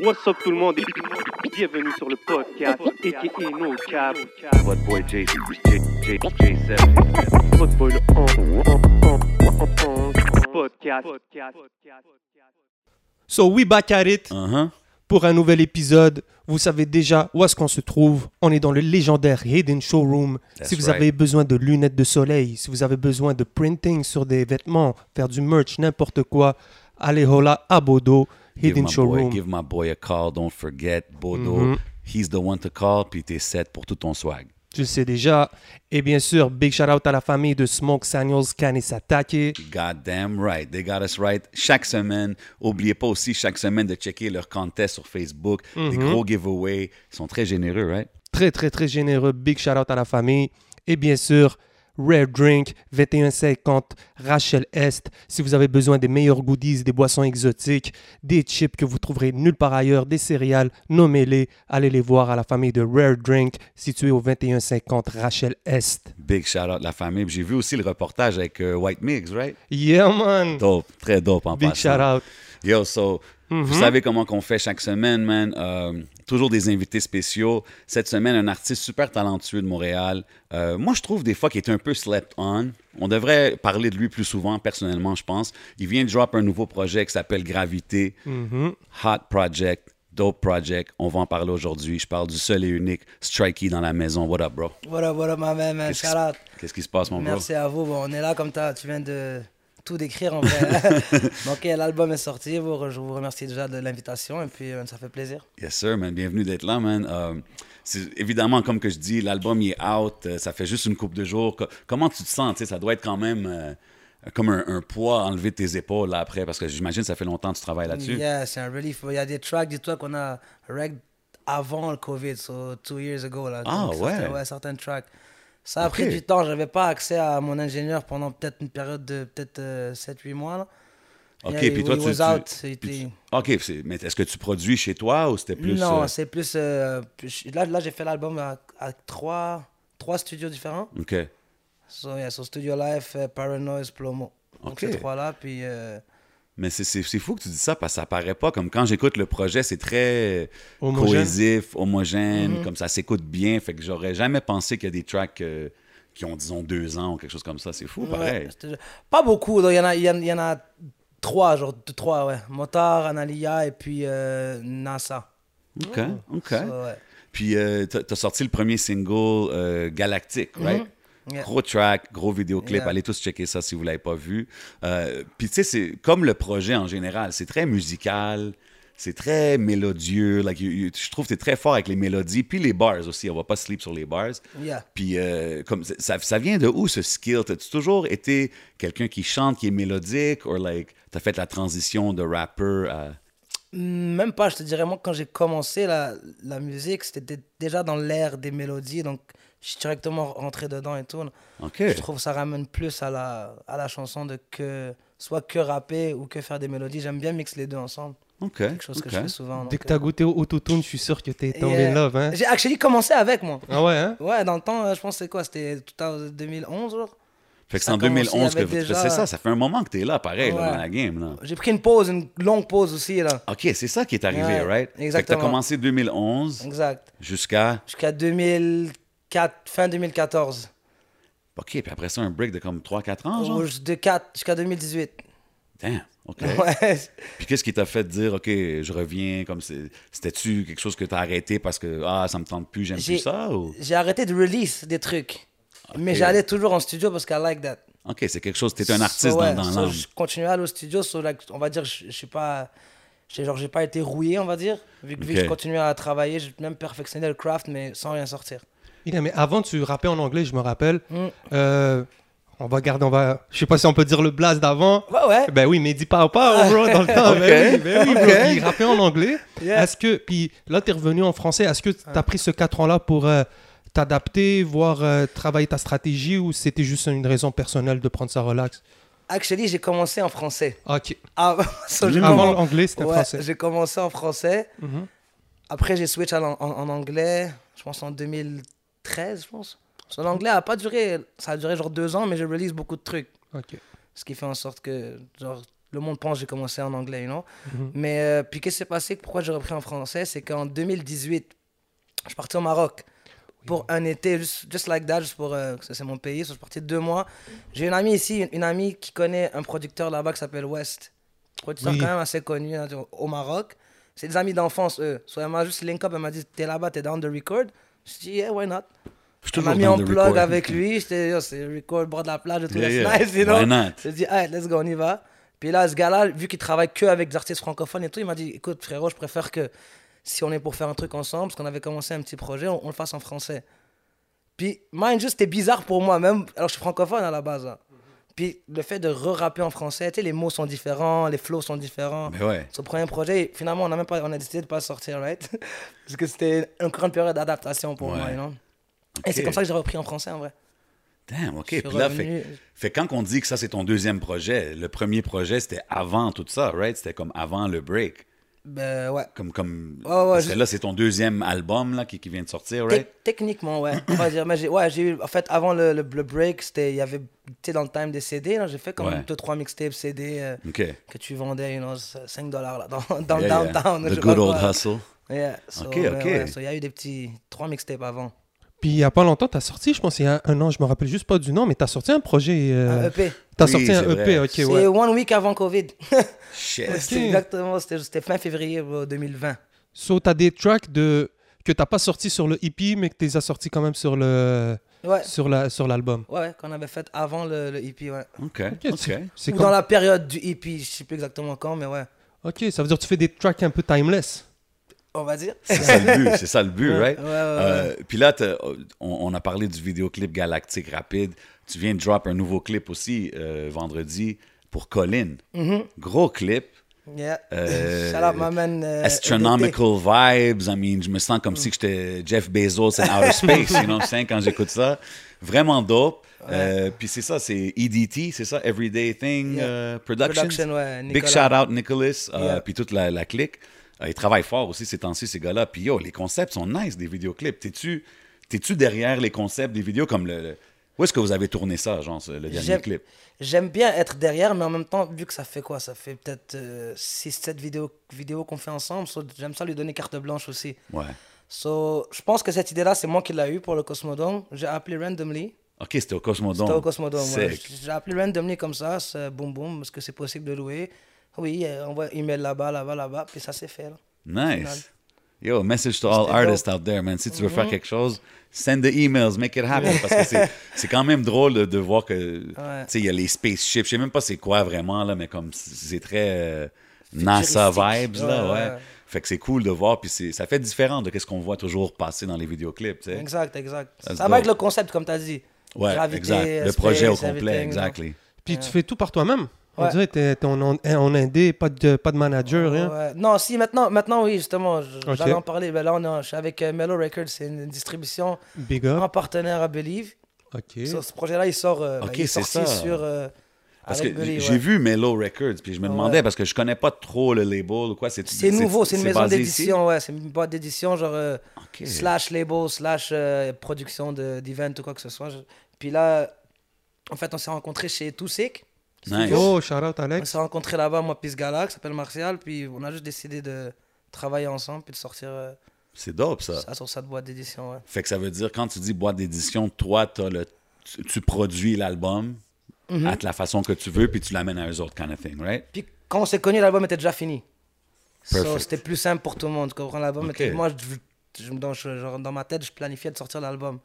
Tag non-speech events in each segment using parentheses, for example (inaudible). What's up tout le monde et bienvenue sur le podcast et No Cap. What boy J J J J7. Votre boy le on- podcast. So we back at it Uh-huh. pour un nouvel épisode. Vous savez déjà où est-ce qu'on se trouve. On est dans le légendaire Hidden Showroom. That's si vous right. avez besoin de lunettes de soleil, si vous avez besoin de printing sur des vêtements, faire du merch, n'importe quoi, allez hola à Bodo, Give my Hidden boy, Showroom. Mm-hmm. give my boy a call. Don't forget Bodo. He's the one to call. Puis t'es set pour tout ton swag. Tu le sais déjà. Et bien sûr, big shout out à la famille de Smoke Samuels, Canis Atake. Goddamn right. They got us right. Chaque semaine, oubliez pas aussi chaque semaine de checker leur contest sur Facebook. Des Mm-hmm. gros giveaways. Ils sont très généreux, right? Très, très, très généreux. Big shout out à la famille. Et bien sûr, Rare Drink 2150 Rachel Est. Si vous avez besoin des meilleurs goodies, des boissons exotiques, des chips que vous trouverez nulle part ailleurs, des céréales, nommez-les. Allez les voir à la famille de Rare Drink située au 2150 Rachel Est. Big shout out la famille. Puis J'ai vu aussi le reportage avec euh, White Mix, right? Yeah, man! Dope, très dope en Big passant. shout out. Yo, so, vous savez comment qu'on fait chaque semaine, man. Euh, toujours des invités spéciaux. Cette semaine, un artiste super talentueux de Montréal. Euh, moi, je trouve des fois qu'il est un peu slept on. On devrait parler de lui plus souvent, personnellement, je pense. Il vient de drop un nouveau projet qui s'appelle Gravité. Hot Project. Dope Project, on va en parler aujourd'hui. Je parle du seul et unique Strikey dans la maison. What up, bro? Voilà, voilà, ma man, man. Qu'est-ce qui shout out. se- Qu'est-ce qui se passe, mon Merci bro? à vous. Bon, on est là comme t'as- tu viens de tout décrire (laughs) en vrai. Bon, ok, l'album est sorti. Vous- Je vous remercie déjà de l'invitation et puis euh, ça fait plaisir. Yes, sir, man. Bienvenue d'être là, man. Euh, c'est- évidemment, comme que je dis, l'album il est out. Euh, ça fait juste une coupe de jours. Co- comment tu te sens? tu sais, ça doit être quand même euh, comme un, un poids enlevé de tes épaules là, après, parce que j'imagine que ça fait longtemps que tu travailles là-dessus. Yeah, c'est un relief. Il y a des tracks, dis-toi, qu'on a reg avant le Covid, so two years ago. Là. Ah, Donc, ouais. Certains, certains tracks. Ça a Ok. pris du temps. J'avais pas accès à mon ingénieur pendant peut-être une période de peut-être 7-8 mois. là. Ok, Yeah, puis he- toi, he tu. was tu- out. puis C'était- tu- ok, c'est- mais est-ce que tu produis chez toi ou c'était plus. non, euh, c'est plus. euh, plus- là, là j'ai fait l'album à, à trois, trois studios différents. Ok. So, yeah, so Studio Life, euh, Paranoise, Plomo. Ok. Donc, ces trois-là, puis. euh, Mais c'est- c'est c'est fou que tu dis ça parce que ça paraît pas. Comme quand j'écoute le projet, c'est très Homogène. cohésif, homogène, comme ça s'écoute bien. Fait que j'aurais jamais pensé qu'il y a des tracks euh, qui ont, disons, deux ans ou quelque chose comme ça. C'est fou, Oh, pareil. ouais, Studio- pas beaucoup, donc il y, en a- il y en- il y en a trois, genre t- trois, ouais. Motard, Analia et puis euh, NASA. OK, OK. So, ouais. Puis, euh, t'as t'as sorti le premier single euh, Galactique, right? Mhm. Yeah. Gros track, gros vidéoclip. Yeah. Allez tous checker ça si vous l'avez pas vu. Euh, puis, tu sais, c'est comme le projet en général. C'est très musical, c'est très mélodieux. Like, you- you- je trouve que t'es très fort avec les mélodies. Puis les bars aussi. On va pas sleep sur les bars. Yeah. Puis, euh, comme, ça, ça vient de où ce skill? T'as-tu toujours été quelqu'un qui chante, qui est mélodique? Ou, like, t'as fait la transition de rapper à. Même pas, je te dirais, moi, quand j'ai commencé la, la musique, c'était dé- déjà dans l'ère des mélodies, donc je suis directement rentré dedans et tout. OK. Je trouve que ça ramène plus à la, à la chanson de que soit que rapper ou que faire des mélodies. J'aime bien mixer les deux ensemble. OK. Quelque chose que je OK. fais souvent. Dès donc, que t'as goûté au autotune, je suis sûr que t'es euh, tombé et, in love. Hein? J'ai actually commencé avec moi. Ah ouais, hein? Ouais, dans le temps, euh, je pense que c'est quoi C'était tout à 2011, genre Fait que c'est Ça en a commencé 2011 que avec vous... déjà- C'est ça, ça fait un moment que t'es là, pareil, là, Ouais. dans la game. Là. J'ai pris une pause, une longue pause aussi, là. OK, c'est ça qui est arrivé, Ouais, right? Fait que t'as exactement. commencé 2011 Exact. jusqu'à... Jusqu'à 2004, fin 2014. OK, puis après ça, un break de comme 3-4 Ah, ans, genre? Ou De 4 jusqu'à 2018. Damn, OK. (laughs) Ouais. Puis qu'est-ce qui t'a fait dire, OK, je reviens, comme c'est- c'était-tu quelque chose que t'as arrêté parce que, ah, ça me tente plus, j'aime plus J'ai- ça, ou... J'ai arrêté de release des trucs. Mais Ok. j'allais toujours en studio parce que I like that. OK, c'est quelque chose, t'es un artiste So, ouais, dans, dans so, l'âme. Je continuais à aller au studio, so, like, on va dire, je je suis pas. j'ai- Genre, j'ai pas été rouillé, on va dire. Vu que, vu que Ok. je continuais à travailler, j'ai même perfectionné le craft, mais sans rien sortir. Il a- mais avant, tu rappais en anglais, je me rappelle. Euh, on va garder, on va. Je sais pas si on peut dire le blast d'avant. Ouais, ouais. Ben oui, mais dis pas au pas, bro, dans le temps. Ben oui, ben oui, bro. Ok. Puis il rappait en anglais. Yeah. Est-ce que, puis là, t'es revenu en français. Est-ce que t'as pris ce 4 ans-là pour euh, t'adapter, voir euh, travailler ta stratégie ou c'était juste une raison personnelle de prendre ça relax Actually, j'ai commencé en français. Ok. Ah, (laughs) so, j'ai Avant commencé- l'anglais, c'était Ouais, français. J'ai commencé en français. Mhm. Après, j'ai switch à l'an- en, en anglais, je pense en 2013, je pense. So, l'anglais a pas duré, ça a duré genre deux ans, mais je release beaucoup de trucs. Ok. Ce qui fait en sorte que, genre, le monde pense que j'ai commencé en anglais, you know. Mhm. Mais euh, puis qu'est-ce qui s'est passé Pourquoi j'ai repris en français C'est qu'en 2018, je suis parti au Maroc pour un été, juste just like that, juste pour euh, que ça, c'est mon pays. So, je suis parti deux mois. J'ai une amie ici, une, une amie qui connaît un producteur là-bas qui s'appelle West. Producteur Oui. quand même assez connu hein, au- au Maroc. C'est des amis d'enfance, eux. So, elle m'a juste link up, elle m'a dit T'es là-bas, t'es down the record Je suis dit Yeah, why not Je suis On toujours m'a mis dans en le plug record. (laughs) avec lui. J'étais, yo, c'est record, bord de la plage, tout Yeah, yeah. nice, you know. Why not? J'ai dit, hey, let's go, on y va. Puis là, ce gars-là, vu qu'il travaille que avec des artistes francophones et tout, il m'a dit, écoute, frérot, je préfère que si on est pour faire un truc ensemble, parce qu'on avait commencé un petit projet, on, on le fasse en français. Puis, mind you, c'était bizarre pour moi, même. Alors, je suis francophone à la base. hein. Puis, le fait de re-rapper en français, tu sais, les mots sont différents, les flows sont différents. Mais ouais. Ce premier projet, finalement, on a, même pas, on a décidé de pas sortir, right? (laughs) Parce que c'était une grande période d'adaptation pour moi, Ouais. you know? Et c'est Ok. comme ça que j'ai repris en français, en vrai. Damn, OK. Je suis Puis là, fait, revenu. fait quand on dit que ça, c'est ton deuxième projet, le premier projet, c'était avant tout ça, right? C'était comme avant le break. Ben, ouais. Comme, comme... Ouais, ouais, parce que juste- là, c'est ton deuxième album là, qui, qui vient de sortir, Tec- right? techniquement, ouais. On va dire, mais j'ai, ouais, j'ai eu, en fait, avant le, le, le break, c'était, il y avait, tu sais, dans le time des CD, là, j'ai fait comme Ouais. 2-3 mixtapes CD euh, OK. que tu vendais, you know, 5 dollars, là, dans, dans Yeah, le yeah. downtown. je The sais good pas old quoi. hustle. Yeah, so, Ok, ouais, ok. ouais, so, il y a eu des petits 3 mixtapes avant. Puis il n'y a pas longtemps, t'as sorti, je pense, il y a un an, je me rappelle juste pas du nom, mais t'as sorti un projet. Un Euh, EP. t'as Oui, sorti un c'est EP, vrai. ok, Ah, c'est ouais. one week avant Covid. (laughs) Shit. C'était exactement, c'était, c'était fin février bro, 2020. So, t'as des tracks de... que t'as pas sorti sur le EP, mais que t'es as sorti quand même sur le Ouais, sur la sur l'album. ouais, ouais, qu'on avait fait avant le, le EP, ouais. OK. Ok, OK. c'est- c'est Ou comme- dans la période du EP, je sais plus exactement quand, mais ouais, Ok, ça veut dire que tu fais des tracks un peu timeless. on (laughs) va dire. C'est ça le but, c'est ça le but, right? ouais, ouais, Euh, Puis là, t'as- on, on a parlé du vidéoclip Galactique Rapide. Tu viens de drop un nouveau clip aussi euh, vendredi pour Colin. Mm-hmm. Gros clip. Yeah. Euh, Shout out my man, euh, EDT. Astronomical vibes. I mean, je me sens comme si j'étais Jeff Bezos in (laughs) outer space, you know what I'm saying, quand j'écoute ça. Vraiment dope. Euh, Puis c'est ça, c'est EDT, c'est ça, Everyday Thing Yeah. euh, Productions. Production, ouais, Big Nicolas. shout out Nicholas, euh, Yeah. puis toute la, la clique. Euh, ils travaillent fort aussi ces temps-ci, ces gars-là. Puis yo, les concepts sont nice des vidéoclips. T'es-tu, t'es-tu derrière les concepts des vidéos comme le. le- Où est-ce que vous avez tourné ça, genre, ce- le dernier J'aime- clip? J'aime bien être derrière, mais en même temps, vu que ça fait quoi Ça fait peut-être 6-7 vidéos, vidéos qu'on fait ensemble. so J'aime ça lui donner carte blanche aussi. Ouais. So, je pense que cette idée-là, c'est moi qui l'ai eue pour le Cosmodome. J'ai appelé randomly. Ok, c'était au Cosmodome. C'était au Cosmodome. ouais. Sick. J'ai appelé randomly comme ça, c'est boum boum, est-ce que c'est possible de louer Oui, euh, on voit email là-bas, là-bas, là-bas, puis ça s'est fait. là. Final. Nice. Yo, message to all C'était artists dope. Mhm. out there, man. Si tu veux faire quelque chose, send the emails, make it happen. Parce que (laughs) c'est- c'est quand même drôle de, de voir que, tu sais, il y a les spaceships. Je sais même pas c'est quoi vraiment, là, mais comme c'est- c'est très euh, NASA Futuristique. vibes, là, Ouais, ouais. ouais. Fait que c'est cool de voir, puis c'est- ça fait différent de ce qu'on voit toujours passer dans les vidéoclips, tu sais. Exact, exact. That's ça va avec dope. le concept, comme tu as dit. Ouais, Gravité, exact. Le space, projet au everything, complet, non? exactly. Puis tu fais tout par toi-même. On Ouais. dirait que t'es- t'es en, en- en indé, pas de pas de hein. manager, rien. Ouais. Non, si, maintenant, maintenant oui, justement, j- Ok. j'allais en parler. Ben là, on est en- je suis avec euh, Mellow Records, c'est une distribution Big en Hein? up. partenaire à Believe. Ok. Sur ce projet-là, il sort. euh, ben, Ok, il est c'est sorti ça. sur. euh, Parce avec que Believe, j'ai ouais. vu Mellow Records, puis je me demandais, parce que je connais pas trop le label ou quoi. C'est nouveau, c'est une maison basé ici? d'édition, ouais, c'est une boîte d'édition, genre euh, Ok. slash label, slash euh, production de- d'event ou quoi que ce soit. Je- Puis là, en fait, on s'est rencontrés chez Toussic. Nice. Oh, shout out On Alex. s'est rencontrés là-bas, moi, Peace Gala, qui s'appelle Martial, puis on a juste décidé de travailler ensemble, puis de sortir euh, C'est dope, ça. ça sur cette boîte d'édition, ouais. Fait que ça veut dire, quand tu dis boîte d'édition, toi, t'as le, tu, tu produis l'album Mhm. à la façon que tu veux, puis tu l'amènes à eux autres, kind of thing, right? Puis quand on s'est connus, l'album était déjà fini. So, Perfect. c'était plus simple pour tout le monde. tu comprends l'album Ok. était- Moi, je, je- dans, je- genre, dans ma tête, je planifiais de sortir l'album.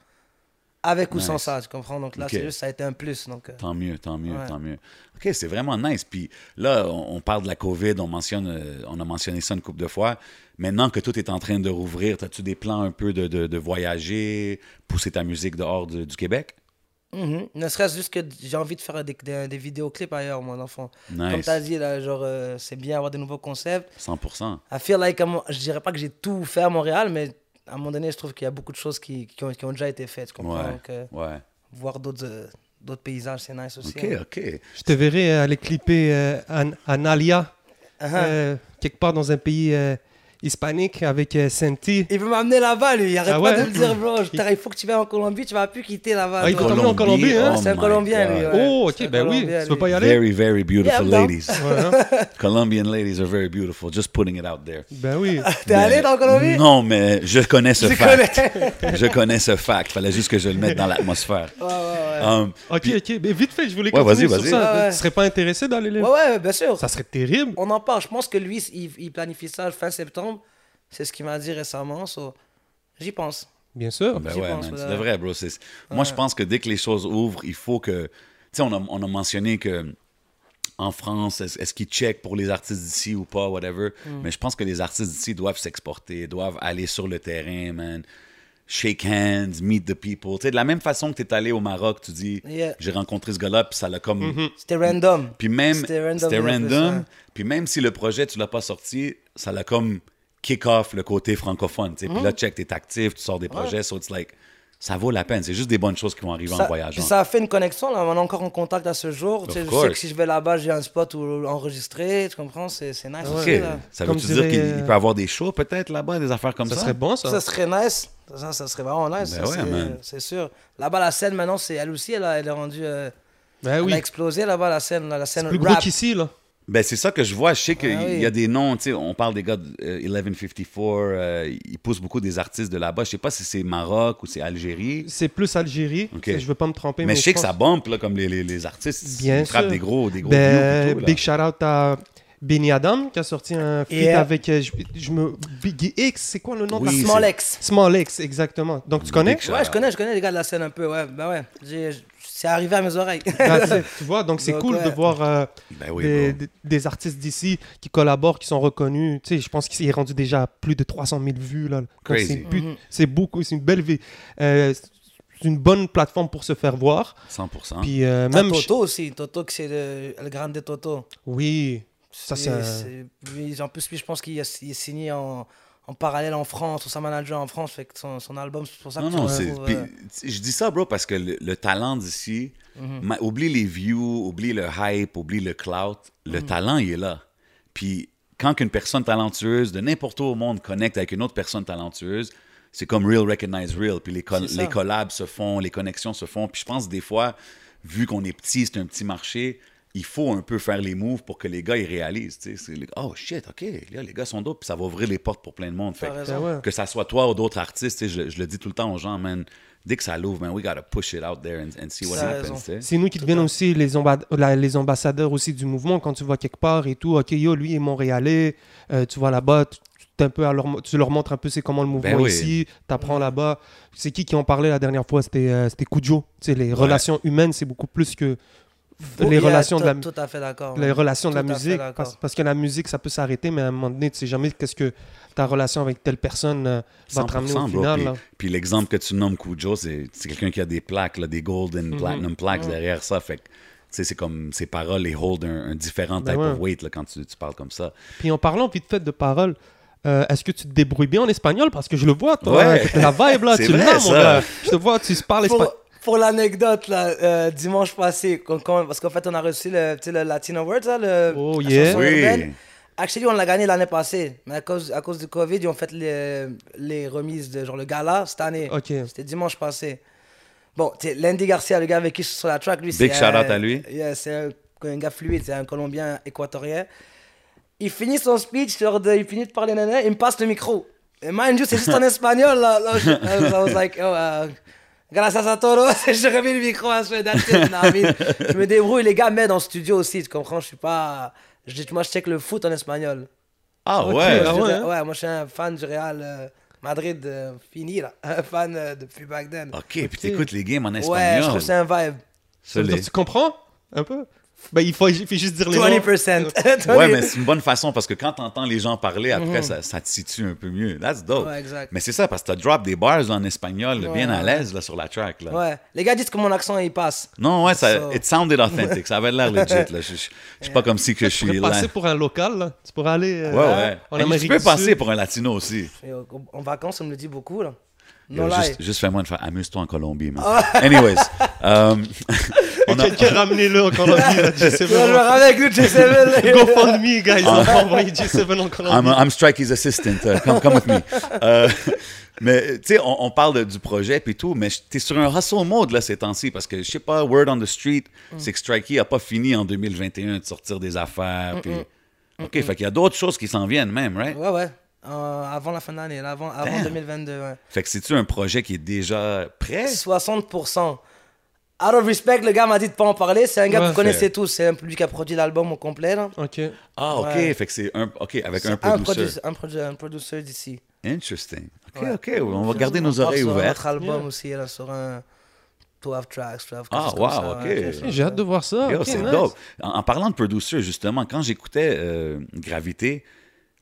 Avec ou sans Nice. ça, tu comprends Donc là, Ok. c'est juste, ça a été un plus. Donc, euh, Tant mieux, tant mieux, Ouais. tant mieux. OK, c'est vraiment nice. Puis là, on, on parle de la COVID, on, mentionne, euh, on a mentionné ça une couple de fois. Maintenant que tout est en train de rouvrir, as-tu des plans un peu de, de- de voyager, pousser ta musique dehors de- du Québec? mhm. Ne serait-ce juste que j'ai envie de faire des, des, des vidéoclips ailleurs, mon enfant. Comme Nice. tu as dit, là, genre, euh, c'est bien avoir des nouveaux concepts. 100 I feel like, I'm- je dirais pas que j'ai tout fait à Montréal, mais à un moment donné, je trouve qu'il y a beaucoup de choses qui, qui, ont, qui ont déjà été faites. Tu comprends Ouais, Donc, euh, ouais. voir d'autres euh, d'autres paysages, c'est nice aussi. OK, hein. OK. Je te verrai Uh-huh. euh, aller clipper euh, An- Analia euh, quelque part dans un pays euh, hispanique avec euh, Senti. Il veut m'amener là-bas, lui. Il arrête Ah pas ouais? de me dire, bro, je- il faut que tu vas en Colombie, tu vas plus quitter là-bas. Ah, il toi. faut t'emmener en Colombie, hein? C'est un oh my Colombien, God. lui. ouais. Oh, C'est ok, un ben oui, Colombien, tu peux lui. pas y aller. Very, very beautiful Yeah, I'm ladies. Ouais, (laughs) hein? Colombian ladies are very beautiful. Just putting it out there. Ben oui. T'es allé dans la Colombie Non, mais je connais ce Je fact. je connais ce fact. Fallait juste que je le mette dans l'atmosphère. Ouais, ouais, Um, Ok, ok. Mais vite fait, je voulais Ouais, continuer vas-y, vas-y. sur ça. Ouais, ouais. Tu serais pas intéressé d'aller les... ouais. Ouais, ouais, bien sûr. Ça serait terrible. On en parle. Je pense que lui, il, il planifie ça fin septembre. C'est ce qu'il m'a dit récemment. so, J'y pense. Bien sûr. Ben J'y ouais, pense, man, ouais. tu devrais, bro. C'est- Moi, je pense que dès que les choses ouvrent, il faut que. Tu sais, on a, on a mentionné que en France, est-ce est-ce qu'ils checkent pour les artistes d'ici ou pas, whatever. Mm. Mais je pense que les artistes d'ici doivent s'exporter, doivent aller sur le terrain, man. Shake hands, meet the people. Tu sais, de la même façon que tu es allé au Maroc, tu dis, Yeah. Mm-hmm. j'ai rencontré ce gars-là, puis ça l'a comme. C'était random. Puis même, C'était random, c'était il a fait random. ça. Puis même si le projet, tu l'as pas sorti, ça l'a comme kick-off le côté francophone. tu sais. Puis là, check, t'es actif, tu sors des projets. So it's like, ça vaut la peine. C'est juste des bonnes choses qui vont arriver en Ça, puis voyageant. ça a fait une connexion, là, on est encore en contact à ce jour. Tu sais, je sais course. que si je vais là-bas, j'ai un spot où enregistrer, tu comprends, c'est c'est nice. OK. aussi, là. Ça Comme veut-tu dirait, dire qu'il euh, il peut avoir des shows peut-être là-bas, des affaires comme ça? Ça serait bon, ça. Ça serait nice, ça, ça serait vraiment nice, Ben ça, ouais, c'est- man. c'est sûr. Là-bas, la scène maintenant, c'est elle aussi, elle, a- elle est rendue. euh, Ben elle oui. a explosé là-bas, la scène, là, la scène Plus gros rap. qu'ici, là. Ben, c'est ça que je vois. Je sais qu'il Ah oui. y a des noms, tu sais, on parle des gars de euh, 1154, euh, ils poussent beaucoup des artistes de là-bas. Je sais pas si c'est Maroc ou c'est Algérie. C'est plus Algérie. Ok. Je veux pas me tromper. Mais, je sais que ça bump, là, comme les, les, les artistes. Bien ils frappent sûr. des gros, des gros views Ben, et tout, là. big shout out à Benny Adam qui a sorti un feat Yeah. avec. euh, Je, je me. Biggie X, c'est quoi le nom de Oui, la c'est- Small X. Small X, exactement. Donc tu connais Big Ouais, je connais, je connais les gars de la scène un peu, ouais, ben ouais. J'ai- j- C'est arrivé à mes oreilles. That's it, Tu vois, donc Bah, c'est Donc, cool ouais. de voir euh, Ben oui, des, bro. des- des artistes d'ici qui collaborent, qui sont reconnus. Tu sais, je pense qu'il est rendu déjà à plus de 300 000 vues. Là. Donc, Crazy. C'est, but- Mhm. c'est beaucoup, c'est une belle vie. Euh, c'est une bonne plateforme pour se faire voir. 100%. Puis euh, T'as (laughs) même. Toto aussi, Toto, qui c'est le, le grand de Toto. Oui, ça c'est. Et un- c'est- puis En plus, lui, je pense qu'il a- il est signé en, en parallèle en France, ou sa manager en France, fait que son, son album, c'est pour ça non, que non, tu c'est- retrouves, puis, euh, tu- je dis ça, bro, parce que le, le talent d'ici, Mhm. ma- oublie les views, oublie le hype, oublie le clout, le Mhm. talent, il est là. Puis quand une personne talentueuse de n'importe où au monde connecte avec une autre personne talentueuse, c'est comme real recognize real. Puis les, col- C'est ça. les collabs se font, les connexions se font. Puis je pense des fois, vu qu'on est petit, c'est un petit marché, il faut un peu faire les moves pour que les gars ils réalisent. tu sais. C'est le- oh shit, ok, là, les gars sont d'autres, puis ça va ouvrir les portes pour plein de monde. Fait T'as que- raison. Ben ouais. que ça soit toi ou d'autres artistes, tu sais, je, je le dis tout le temps aux gens, man, dès que ça l'ouvre, man, we gotta push it out there and, and see what Ça a happens. raison. tu sais. C'est nous qui devenons aussi les, amba- la- les ambassadeurs aussi du mouvement. Quand tu vois quelque part et tout, OK, yo, lui est montréalais, euh, tu vas là-bas, tu, tu t'es un peu à leur, mo- tu leur montres un peu c'est comment le mouvement Ben oui. ici, tu apprends là-bas. C'est qui qui en parlait la dernière fois C'était euh, c'était Kujo. Tu sais, les relations humaines, c'est beaucoup plus que Oh, les yeah, relations de la, tout- Tout à fait d'accord. les relations de la Tout à fait musique. d'accord. Parce, parce que la musique, ça peut s'arrêter, mais à un moment donné, tu sais jamais qu'est-ce que ta relation avec telle personne euh, va te ramener au 100%, bro. final. hein. Puis- là. Puis l'exemple que tu nommes Kujo, c'est c'est quelqu'un qui a des plaques, là, des golden Mm-hmm. platinum plaques derrière ça. Fait que, tu sais, c'est comme ses paroles, les hold un, un différent Ben type ouais. of weight là, quand tu, tu parles comme ça. Puis en parlant vite fait de paroles, euh, est-ce que tu te débrouilles bien en espagnol Parce que je le vois, toi, Ouais. hein, t'as la vibe (laughs) là, C'est tu vrai, l'as, mon ça. gars. Je te vois, tu parles Pour, espagnol. pour l'anecdote, là, euh, dimanche passé, quand- quand- parce qu'en fait, on a reçu le, tu sais, le Latin Awards, là, le, Oh, la yeah. chanson Oui. urbaine. Actually, on l'a gagné l'année passée, mais à cause, à cause du Covid, ils ont fait les, les remises de genre le gala cette année. Ok. C'était dimanche passé. Bon, tu sais, Landy Garcia, le gars avec qui je suis sur la track, lui, c'est. Big shout-out un- à lui. yeah, c'est un, un gars fluide, c'est un Colombien équatorien. Il finit son speech, genre de- il finit de parler, nanana, il me passe le micro. Et mind you, (laughs) c'est juste en espagnol, là. là je, I was- I was like, oh, uh, gracias a todos. (laughs) je remis le micro à ce that's it. Non, mais Je me débrouille, les gars m'aident en studio aussi, tu comprends? Je suis pas. je- moi, je check le foot en espagnol. Ah Ok, ouais! ah Je- ouais, ouais, hein? moi, je suis un fan du Real euh, Madrid euh, fini, là. (laughs) Un fan euh, depuis back then. Ok, puis t'écoutes les games en Ouais, je Ah, espagnol. trouve que c'est un vibe. Ça, Ça veut les- dire, tu comprends Un peu ben, il, faut, il faut juste dire les noms. (laughs) 20%. Ouais, mais c'est une bonne façon parce que quand t'entends les gens parler, après, ça, ça te situe un peu mieux. That's dope. Ouais, exact. Mais c'est ça, parce que t'as drop des bars là, en espagnol, là, bien Ouais. à l'aise là, sur la track. Là. Ouais. Les gars disent que mon accent, il passe. Non, ouais, ça, So- it sounded authentic. Ça avait l'air legit. Là. Je, je- je suis pas comme si que je Tu suis pourrais là. passer pour un local, là. tu pourrais aller euh, Ouais, ouais. en Hey, Amérique tu peux du passer Sud. pour un latino aussi. Et, euh, En vacances, on me le dit beaucoup, là. Yo, Non, là. juste juste fais-moi une fois. Amuse-toi en Colombie, man. Anyways, euh, on (laughs) On a- Quelqu'un (laughs) ramenez-le en Colombie, là, Je vais G7. (laughs) jouer avec le (laughs) G7. Go fund me, guys. On va envoyer G7 en Ah. I'm, Colombie. I'm Strikey's assistant. euh, come, come with me. Euh, mais, tu sais, on, on parle de- du projet puis tout, mais t'es sur un hustle mode, là, ces temps-ci, parce que, je sais pas, word on the street, Mm. c'est que Strikey a pas fini en 2021 de sortir des Mm, affaires, puis... OK, fait qu'il y a d'autres choses qui s'en viennent même, right? Ouais, ouais. Euh, avant la fin d'année, là, avant, avant Damn. 2022. ouais. Fait que c'est-tu un projet qui est déjà Eh. prêt? 60%. Out of respect, le gars m'a dit de pas en parler. C'est un gars que Ouais. vous connaissez tous. C'est un lui qui a produit l'album au complet. Là. Ok. Ah, OK, Ouais. fait que c'est un... OK, avec C'est un producer. produce- un, produ- un producer d'ici. Interesting. OK, Ouais. OK, on va Sur- garder nos on oreilles part sur ouvertes. Sur un autre album Yeah. aussi, là, sur un 12 tracks, 12 Ah, quelque chose wow, comme ça, ok. ouais, quelque chose J'ai hâte de voir ça. Ah, Yo, Ok, c'est nice. dope. En, en parlant de producers, justement, quand j'écoutais euh, Gravité,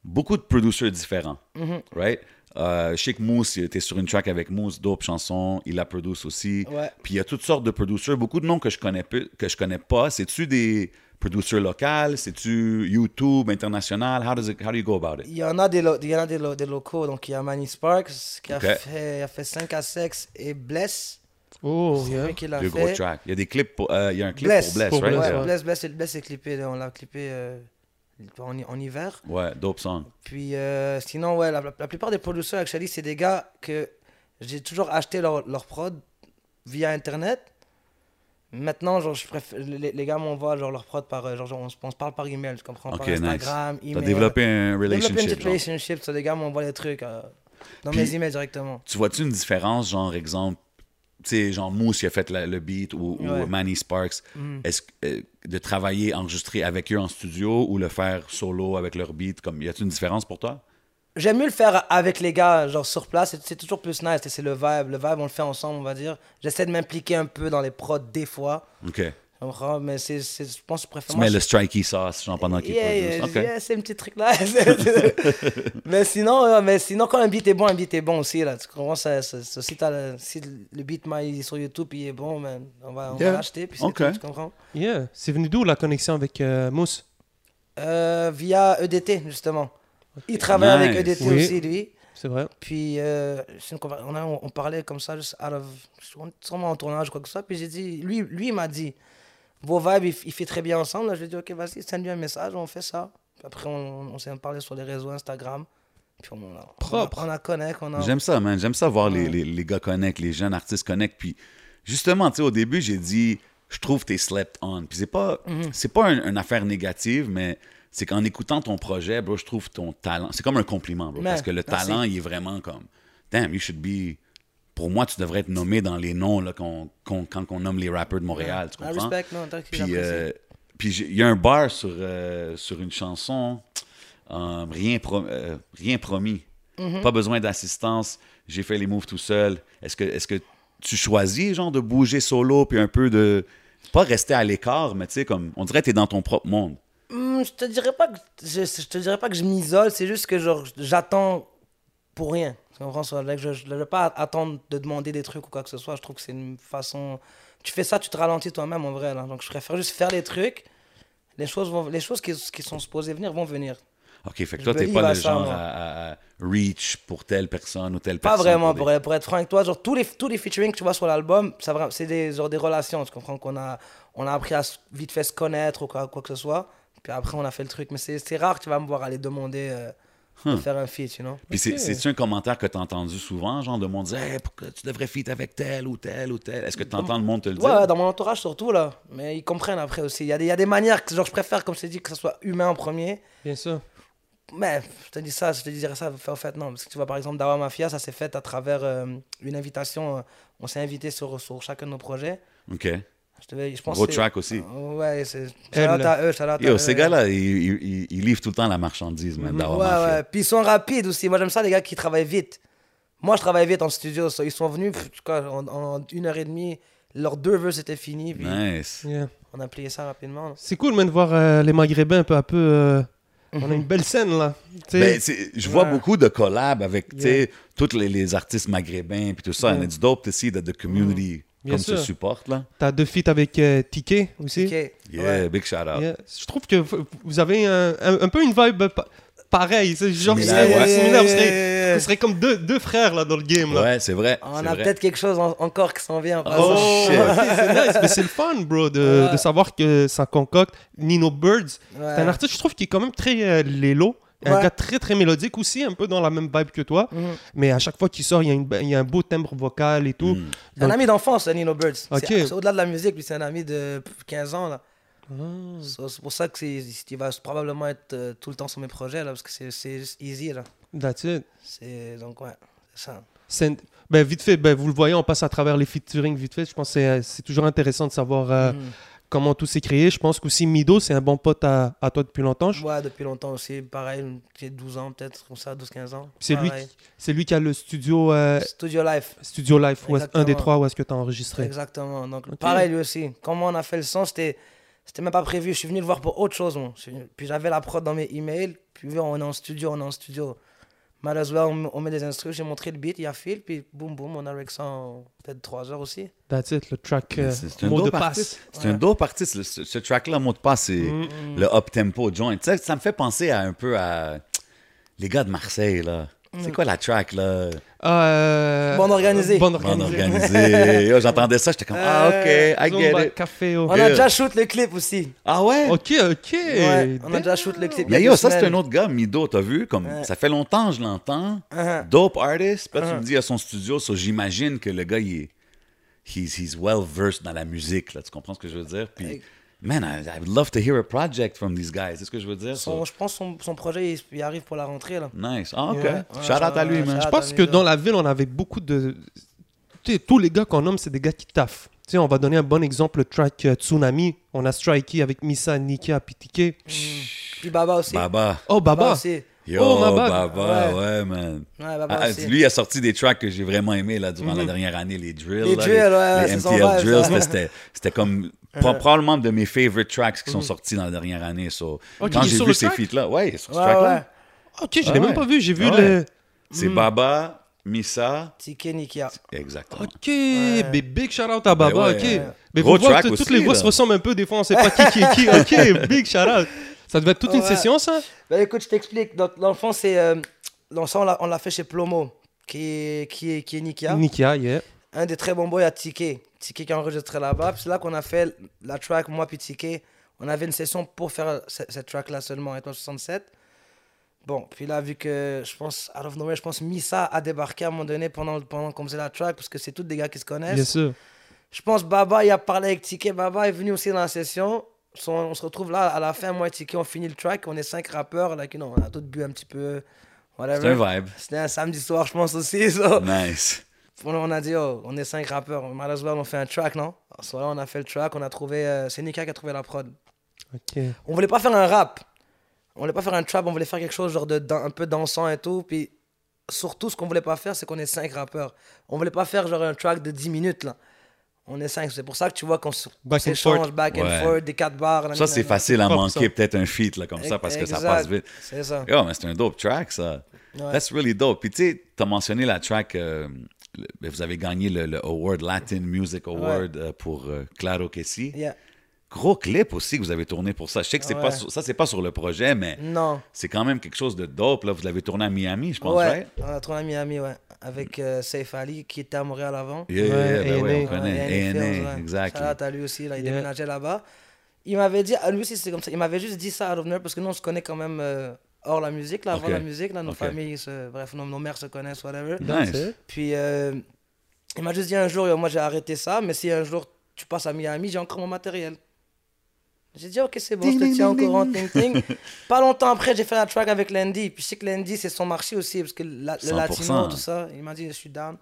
beaucoup de producers différents, Mhm. right? Euh, je sais que Moose, il était sur une track avec Moose, dope chanson, il la produce aussi. Ouais. Puis il y a toutes sortes de producers, beaucoup de noms que je connais, peu- que je connais pas. C'est-tu des producers locaux? C'est-tu YouTube, international? How, does it- how do you go about it? Il y en a des, lo- il y en a des, lo- des locaux, donc il y a Manny Sparks qui a, Ok. fait, il a fait 5 à 6 et Bless. Oh, C'est yeah. lui qui l'a Deux gros fait. tracks. Il y a des clips pour, euh, il y a un clip Bless. pour Bless, Pour right? Bless, Ouais, Yeah. Bless, Bless, Bless est clippé, là, on l'a clippé euh, en, hi- en hiver. Ouais, dope song. Puis euh, sinon, ouais, la, la plupart des producteurs, actually, c'est des gars que j'ai toujours acheté leur, leur prod via internet. Maintenant, genre, je préfère, les, les gars m'envoient genre, leur prod par. euh, Genre, genre, on, se- on se parle par email, tu comprends? Ok, par Instagram, nice. T'as email. développé un Développer euh, une relationship. petite genre. relationship, ça, les gars m'envoient les trucs euh, dans Puis- mes emails directement. tu vois-tu une différence, genre, exemple, tu sais, genre Moose qui a fait la- le beat ou, ou Ouais. Mm. Manny Sparks, est-ce que, euh, de travailler, enregistrer avec eux en studio ou le faire solo avec leur beat, comme, y a-tu une différence pour toi? J'aime mieux le faire avec les gars, genre sur place, c'est- c'est toujours plus nice, c'est le vibe. Le vibe, on le fait ensemble, on va dire. J'essaie de m'impliquer un peu dans les prods des fois, OK. tu comprends? mais c'est, c'est- je pense que je préfère. Tu moi, mets je- le strikey sauce, genre, pendant qu'ils Yeah, yeah, produisent. OK. yeah, c'est un petit truc là. (laughs) mais, sinon, euh, mais sinon, quand un beat est bon, un beat est bon aussi. Là. Tu comprends ça, ça- ça- si, t'as le, si le beat ma- il est sur YouTube il est bon, man, on va, on va Yeah. l'acheter. Puis c'est Ok. tout, tu comprends Yeah. C'est venu d'où la connexion avec euh, Mousse Euh, Via EDT, justement. Il travaille Nice. avec EDT Oui. aussi, lui. C'est vrai. Puis euh, c'est une conver- on, a- on parlait comme ça, juste out of, on- sûrement en tournage, quoi que ce soit. Puis j'ai dit, lui, lui il m'a dit, vos vibes, ils, ils fit très bien ensemble. Là, je lui ai dit, ok, vas-y, send lui un message, on fait ça. Puis après, on, on s'est parlé sur les réseaux Instagram. Puis on, on, a- Propre. on, a connect, on a. J'aime ça, man. J'aime ça voir les, les- les gars connect, les jeunes artistes connect. Puis justement, tu sais, au début, j'ai dit, je trouve t'es slept on. Puis c'est pas, c'est pas un- une affaire négative, mais c'est qu'en écoutant ton projet, bro, je trouve ton talent. C'est comme un compliment, bro, Man, parce que le merci. talent, il est vraiment comme, damn, you should be. Pour moi, tu devrais être nommé dans les noms là, qu'on, qu'on- quand on nomme les rappeurs de Montréal. Tu I comprends? respect, non, tant qu'il Puis, apprécie. euh, puis j'ai- il y a un bar sur, euh, sur une chanson, euh, rien, pro- euh, rien promis, Mhm. pas besoin d'assistance, j'ai fait les moves tout seul. Est-ce que, est-ce que tu choisis, genre, de bouger solo, puis un peu de. Pas rester à l'écart, mais tu sais, comme. On dirait que t'es dans ton propre monde. Hum, je te dirais pas que je, je te dirais pas que je m'isole, c'est juste que genre j'attends pour rien. Tu comprends ça? Like, je ne vais pas attendre de demander des trucs ou quoi que ce soit. Je trouve que c'est une façon. Tu fais ça, tu te ralentis toi-même en vrai. Là. Donc je préfère juste faire les trucs. Les choses, vont, les choses qui, qui sont supposées venir vont venir. OK, fait que Je toi, t'es me pas le livre à ça, genre moi. à, à- à reach pour telle personne ou telle Pas personne. vraiment, des- pour, pour être franc avec toi. Genre, tous, les, tous les featuring que tu vois sur l'album, ça vra- c'est des, genre, des relations. Tu comprends qu'on a, on a appris à s- vite fait se connaître ou quoi, quoi que ce soit. Puis après, on a fait le truc. Mais c'est c'est rare que tu vas me voir aller demander euh, de Hmm. faire un feat, you know? Puis c'est- Ok. c'est-tu un commentaire que t'as entendu souvent, genre de monde dire, hey, pourquoi tu devrais fit avec tel ou tel ou tel? Est-ce que t'entends le monde te le dire? Ouais, ouais, dans mon entourage surtout, là. Mais ils comprennent après aussi. Il y a des, il y a des manières que genre, je préfère, comme je t'ai dit, que ce soit humain en premier. Bien sûr. Mais je te dis ça, je te dirais ça, fait- en fait, non. Parce que tu vois, par exemple, Dawa Mafia, ça s'est fait à travers euh, une invitation. euh, On s'est invité sur, sur chacun de nos projets. OK. Je, devais, je pense Gros que- track aussi. Ouais, c'est. Elle, Shout out là. à eux, shout out à Yo, eux. ces gars-là, ils, ils- ils- ils livrent tout le temps la marchandise, man, Mhm. Ouais, Dawa Mafia. ouais. Puis ils sont rapides aussi. Moi, j'aime ça, les gars qui travaillent vite. Moi, je travaille vite en studio. ça. Ils sont venus, pff, quoi, en, en une heure et demie, leurs deux vœux, c'était fini. Puis Nice. Yeah. on a plié ça rapidement. là. C'est cool, man, de voir euh, les Maghrébins un peu à peu. euh, On a une belle scène, là. Tu Ben, sais, t'sais, je vois Ouais. beaucoup de collabs avec tu sais, tous les, les artistes maghrébins puis tout ça. And it's dope to see that the Mhm. community Bien comme sûr. se supporte là. T'as deux feats avec euh, Ticket aussi. Ok. Ouais. Yeah, big shout out. Yeah. Je trouve que vous vous avez un, un- un peu une vibe pa- pareille. C'est genre Similaire, similaire, ouais. similaire, parce que ce serait comme deux, deux frères là, dans le game. Là. Ouais, c'est vrai. On c'est a vrai. peut-être quelque chose en- encore qui s'en vient. par Oh, exemple. shit. ok, c'est nice, mais c'est le fun, bro, de, de savoir que ça concocte. Nino Birds, Ouais. c'est un artiste, je trouve, qui est quand même très euh, lélo. Un Ouais. gars très très mélodique aussi, un peu dans la même vibe que toi. Mhm. Mais à chaque fois qu'il sort, il y, a une- il y a un beau timbre vocal et tout. C'est un ami d'enfance, hein, Nino Birds. C'est- Ok. C'est au-delà de la musique, lui, c'est un ami de 15 ans. Là. Ah. So, C'est pour ça que c'est- il va probablement être euh, tout le temps sur mes projets, là, parce que c'est- c'est juste easy. Là. That's it. C'est- Donc, ouais, c'est ça. C'est- Ben, vite fait, ben, vous le voyez, on passe à travers les featuring vite fait. Je pense que c'est, euh, c'est toujours intéressant de savoir Mm. euh, comment tout s'est créé. Je pense qu'aussi Mido, c'est un bon pote à, à toi depuis longtemps. Je- Ouais, depuis longtemps aussi. Pareil, j'ai 12 ans peut-être, comme ça, 12-15 ans. C'est, lui, Pareil. qui- c'est lui qui a le studio, euh, Studio Life. studio Life, où est- un des Exactement. trois où est-ce que tu as enregistré. Exactement. Donc, pareil, lui aussi. Comment on a fait le son, c'était c'était même pas prévu. Je suis venu le voir pour autre chose, moi. Je suis venu- Puis j'avais la prod dans mes emails. Puis vu, on est en studio, on est en studio. Malheureusement, on, on met des instruments. J'ai montré le beat, il y a fil. Puis boum, boum, on a avec ça en peut-être 3 heures aussi. That's it, le track euh, C'est c'est un mot de dope passe. artiste. C'est un dope artiste. Le- Ce, ce track-là, mot de passe, c'est Mm, le up tempo joint. Tu sais, ça me fait penser à un peu à les gars de Marseille là. Mm. C'est quoi la track là Euh, Bande organisée. Bande Bande organisée. organisée. Yo, J'entendais ça, j'étais comme ah ok, Euh, I Zumba, get it. Café, oh. On a Yeah. déjà shoot le clip aussi. Ah ouais. Ok, ok. Ouais, on a déjà Damn. shoot le clip. il y Mais a deux yo, ça c'est semaines. un autre gars, Mido, t'as vu comme ça fait longtemps je l'entends. Uh-huh. Dope artist. Puis là, tu me dis à son studio, so j'imagine que le gars il est he's, he's well versed dans la musique là. Tu comprends ce que je veux dire Puis man, I, I would love to hear a project from these guys. C'est ce que je veux dire. so- Son- je pense son, son projet, il, il arrive pour la rentrée, là. Nice. Ah, OK. Ouais. Shout out à lui, Ouais, man. shout Je out. pense que dans la ville, on avait beaucoup de. Tu sais, tous les gars qu'on nomme, c'est des gars qui taffent. Tu sais, on va donner un bon exemple, le track euh, Tsunami. On a Strikey avec Missa, Nika, Pitike. Puis Baba aussi. Baba. Oh, Bah, Baba! aussi. Yo, Oh, ma bad. Baba, Ouais. ouais, man. Ouais, Baba Ah, aussi. lui, il a sorti des tracks que j'ai vraiment aimé là, durant la dernière année, les drills. Mhm. Les là, drills, ouais, les c'est son MTL vibe, drills, ça. c'était- c'était- c'était comme (laughs) pro- probablement de mes favorite tracks qui Mhm. sont sortis dans la dernière année. So, Oh, quand il est j'ai sur vu le ces track? feats-là, ouais, il est sur ce Ouais, track-là. ouais. Mhm. Ok, je Ah l'ai même ouais. pas vu. J'ai vu Ah le. ouais. C'est Baba, Missa, Tiké Nikia. exactement. Ok, mais big shout out à Baba, ouais. ok. Mais Gros vous voir track que toutes aussi, les voix là. se ressemblent un peu, des fois on sait pas qui qui est (laughs) qui. Ok, big shout out. Ça devait être toute une Ouais. session, ça Ben écoute, je t'explique. Donc, dans le fond, c'est. euh, dans ça, on l'a- on l'a fait chez Plomo, qui est, qui est, qui est Nikia. Nika, yeah. Un des très bons boys à Tiké. Tiké qui a enregistré là-bas. Puis C'est là qu'on a fait la track, moi puis Tiké. On avait une session pour faire ce- cette track-là seulement, Étoile 67. Bon, puis là, vu que je pense, out of nowhere, je pense Missa a débarqué à un moment donné pendant, pendant qu'on faisait la track, parce que c'est tous des gars qui se connaissent. Bien sûr. Je pense Baba, il a parlé avec Tiké. Baba est venu aussi dans la session. So, on se retrouve là à la fin, moi et Tiké, on finit le track. On est cinq rappeurs. Là, qui, non, on a tous bu un petit peu. C'est un Whatever. vibe. C'était un samedi soir, je pense aussi. so. Nice. On, on a dit, oh, on est cinq rappeurs. Might as well, on fait un track, non So, là, on a fait le track. On a trouvé. euh, C'est Nika qui a trouvé la prod. Ok. On voulait pas faire un rap. On voulait pas faire un trap. On voulait faire quelque chose genre de, dan- un peu dansant et tout. Puis surtout, ce qu'on voulait pas faire, c'est qu'on est cinq rappeurs. On voulait pas faire genre un track de 10 minutes, là. On est cinq. C'est pour ça que tu vois qu'on s- Back and s'échange forth. back and Ouais. forth, des quatre barres. Ça, nanana. c'est facile à 100%. manquer, peut-être un feat là, comme ça, parce que ça Exact. passe vite. C'est ça. Yo, mais c'est un dope track, ça. Ouais. That's really dope. Puis tu sais, t'as mentionné la track, euh, le- ben, vous avez gagné le, le award, Latin Music Award euh, pour euh, Claro que si. Yeah. Gros clip aussi que vous avez tourné pour ça. Je sais que c'est Ouais. Mm. pas sur- ça, c'est pas sur le projet, mais Non. c'est quand même quelque chose de dope. Là. Vous l'avez tourné à Miami, je pense, ouais. right? On a tourné à Miami, ouais. Avec euh, Saif Ali, qui était à Montréal avant. Yeah, yeah, Ouais, ben ouais, A&A. on connaît. Ouais, Fields, ANA, ouais. exact. Shout out à lui aussi, là, il Yeah. déménageait là-bas. Il m'avait dit, à lui aussi c'est comme ça, il m'avait juste dit ça à Rovner parce que nous on se connaît quand même euh, hors la musique, là, avant Ok. la musique, là, nos Ok. familles, se- bref, nos, nos mères se connaissent, whatever. Nice. Puis euh, il m'a juste dit un jour, Yo, moi j'ai arrêté ça, mais si un jour tu passes à Miami, j'ai encore mon matériel. J'ai dit, ok, c'est bon, je te tiens au courant, (laughs) ting ting. Pas longtemps après, j'ai fait la track avec Landy. Puis je sais que Landy, c'est son marché aussi, parce que la- le 100%. latino, tout ça, il m'a dit, je suis down.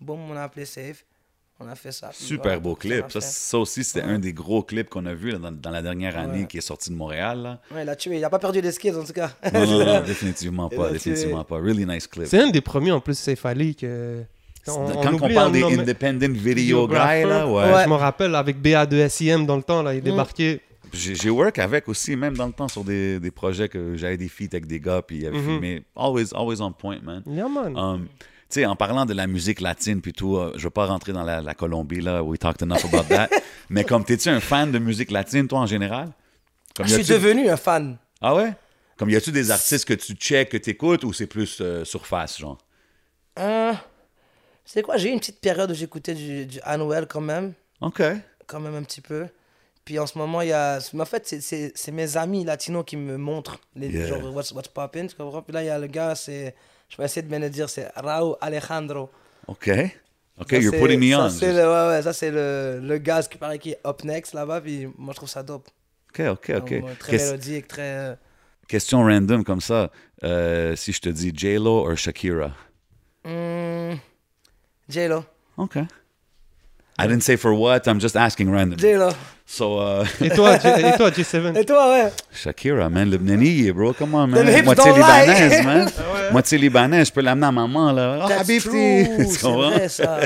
Boum, on a appelé Safe. On a fait ça. Puis voilà, Super beau ça clip. m'a Ça, fait. ça aussi, c'était un des gros clips qu'on a vu là, dans, dans la dernière année Ouais. qui est sorti de Montréal. (laughs) là. Ouais, il a tué. Il a pas perdu les skills, en tout cas. (laughs) Non, non, non, définitivement Et là, pas. tu- Définitivement pas. Really nice clip. C'est un des premiers en plus, c'est Fali que. Quand on, oublie un parle des nom- independent video guys, Videographer. là, ouais. Je m'en rappelle avec BA2SIM dans le temps, là, il débarquait. J'ai j'ai work avec aussi, même dans le temps, sur des, des projets que j'avais des feats avec des gars, puis ils avaient Mm-hmm. filmé. Always, always on point, man. Yeah, man. Um, tu sais, en parlant de la musique latine, puis tout, euh, je veux pas rentrer dans la, la Colombie, là, we talked enough about (laughs) that. mais comme, t'es-tu un fan de musique latine, toi, en général? Comme, Ah, Je y suis a-tu- devenu un fan. Ah ouais? Comme, y a-tu des artistes que tu check, que t'écoutes, ou c'est plus euh, surface, genre? Euh, c'est quoi J'ai eu une petite période où j'écoutais du, du Anuel quand même, OK. quand même un petit peu. Puis en ce moment, il y a. mais En fait, c'est- c'est c'est mes amis latinos qui me montrent les Yeah. genre what's, what's poppin', tu comprends? Puis là, il y a le gars, c'est. Je vais essayer de bien le dire, c'est Raúl Alejandro. OK. OK, Ça, you're c'est- putting me ça, on. c'est le, ouais, ouais, ça, c'est le, le gaz qui paraît qui est up next là-bas. Puis moi, je trouve ça dope. OK, OK, OK. Comme, euh, très Qu'est- mélodique, très. euh, Question random comme ça. Euh, si je te dis J-Lo ou Shakira? hmm, J-Lo. OK. I didn't say for what, I'm just asking randomly. J-Lo. So, uh, Et toi, J- et toi J7 (laughs) Et toi, ouais. Shakira, man, Lebanese, bro, come on, Them man. hips Moitié don't lie. (laughs) Ah libanaise, man. Moitié libanaise, je peux l'amener à maman, là. Oh, That's Habibti! (laughs) Tu true, c'est comprends? (laughs) vrai, ça.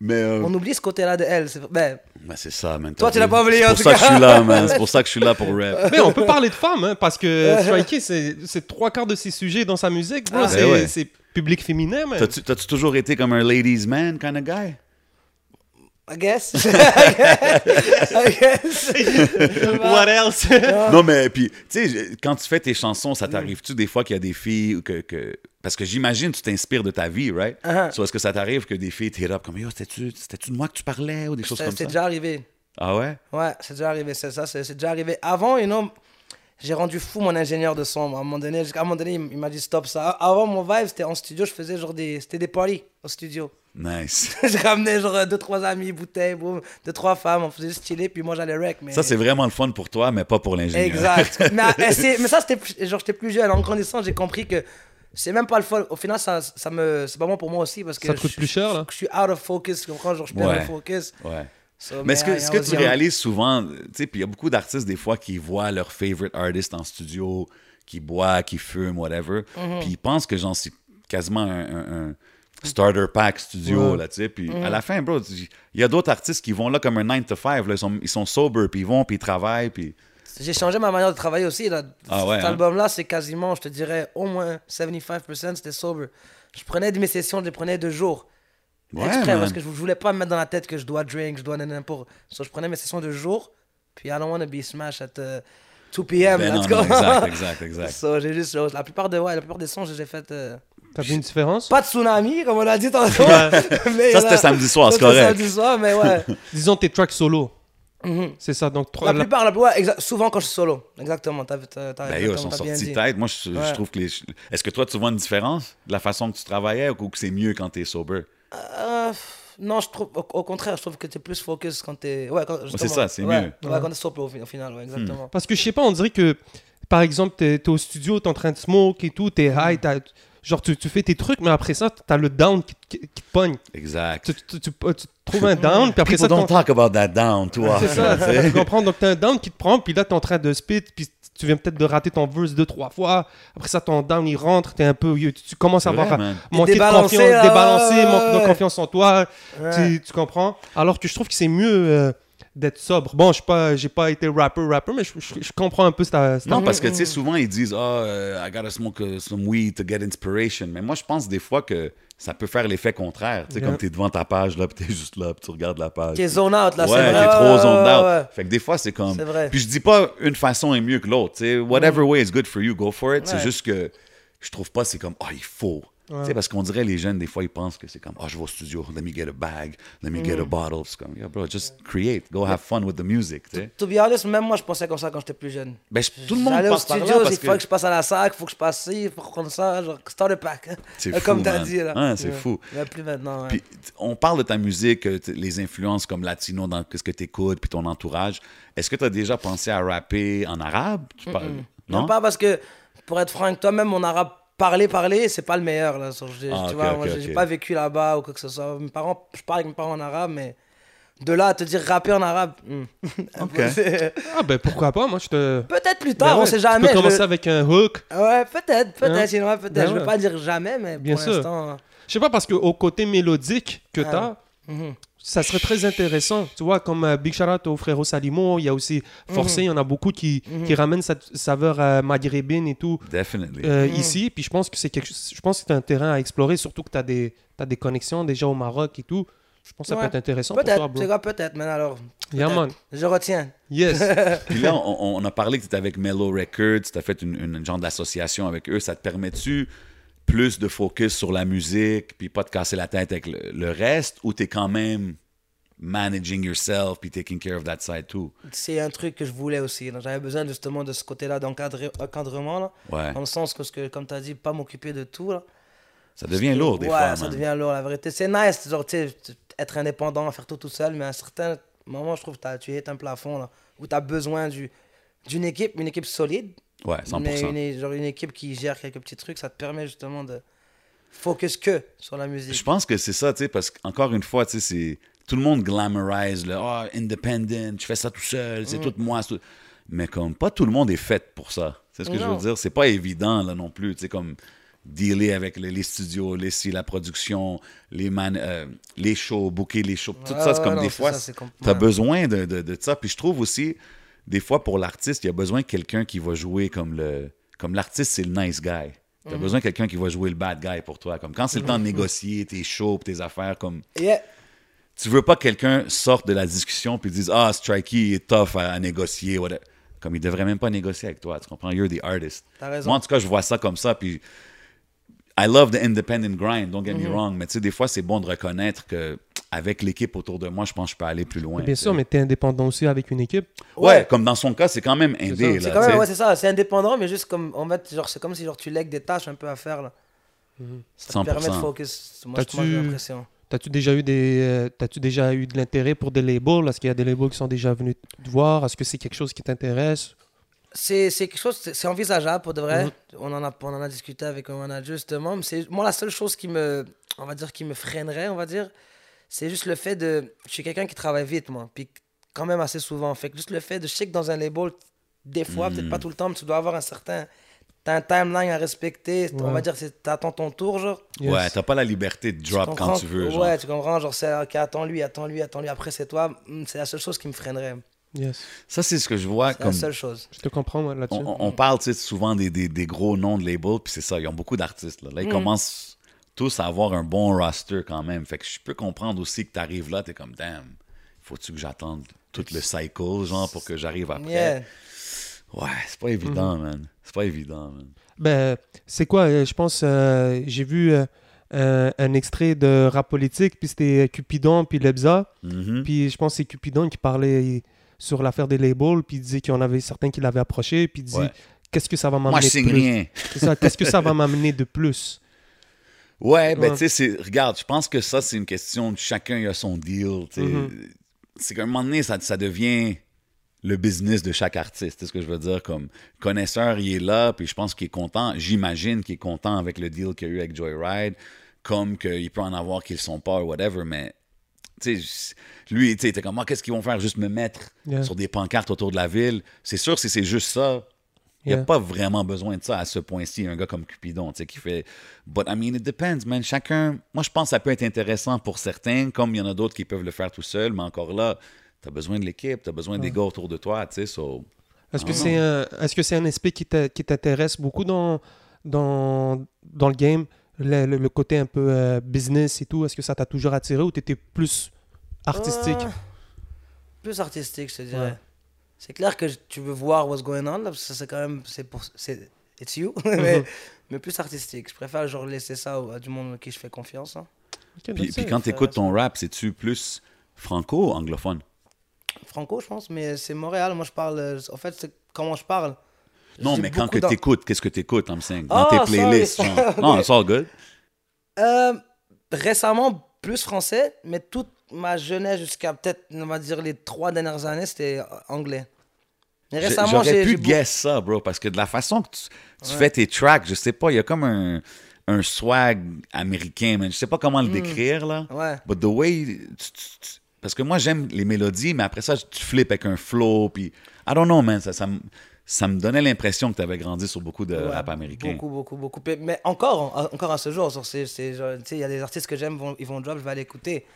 Mais, euh, On oublie ce côté-là de elle. c'est- Ben, ben, c'est ça, man. Toi, tu l'as vu. pas oublié, C'est en pour tout ça que je cas. suis là, man. C'est pour ça que je suis là pour (laughs) rap. Mais on peut parler de femmes, hein, parce que Strikey, c'est c'est trois quarts de ses sujets dans sa musique. bro. Ah. c'est Ben ouais. c'est public féminin, man. T'as-tu t'as-tu toujours été comme un ladies man kind of guy? I guess. (laughs) I (laughs) guess. What else? Ah. Non, mais puis, tu sais, je- quand tu fais tes chansons, ça t'arrive-tu des fois qu'il y a des filles ou que, que- Parce que j'imagine tu t'inspires de ta vie, right? Uh-huh. Soit est-ce que ça t'arrive que des filles t'hit up comme Yo, c'était-tu c'était-tu de moi que tu parlais ou des choses C'est comme ça? c'est déjà arrivé. Ah ouais? Ouais, c'est déjà arrivé, c'est ça, c'est c'est déjà arrivé. Avant, you know, j'ai rendu fou mon ingénieur de son. À un moment donné, jusqu'à un moment donné il m'a dit stop ça. Avant, mon vibe, c'était en studio, je faisais genre des... C'était des parties au studio. (laughs) Nice. je ramenais genre deux, trois amis, bouteilles, boum, deux, trois femmes, on faisait juste chiller, puis moi j'allais rec. Mais... Ça, c'est vraiment le fun pour toi, mais pas pour l'ingénieur. (laughs) Exact. mais, euh, c'est- mais ça, c'était plus- genre, j'étais plus jeune. En grandissant, j'ai compris que c'est même pas le fun. Au final, ça, ça me, c'est pas bon pour moi aussi parce que Ça te coûte je, plus cher, là. Je, suis out of focus. tu comprends? genre, je perds Ouais. le focus. Ouais. So, Mais est-ce que, yeah, est-ce I que was tu young. réalises souvent, tu sais, puis il y a beaucoup d'artistes des fois qui voient leur favorite artist en studio, qui boit, qui fume, whatever, Mm-hmm. puis ils pensent que j'en suis quasiment un, un- un starter pack studio, Ouais. là, tu sais, puis Mm-hmm. à la fin, bro, tu- il y a d'autres artistes qui vont là comme un 9 to 5, là, ils sont, ils sont sober, puis ils vont, puis ils travaillent, puis... J'ai changé ma manière de travailler aussi. Là. Ah Cet ouais, hein? album-là, c'est quasiment, je te dirais, au moins 75% c'était sober. Je prenais de mes sessions, je les prenais deux jours. Ouais, exprès, man. parce que je voulais pas me mettre dans la tête que je dois drink, je dois nanana pour. So, je prenais mes sessions de jour, puis I don't want to be smashed at uh, 2 p.m. Ben non, let's non, go. (laughs) exact, exact, exact. So, j'ai juste, la plupart des ouais, la plupart des sons, j'ai fait euh, T'as vu une différence? pas de tsunami comme on l'a dit tantôt. (laughs) mais Ça, là- c'était samedi soir, c'est ça, c'était correct. Samedi soir, (laughs) mais ouais. Disons tes tracks solo. C'est ça, donc trois. la la- plupart, la plupart, ouais, exact- souvent quand je suis solo, exactement. T'as, t'as, t'as, Ben, yo, ils exactement, sont t'as bien sortis dit. tête. Moi, je, je Ouais. trouve que les... Est-ce que toi, tu vois une différence de la façon que tu travaillais ou que c'est mieux quand t'es sober? Euh, pff, non, je trouve, au, au contraire, je trouve que t'es plus focus quand t'es. Ouais, quand, justement. ça, c'est ouais, mieux. Ouais, quand t'es solo au, fi- au final, ouais, exactement. Parce que je sais pas, on dirait que, par exemple, t'es t'es au studio, t'es en train de smoke et tout, t'es high, t'as- genre tu, tu fais tes trucs, mais après ça, t'as le down qui, qui- qui te pogne. Exact. Tu, tu- tu- tu- tu trouves un down, puis après People ça, don't t'en- talk about that down, toi. (laughs) c'est ça, Tu sais. (laughs) tu comprends? Donc t'as un down qui te prend, puis là t'es en train de spit, puis tu viens peut-être de rater ton verse deux, trois fois. Après ça, ton down il rentre, t'es un peu, tu, tu commences à C'est avoir vrai, à- man. manquer de Débalancé, confiance, là, débalancé, ouais, manque de ouais. confiance en toi. Hmm. Ouais. Tu, tu comprends Alors que je trouve que c'est mieux euh, d'être sobre. Bon, je n'ai pas, j'ai pas été rapper, rapper, mais je, je- je comprends un peu cette. cette- Non, parce que, tu sais, souvent, ils disent « Ah, euh, I gotta smoke euh, some weed to get inspiration. » Mais moi, je pense des fois que ça peut faire l'effet contraire. Tu sais, Yeah. comme t'es devant ta page, là, puis t'es juste là, puis tu regardes la page. T'es zone out là, ouais, c'est vrai. t'es ouais, trop ouais, zoned ouais, out. ouais. Fait que des fois, c'est comme... C'est vrai. Mm. Puis je dis pas une façon est mieux que l'autre, tu sais. Whatever way is good for you, go for it. C'est Ouais. juste que je trouve pas c'est comme « Ah, il faut. Tu sais, parce qu'on dirait les jeunes, des fois, ils pensent que c'est comme « Ah, je vais au studio, let me get a bag, let me Mm. get a bottle. » C'est comme « Yeah, bro, just create. Go have fun with the music, tu sais. To be honest, même moi, je pensais comme ça quand j'étais plus jeune. Ben, je- tout le monde J'allais au passe par studio, là il parce faut que que... je passe à la sac, faut que je passe ci, faut qu'on ça, genre, start a pack. hein. C'est Euh, fou, (laughs) Comme t'as man. dit, là. Hein, c'est Ouais. fou. Mais plus maintenant, ouais. Puis, t- on parle de ta musique, euh, t- les influences comme latino dans ce que tu écoutes, puis ton entourage. Est-ce que tu as déjà pensé à rapper en arabe? Tu parles- Non, Non? pas parce que, pour être franc, avec toi-même, mon arabe, parler, parler, c'est pas le meilleur, là. Genre, j'ai- Ah, tu ok, vois, moi, ok, j'ai j'ai ok. pas vécu là-bas ou quoi que ce soit. Mes parents, je parle avec mes parents en arabe, mais de là à te dire rapper en arabe, hmm. (laughs) Ok. Ah, ben pourquoi pas, moi je te. peut-être plus Ben tard, on ouais, sait Tu jamais. peux je commencer veux- avec un hook. Ouais, peut-être, Hein? peut-être, sinon, peut-être. Ben je veux ouais. pas dire jamais, mais Bien pour sûr. l'instant. hein. Je sais pas, parce qu'au côté mélodique que tu as. mhm. Ça serait très intéressant, tu vois, comme euh, Big Shout au frérot Salimo, il y a aussi Mhm. Forcé, il y en a beaucoup qui, qui ramènent cette saveur euh, maghrébine et tout. Definitely. euh, Mhm. ici. Puis je pense que c'est quelque chose- je pense que c'est un terrain à explorer, surtout que tu as des, t'as des connexions déjà au Maroc et tout. Je pense que ça Ouais. peut être intéressant pour toi, Peut-être, c'est bro. quoi, peut-être, mais alors. Yeah, peut-être. man. Je retiens. (laughs) Yes. Puis là, on, on a parlé que tu étais avec Mellow Records, tu as fait une, une genre d'association avec eux. Ça te permet-tu plus de focus sur la musique, puis pas te casser la tête avec le, le reste, ou t'es quand même managing yourself, puis taking care of that side too? C'est un truc que je voulais aussi. Donc, J'avais besoin justement de ce côté-là d'encadre- encadrement. Là. Ouais. Dans le sens que, ce que comme tu as dit, pas m'occuper de tout. Là. Ça devient lourd des ouais, fois, ça man. devient lourd, la vérité. C'est nice, genre, tu sais, tu- être indépendant, faire tout tout seul, mais à un certain moment, je trouve que t'as- tu es un plafond là, où tu as besoin du- d'une équipe, une équipe solide, Ouais, 100%. mais une, genre une équipe qui gère quelques petits trucs, ça te permet justement de focus que sur la musique. Je pense que c'est ça, tu sais, parce qu'encore une fois, tu sais, c'est- tout le monde glamorise le Ah, independent, je fais ça tout seul, Mm. c'est tout moi. c'est tout- Mais comme pas tout le monde est fait pour ça. C'est ce que je Non. veux dire. C'est pas évident là non plus, tu sais, comme dealer avec les, les studios, les si, la production, les man, euh, les shows, booker les shows, tout Ouais, ça, c'est Ah ouais, comme non, des c'est fois, ça, c'est compl- t'as ouais. besoin de, de, de ça. Puis je trouve aussi, des fois pour l'artiste, il y a besoin de quelqu'un qui va jouer comme le, comme l'artiste, c'est le nice guy. Mhm. T'as besoin de quelqu'un qui va jouer le bad guy pour toi. Comme quand c'est le temps de négocier tes shows, pis tes affaires, comme Yeah. tu veux pas que quelqu'un sorte de la discussion puis dise ah Strikey est tough à, à négocier whatever. comme il devrait même pas négocier avec toi tu comprends you're the artist T'as raison. moi en tout cas je vois ça comme ça puis I love the independent grind don't Mhm. get me wrong mais tu sais des fois c'est bon de reconnaître que avec l'équipe autour de moi je pense que je peux aller plus loin Bien tu sûr, sais. mais t'es indépendant aussi avec une équipe. ouais, Ouais. comme dans son cas c'est quand même indé C'est là, quand tu même, sais. ouais, c'est ça, c'est indépendant, mais juste comme, en fait, genre, c'est comme si genre, tu lègues des tâches un peu à faire là. Ça te permet 100%. de focus. Moi, je- T'as-tu- moi, j'ai l'impression. T'as-tu déjà eu des, euh, t'as-tu déjà eu de l'intérêt pour des labels Est-ce qu'il y a des labels qui sont déjà venus te voir Est-ce que c'est quelque chose qui t'intéresse C'est c'est quelque chose, c'est c'est envisageable pour de vrai. Mhm. On, en a, on en a discuté avec un manager justement. mais c'est- Moi, la seule chose qui me, on va dire, qui me freinerait, on va dire, c'est juste le fait de. Je suis quelqu'un qui travaille vite, moi, puis quand même assez souvent. Fait que juste le fait de. Je sais que dans un label, des fois, peut-être Mhm. pas tout le temps, mais tu dois avoir un certain. T'as un timeline à respecter. On va Ouais. dire, c'est- t'attends ton tour, genre. ouais t'as pas la liberté de drop quand comprends tu veux que- genre. Ouais, tu comprends. Genre, c'est OK, attends lui, attends lui, attends lui. Après, c'est toi. Mm, C'est la seule chose qui me freinerait. Yes. ça c'est ce que je vois C'est la comme seule chose. Je te comprends moi, là-dessus. On, on- on parle tu sais, souvent des, des- des gros noms de labels, puis c'est ça, ils ont beaucoup d'artistes. Là. Là, Mm. ils commencent tous à avoir un bon roster quand même. Fait que je peux comprendre aussi que tu arrives là, tu es comme, damn, faut-tu que j'attende tout le cycle, genre, pour que j'arrive après? Yeah. Mm-hmm. Ouais, c'est pas évident, man. C'est pas évident, man. Ben, c'est quoi euh, Je pense, euh, j'ai vu euh, un, un extrait de rap politique, puis c'était euh, Cupidon, puis Lebza. Mhm. Puis je pense que c'est Cupidon qui parlait il- sur l'affaire des labels, puis il disait qu'il y en avait certains qui l'avaient approché, puis il dit Ouais. Qu'est-ce que ça va m'amener Moi, je de signe plus rien. C'est ça, Qu'est-ce que (laughs) ça va m'amener de plus Ouais, ben Ouais. tu sais, c'est- regarde, je pense que ça, c'est une question de chacun il a son deal. tu sais. Mhm. C'est qu'à un moment donné, ça, ça devient le business de chaque artiste. C'est ce que je veux dire. Comme connaisseur, il est là, puis je pense qu'il est content. J'imagine qu'il est content avec le deal qu'il a eu avec Joyride, comme qu'il peut en avoir qu'ils sont pas, whatever, mais. tu sais, lui, tu sais, il était comme, Ah, qu'est-ce qu'ils vont faire? Juste me mettre Yeah. sur des pancartes autour de la ville. C'est sûr, si c'est juste ça, il n'y Yeah. a pas vraiment besoin de ça à ce point-ci, un gars comme Cupidon, tu sais, qui fait. But I mean, it depends, man. Chacun. Moi, je pense que ça peut être intéressant pour certains, comme il y en a d'autres qui peuvent le faire tout seul, mais encore là, tu as besoin de l'équipe, tu as besoin des gars autour de toi, tu sais. So... Est-ce que Ah non. c'est un, est-ce que c'est un aspect qui t'a- qui t'intéresse beaucoup dans, dans, dans le game, le, le- le côté un peu euh, business et tout Est-ce que ça t'a toujours attiré ou t'étais plus artistique Euh, plus artistique, je te dirais. Ouais. C'est clair que je- tu veux voir what's going on, là, parce que ça, c'est quand même. C'est pour. C'est, it's you, (laughs) mais, Mhm. mais plus artistique. Je préfère genre laisser ça au- à du monde à qui je fais confiance. hein. Puis, Ok, that's puis it. quand tu écoutes ton rap, c'est-tu plus franco ou anglophone? Franco, je pense, mais c'est Montréal. Moi, je parle. euh, En fait, c'est comment je parle. Je Non, dis mais quand beaucoup que dans- tu écoutes, qu'est-ce que tu écoutes, I'm saying? Dans Ah, tes sorry. playlists, genre. Non, it's all good. Euh, récemment, plus français, mais toute ma jeunesse jusqu'à peut-être, on va dire, les trois dernières années, c'était euh, anglais. Mais J'ai- récemment, J'aurais j'ai. pu j'ai beaucoup- guess ça, bro, parce que de la façon que tu, tu fais tes tracks, je sais pas, il y a comme un, un swag américain, man. Je sais pas comment Hmm. le décrire, là. Ouais. But the way. tu- tu- tu- parce que moi, j'aime les mélodies, mais après ça, tu flippes avec un flow, puis. I don't know, man. Ça, ça, me- ça me donnait l'impression que tu avais grandi sur beaucoup de Ouais, rap américain. Beaucoup, beaucoup, beaucoup. Pe- Mais encore, en- encore à ce jour, genre, c'est- c'est genre, euh, tu sais, il y a des artistes que j'aime, vont- ils vont drop, je vais aller écouter.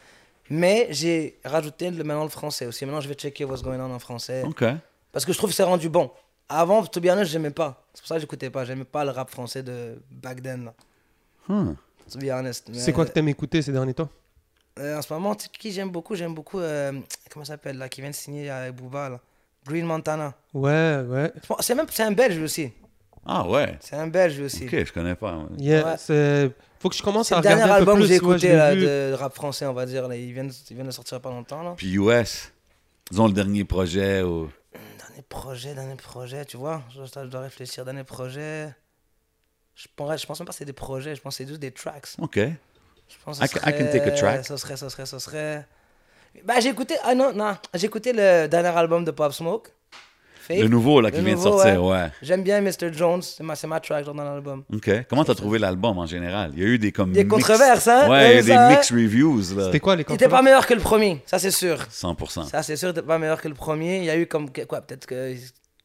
Mais j'ai rajouté le, maintenant le français aussi. Maintenant, je vais checker what's going on en français. OK. Parce que je trouve que c'est rendu bon. Avant, tout bien honnête, j'aimais pas. C'est pour ça que j'écoutais pas. J'aimais pas le rap français de back then. là. Hmm. To be honest. Mais, C'est quoi que t'aimes écouter ces derniers temps euh, En ce moment, tu sais qui j'aime beaucoup J'aime beaucoup. euh, comment ça s'appelle là Qui vient de signer avec Booba là. Green Montana. Ouais, ouais. Je pense- C'est même c'est un belge lui aussi. Ah ouais. C'est un Belge lui aussi. Ok, je connais pas. Yeah, Ouais. c'est- Faut que je commence C'est à le regarder dernier un peu album plus. que j'ai ouais, je écouté l'ai là, vu. de rap français, on va dire. Là. Ils, viennent, ils viennent de sortir il y a pas longtemps. Là. Puis US, disons le dernier projet. Ou... Dernier projet, dernier projet, tu vois. Je, je dois- je dois réfléchir. Dernier projet. Je, pense- je pense même pas que c'est des projets, je pense que c'est juste des tracks. Ok. Je pense I que ce can- I can take a serait- track. Ce serait, ce serait, ce serait. Bah, j'ai écouté. Ah non, non. J'ai écouté le dernier album de Pop Smoke. Fake. Le nouveau là qui Le vient de nouveau, sortir, ouais. J'aime bien Mr. Jones. C'est ma, c'est ma track genre, dans l'album. Ok. Comment t'as trouvé l'album en général Il y a eu des comme Des mix- controverses, hein? Ouais, il y a T'as vu ça, des hein? mixed reviews là. C'était quoi les Il était pas controverses? meilleur que le premier, ça c'est sûr. 100%. Ça, c'est sûr, t'es pas meilleur que le premier. Il y a eu comme, que- quoi, peut-être que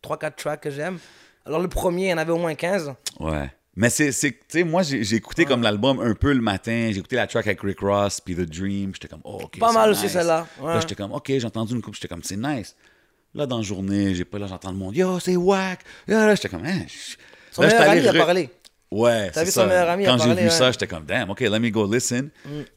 3-4 tracks que j'aime. Alors, le premier, il y en avait au moins 15. Ouais. Mais c'est, c'est tu sais, moi, j'ai, j'ai écouté comme l'album un peu le matin. J'ai écouté la track avec Rick Ross, puis The Dream. J'étais comme, oh, OK, Pas c'est mal aussi, nice. celle-là. Là, Ouais. j'étais comme, OK, j'ai entendu une coupe. J'étais comme, c'est nice. Là, dans la journée, j'ai pas là, j'entends le monde, yo, c'est whack. Là, là, j'étais comme, hein. je- Son là, j'étais meilleur allé ami a re- (laughs) parlé. Ouais, T'as c'est vu ça. son meilleur ami a Quand j'ai parlé, vu ça, ouais. Mm. j'étais comme, damn, OK, let me go listen.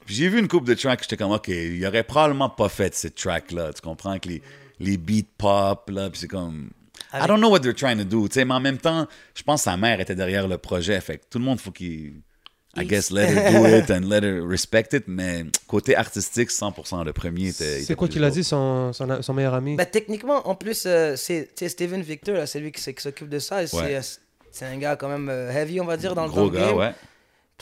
Puis j'ai vu une coupe de tracks, j'étais comme, OK, il aurait probablement pas fait cette track-là. Tu comprends que les, les beats pop, là, puis c'est comme. I Avec- don't know what they're trying to do, tu sais, mais en même temps, je pense que sa mère était derrière le projet, fait que tout le monde faut qu'il. I guess let her (laughs) do it and let her respect it, mais côté artistique, 100% le premier était. C'est quoi qu'il a dit, son, son, son meilleur ami? Bah, techniquement, en plus, euh, c'est tu sais, Steven Victor, là, c'est lui qui, s'est- qui s'occupe de ça. et Ouais. C'est, euh, c'est un gars quand même euh, heavy, on va dire, dans le Gros dans le gars, game. ouais.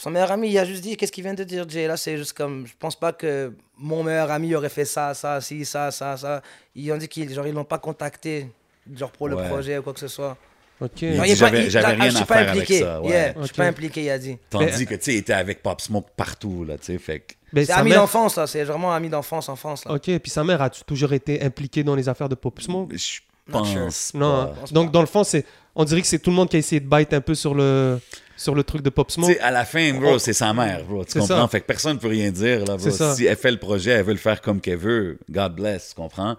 Son meilleur ami, il a juste dit qu'est-ce qu'il vient de dire, Jay. Là, c'est juste comme, je pense pas que mon meilleur ami aurait fait ça, ça, si, ça, ça, ça. Ils ont dit qu'ils genre, ils l'ont pas contacté, genre pour le Ouais. projet ou quoi que ce soit. Ok. Il Non, dit, est pas- j'avais- j'avais là, rien je suis à pas faire avec impliqué. ça, ouais. Yeah, Je Ok. suis pas impliqué, il a dit. Tandis que, tu sais, il était avec Pop Smoke partout, là, tu sais, fait que. Ben, C'est sa ami mère- d'enfance, là. C'est vraiment ami d'enfance, enfance, là. Ok, puis sa mère a toujours été impliquée dans les affaires de Pop Smoke? Je Not sure. pense. Non. pas. hein. Donc, dans le fond, c'est on dirait que c'est tout le monde qui a essayé de bite un peu sur le, sur le truc de Pop Tu Smoke. sais, à la fin, bro, c'est sa mère, bro. Tu Oh. C'est comprends? ça. Fait que personne ne peut rien dire, là, bro. C'est ça. Si elle fait le projet, elle veut le faire comme qu'elle veut. God bless, tu comprends?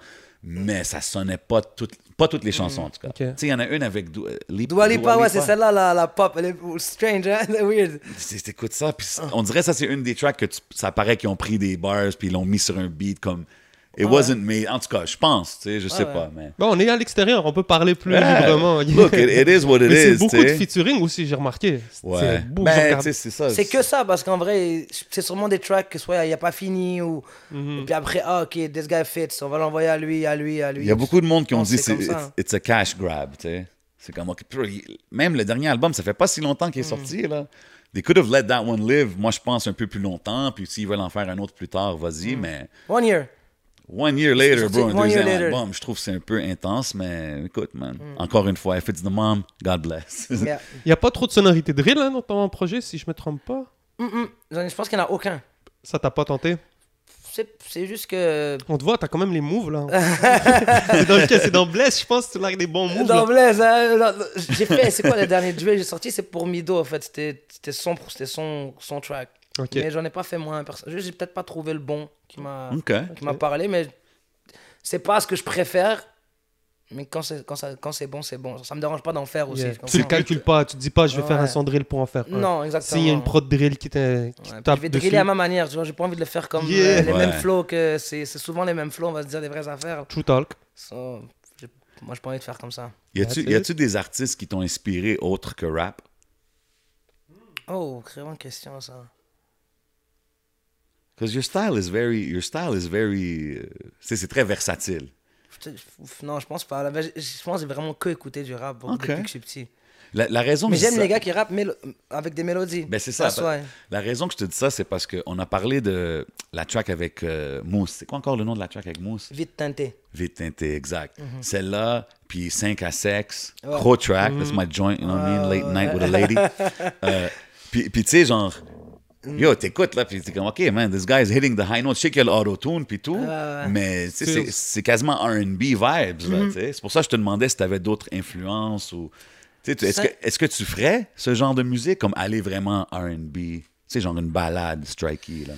Mais ça sonnait pas toutes, pas toutes les chansons, en tout cas. Ok. Tu sais, il y en a une avec Dua Lipa. Dua Lipa, Dua ouais, c'est celle-là, la, la pop. Elle est strange, hein? (laughs) Weird. C'est- T'écoutes ça, puis c- on dirait ça, c'est une des tracks que tu- ça paraît qu'ils ont pris des bars, puis ils l'ont mis sur un beat comme... It wasn't me. En tout cas, je pense, tu sais, je sais Ah ouais. pas, (laughs) mais... Bon, on est à l'extérieur, on peut parler plus Yeah. librement. (laughs) Look, it, it is what it Mais c'est is, beaucoup tu de sais. featuring aussi, j'ai remarqué. C'est- Ouais. c'est beaucoup, j'en Ben, regarde- tu sais, c'est ça. C'est que ça, parce qu'en vrai, c'est sûrement des tracks que soit il n'y a pas fini ou. Mhm. et Hmm. puis après, ah, ok, this guy fits, on va l'envoyer à lui, à lui, à lui. Il y a beaucoup de monde qui ont Non, dit c'est c'est comme ça. it's, it's a cash grab, tu sais. C'est comme ok, puis il- même le dernier album, ça fait pas si longtemps qu'il est Hmm. sorti là. They could have let that one live. Moi, je pense un peu plus longtemps. Puis s'ils veulent en faire un autre plus tard, vas-y. Mais (laughs) One year. one year later, sorti bro, un Hmm. one year deuxième later. Hmm. album, je trouve que c'est un peu intense. Mais écoute, man, encore une fois, if it's the mom, God bless. Yeah. Il n'y a pas trop de sonorité drill hein, dans ton projet, si je me trompe pas. Mm, mm. J'en- Je pense qu'il n'y en a aucun. Ça t'a pas tenté C'est c'est juste que. On te voit, t'as quand même les moves (laughs) là. c'est dans lequel C'est dans Bless, je pense, tu largues des bons moves. là. D'emblée, hein, non, non, j'ai fait, c'est quoi le dernier duel que j'ai sorti C'est pour Mido en fait, c'était c'était son, c'était son, son track. Ok. Mais j'en ai pas fait moins, perso- juste j'ai peut-être pas trouvé le bon qui m'a (laughs) OK. qui m'a parlé, mais c'est pas ce que je préfère. Mais quand c'est quand ça- quand c'est bon, c'est bon. Ça me dérange pas d'en faire aussi. Yeah. je Tu le comprends. calcules pas, tu te dis pas, je vais Ouais. faire un son drill pour en faire. un. Non, exactement. S'il y a une prod drill qui, te- qui Ouais, te puis tape je vais dessus. driller à ma manière, tu vois, j'ai pas envie de le faire comme euh, Yeah. les Ouais. mêmes flows que c'est c'est souvent les mêmes flows, on va se dire des vraies affaires. True Talk. So, j'ai- moi j'ai pas envie de faire comme ça. Y a-tu y a-tu des artistes qui t'ont inspiré autre que rap? Oh, vraiment question ça. Because your style is very, your style is very, euh, tu sais, c'est très versatile. Putain, ouf, Non, je pense pas. Là, ben, Je je pense que j'ai vraiment que écouter du rap beaucoup Ok. depuis que je suis petit. La, la raison. Mais que je dis j'aime ça- les gars qui rappent mélo- avec des mélodies. Ben c'est ça. soit, hein. La raison que je te dis ça, c'est parce qu'on a parlé de la track avec euh, Mousse. C'est quoi encore le nom de la track avec Mousse? Vite teinté. Vite teinté, exact. Celle-là, puis 5 à sexe, Ouais. pro track, that's my joint, you know what I mean? Late night with a lady. Euh, puis, puis tu sais, genre, yo, t'écoutes là, puis t'es comme, OK, man, this guy is hitting the high note. Je sais qu'il y a l'auto-tune, puis tout, mais tu sais, c'est- c'est quasiment RB vibes, là, tu sais. C'est pour ça que je te demandais si t'avais d'autres influences ou. tu sais, tu- Est-ce Ça- que, est que tu ferais ce genre de musique comme aller vraiment RB? Tu sais, genre une balade strikey, là.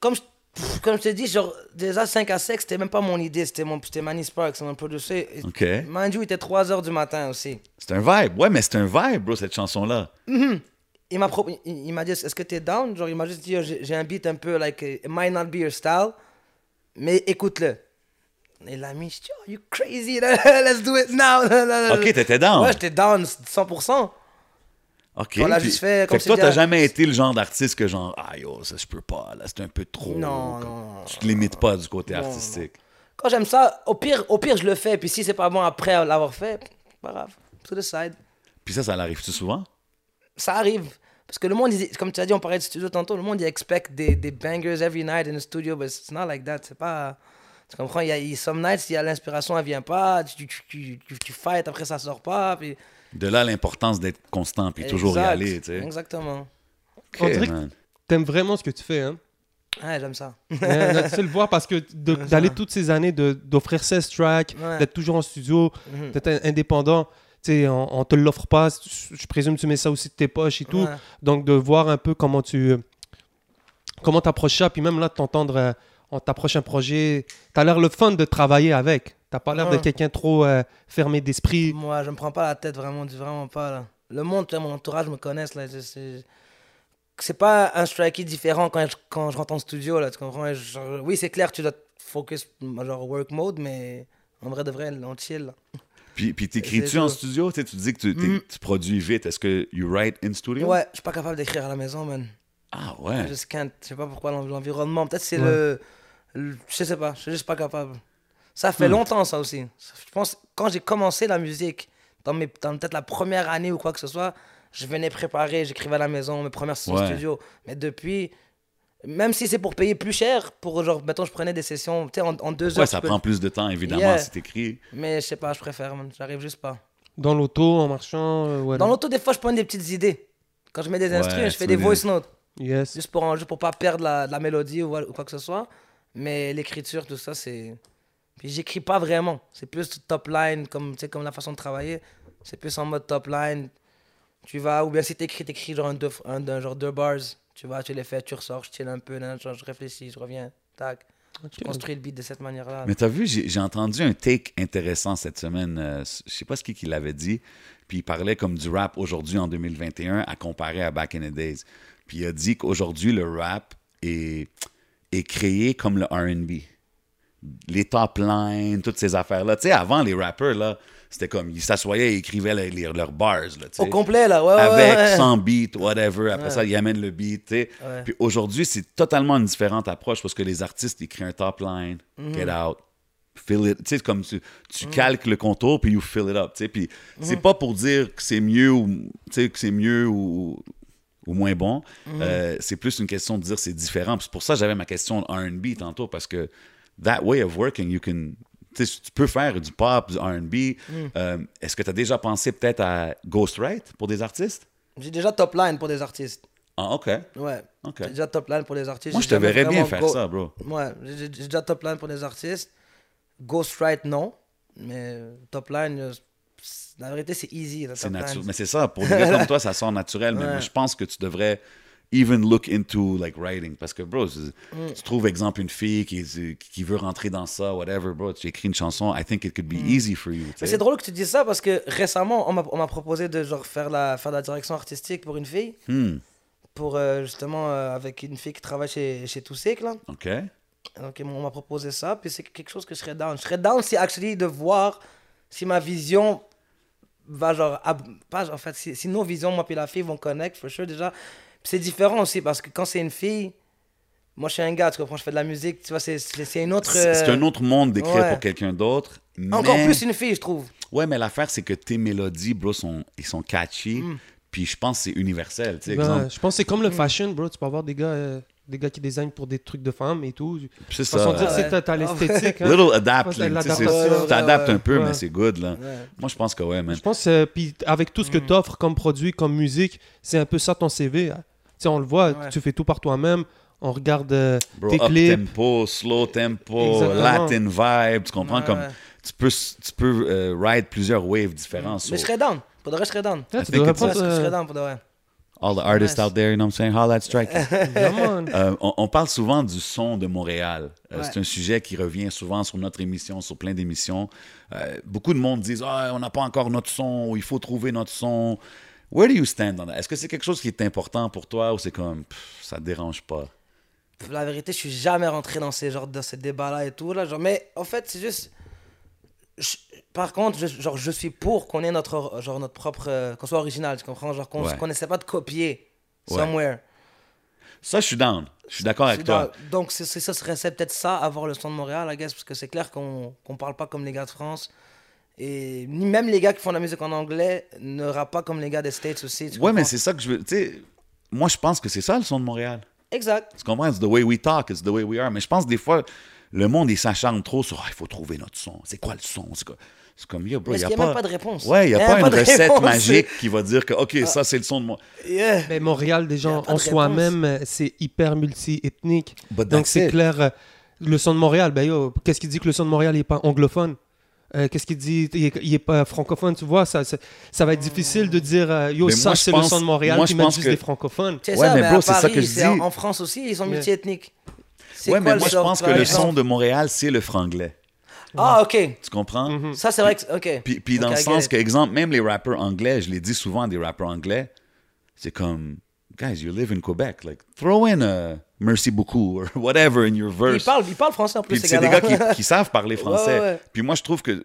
Comme je, pff, comme je te dis, genre, déjà 5 à 6, c'était même pas mon idée. C'était mon, c'était Manny Sparks, mon producer. Et- OK. Mind you, il était 3 h du matin aussi. C'est un vibe. Ouais, mais c'est un vibe, bro, cette chanson-là. Il m'a, pro- il, il m'a dit Est-ce que t'es down Genre, il m'a juste dit Yo, J'ai j'ai un beat un peu, like, euh, it might not be your style, mais écoute-le. Et l'ami, je dis, oh, you crazy, (laughs) let's do it now. OK, t'étais down. Ouais, j'étais down 100%. OK. On l'a puis- juste fait comme que c'est toi, t'as direct. jamais été le genre d'artiste que genre, ah yo, ça je peux pas, là c'est un peu trop. Non, Comme- non, non. Tu te limites pas du côté Non, non. artistique. Quand j'aime ça, au pire, au pire, je le fais. Puis si c'est pas bon après l'avoir fait, c'est pas grave. To the side. Puis ça, ça l'arrive-tu souvent? Ça arrive. Parce que le monde, il- comme tu as dit, on parlait de studio tantôt, le monde, il expect des, des bangers every night in the studio, but it's not like that. C'est pas. Tu comprends? Il y a il- some nights, il y a l'inspiration, elle vient pas, tu, tu, tu, tu, tu fight, après ça sort pas. Puis... De là l'importance d'être constant puis toujours y Exact. aller, tu sais. Exactement. On dirait Ok, que- man. T'aimes vraiment ce que tu fais, (laughs) hein? Ouais, j'aime ça. Ouais, non, tu sais le voir parce que de- d'aller toutes ces années de- d'offrir 16 tracks, Ouais. d'être toujours en studio, Mhm. d'être in- indépendant, tu sais, on, on te l'offre pas. c- Je présume que tu mets ça aussi de tes poches et tout. Ouais. Donc de voir un peu comment tu comment t'approches ça, puis même là de t'entendre, euh, on t'approche un projet, t'as l'air le fun de travailler avec. T'as pas l'air de Ouais. quelqu'un trop euh, fermé d'esprit. Moi, je me prends pas la tête vraiment, du vraiment pas. Là. Le monde, tu vois, mon entourage me connaissent. Là, je- c'est... c'est pas un strikey différent quand je, quand je rentre en studio, là, tu comprends? Et je- oui, c'est clair, tu dois te focus, genre work mode, mais en vrai de vrai, on chill. là. Puis, puis t'écris-tu C'est en ça. studio? Tu sais, tu dis que tu, t'es- Mm. Mhm. tu produis vite. Est-ce que you write in studio? Ouais, je suis pas capable d'écrire à la maison, man. Ah ouais. Je scanne, je sais pas pourquoi l'en- l'environnement. Peut-être c'est Ouais. le, le- Je sais pas, je suis juste pas capable. Ça Hmm. fait longtemps, ça aussi. Je pense, quand j'ai commencé la musique, dans, mes, dans peut-être la première année ou quoi que ce soit, je venais préparer, j'écrivais à la maison, mes premières sessions Ouais. studio. Mais depuis, même si c'est pour payer plus cher, pour genre, mettons, je prenais des sessions, tu sais, en, en deux Ouais, heures. ça tu peux- prend plus de temps, évidemment, Yeah. si t'écris. Mais je sais pas, je préfère, man. J'arrive juste pas. Dans l'auto, en marchant. euh, ouais, Dans non. l'auto, des fois, je prends des petites idées. Quand je mets des Ouais, instruments, je tu fais mets des des- voice notes. Yes. juste pour, en- juste pour pas perdre la, la mélodie ou, voilà- ou quoi que ce soit. Mais l'écriture, tout ça, c'est. Puis j'écris pas vraiment. C'est plus top line, comme, tu sais, comme la façon de travailler. C'est plus en mode top line. Tu vas, ou bien si t'écris, t'écris genre un deux, un- un genre deux bars. Tu vas, tu les fais, tu ressors, je chill un peu, nan, je, je réfléchis, je reviens, tac. Je construis le beat de cette manière-là. Mais t'as vu, j'ai j'ai entendu un take intéressant cette semaine. euh, je sais pas ce qui, qui l'avait dit. Puis il parlait comme du rap aujourd'hui en 2021 à comparer à Back in the Days. Puis il a dit qu'aujourd'hui, le rap est, est créé comme le RB. Les top lines, toutes ces affaires-là. Tu sais, avant, les rappers, là, c'était comme ils s'assoyaient et écrivaient les- les- leurs bars. Là, tu Au sais. complet, là, ouais, ouais, avec, ouais. sans beat, whatever. Après ça, ils amènent le beat, tu sais. Ouais. Puis aujourd'hui, c'est totalement une différente approche parce que les artistes, ils créent un top line, Mhm. get out, fill it. Tu sais, comme tu, tu calques le contour, puis you fill it up, tu sais. Puis Mhm. c'est pas pour dire que c'est mieux ou, tu sais, que c'est mieux ou, ou moins bon. Mhm. Euh, c'est plus une question de dire c'est différent. Puis C'est pour ça que j'avais ma question de R&B tantôt parce que that way of working, you can... tu sais, Tu peux faire du pop, du RB. Mm. Euh, Est-ce que tu as déjà pensé peut-être à ghostwrite pour des artistes? J'ai déjà top line pour des artistes. Ah, OK. Ouais. Ok. J'ai déjà top line pour les artistes. Moi, J'ai je te jamais verrais bien vraiment faire go- ça, bro. Ouais, j'ai j'ai déjà top line pour les artistes. Ghostwrite, non. Mais top line, euh, c'est- la vérité, c'est easy. la C'est top line. naturel. Mais c'est ça, pour des gars comme toi, ça sort naturel. Mais Ouais. moi, je pense que tu devrais even look into like writing. Parce que, bro, c'est- Mm. tu trouves, exemple, une fille qui, qui veut rentrer dans ça, whatever, bro. Tu écris une chanson, I think it could be easy for you. tu Mm. Mais sais. c'est drôle que tu dises ça parce que récemment, on m'a- on m'a proposé de genre, faire, la, faire de la direction artistique pour une fille. Hmm. Pour euh, justement, euh, avec une fille qui travaille chez, chez Toussic, là. OK. Donc, ils m'ont- on m'a proposé ça, puis c'est quelque chose que je serais down. Je serais down, c'est actually de voir si ma vision va genre. ab- Pas, en fait, si, si nos visions, moi puis la fille, vont connect, for sure, déjà. Puis c'est différent aussi, parce que quand c'est une fille, moi je suis un gars, tu comprends, je fais de la musique, tu vois, c'est- c'est c'est une autre. C'est c'est euh, un autre monde d'écrire ouais. Ah, pour quelqu'un d'autre. Encore mais- plus une fille, je trouve. Ouais, mais l'affaire, c'est que tes mélodies, bro, sont, ils sont catchy. Hmm. Puis je pense que c'est universel. Tu sais, Ben, exemple. je pense que c'est Mm. comme le fashion, bro. Tu peux avoir des gars, euh, des gars qui designent pour des trucs de femmes et tout. De Puis C'est toute façon, ça. dire euh, c'est t'as- t'as Ah ouais. l'esthétique. hein. Little adapt, là, Je pense que tu sais, l'adaptation, c'est- ouais, tu t'adaptes ouais, un peu, ouais. mais c'est good, là. Ouais. Moi, je pense que ouais, man. Je pense, euh, puis avec tout ce Mm. que tu offres comme produit, comme musique, c'est un peu ça ton CV. hein. Tu sais, on le voit, Ouais. tu fais tout par toi-même. On regarde euh, Bro, tes up clips. tempo, slow tempo, Exactement. Latin vibe, tu comprends? Ouais, comme ouais. Tu peux, tu peux euh, ride plusieurs waves différents. Mm. Mais je so serais down, pour de vrai, je serais down. Ouais, I tu think devrais it's Ouais, prendre, je serais euh, down pour de vrai. all the artists Nice. out there, you know what I'm saying? Holla at Strike. Euh, (laughs) hein. vraiment, là. Euh, on, on parle souvent du son de Montréal. Euh, Ouais. C'est un sujet qui revient souvent sur notre émission, sur plein d'émissions. Euh, beaucoup de monde disent Ah, on n'a pas encore notre son, ou il faut trouver notre son. Where do you stand on that? Est-ce que c'est quelque chose qui est important pour toi ou c'est comme pff, ça te dérange pas? Pff, La vérité, je suis jamais rentré dans ces genres de ces débats-là et tout là, genre mais en fait, c'est juste je- par contre, je, genre, je suis pour qu'on ait notre, or- genre, notre propre. euh, qu'on soit original, tu comprends? Genre, qu'on Ouais. qu'on essaie pas de copier Ouais. somewhere. Ça, je suis down. Je suis d'accord avec C'est toi. dans- Donc, c'est c'est- ça serait c'est peut-être ça, avoir le son de Montréal, I guess, parce que c'est clair qu'on qu'on parle pas comme les gars de France. Et ni même les gars qui font de la musique en anglais ne rappent pas comme les gars des States aussi. tu Ouais, mais comprends? c'est ça que je veux. Tu sais, moi, je pense que c'est ça le son de Montréal. Exact. Tu comprends? It's the way we talk, it's the way we are. Mais je pense que des fois, le monde, il s'acharne trop sur Ah, il faut trouver notre son. C'est quoi le son? C'est quoi- c'est comme, yo, bro, Parce il n'y a, qu'il y a pas... même pas de réponse. Ouais, il n'y a, Il y a pas même une pas de recette réponse. Ah. magique qui va dire que, OK, ça, c'est le son de moi. (laughs) Yeah. Mais Ben, Montréal, Y a déjà, pas de en réponse. soi-même, euh, c'est hyper multi-ethnique. But Donc, that's c'est it. clair. euh, Le son de Montréal, ben yo, qu'est-ce qui dit que le son de Montréal n'est pas anglophone Euh, Qu'est-ce qui dit il est- il n'est pas francophone Tu vois, ça, ça, ça va être difficile de dire euh, yo, Mais ça, moi, je c'est le son pense- de Montréal moi, qui je met pense juste que- des francophones. C'est Ouais, ça, mais mais, bro, à c'est ça Paris, que je c'est- dis. En, en France aussi, ils sont Yeah. multiethniques. C'est Ouais, quoi mais le moi, je sort, pense par que le exemple? son de Montréal, c'est le franglais. Ah, ok. Tu comprends? Ça, c'est vrai que. Ok. Puis, puis dans le Mm-hmm. Ok, I get sens it. que, exemple, même les rappeurs anglais, je les dis souvent à des rappeurs anglais, c'est comme, guys, you live in Quebec, like, throw in a merci beaucoup or whatever in your Puis verse. Ils parlent, ils parlent français en Puis plus, ces c'est des gars-là. gars (laughs) qui, qui savent parler français. ouais. Puis moi, je trouve que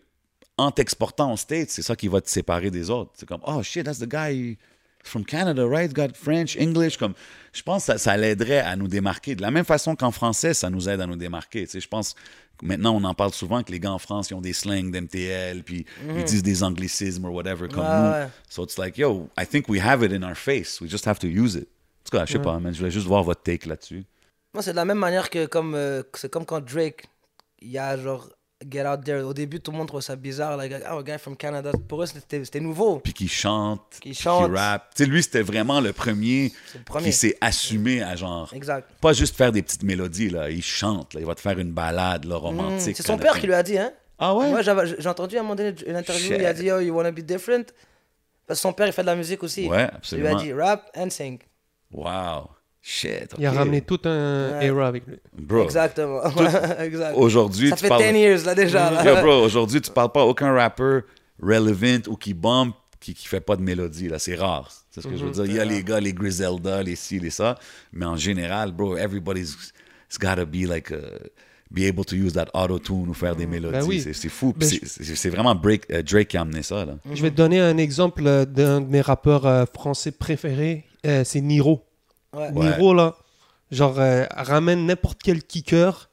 en t'exportant aux States, c'est ça qui va te séparer des autres. C'est comme, oh shit, that's the guy from Canada, right? Got French, English. Comme, je pense que ça, ça l'aiderait à nous démarquer. De la même façon qu'en français, ça nous aide à nous démarquer. Tu sais, je pense que maintenant, on en parle souvent que les gars en France, ils ont des slangs d'MTL, puis ils disent des anglicismes or whatever, comme Mhm. Ouais, nous. ouais. So it's like, yo, I think we have it in our face. We just have to use it. En tout cas, je sais pas, man, je voulais juste voir votre take là-dessus. Moi, c'est de la même manière que comme euh, c'est comme quand Drake, il y a genre Get Out There. Au début, tout le monde trouvait ça bizarre. Like, oh, a guy from Canada. Pour eux, c'était c'était nouveau. puis qui chante, Qui puis qui chante. rappe. Tu sais, lui, c'était vraiment le premier, C'est le premier. qui s'est assumé à genre. Exact. Pas juste faire des petites mélodies, là. Il chante, là. Il va te faire une balade, là, romantique. Hmm, Mmh, C'est son père qui lui a dit, hein. Ah ouais? Moi, j'avais- j'ai entendu à un moment donné une interview. Il a Shit. dit, yo, you wanna be different? Parce que son père, il fait de la musique Ouais, aussi. Il lui a absolument. dit rap and sing. Wow. Shit. Il a ok. ramené tout un Ouais. era avec lui. Bro. (laughs) Exactement. exact. Aujourd'hui, ça tu fait parles- 10 years là déjà. (laughs) là. Yo, bro, aujourd'hui, tu parles pas à aucun rappeur relevant ou qui bombe qui, qui fait pas de mélodie, là. C'est rare. C'est ce que je Mhm. veux dire. Il y a les gars, les Griselda, les ci, les ça. Mais en général, bro, everybody's it's gotta be like a- be able to use that auto-tune ou faire des mélodies. Ben oui. C'est- C'est fou. Puis Ben, c'est- C'est c'est vraiment Drake, euh, Drake qui a amené ça, là. Je vais te donner un exemple euh, d'un de mes rappeurs euh, français préférés, euh, c'est Niro. Ouais. Ouais. Niro, là, genre, euh, ramène n'importe quel kicker,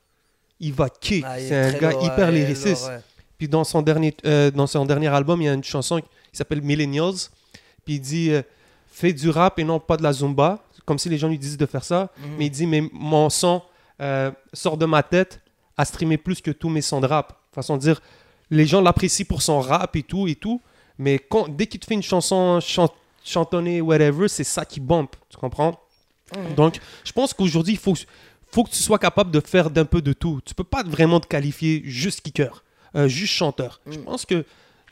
il va kick. Ah, il est c'est un très gars lourd, hyper ouais, il est lyriciste. lourd, ouais. Puis dans son, dernier, euh, dans son dernier album, il y a une chanson qui s'appelle Millennials. Puis il dit euh, Fais du rap et non pas de la Zumba. Comme si les gens lui disent de faire ça. Mais il dit Mais mon son euh, sort de ma tête à streamer plus que tous mes sons de rap. Façon de dire Les gens l'apprécient pour son rap et tout et tout. Mais quand, dès qu'il te fait une chanson chan- chantonnée, whatever, c'est ça qui bombe. Tu comprends donc, je pense qu'aujourd'hui, il faut, faut que tu sois capable de faire d'un peu de tout. Tu peux pas vraiment te qualifier juste kicker, euh, juste chanteur. Je pense que.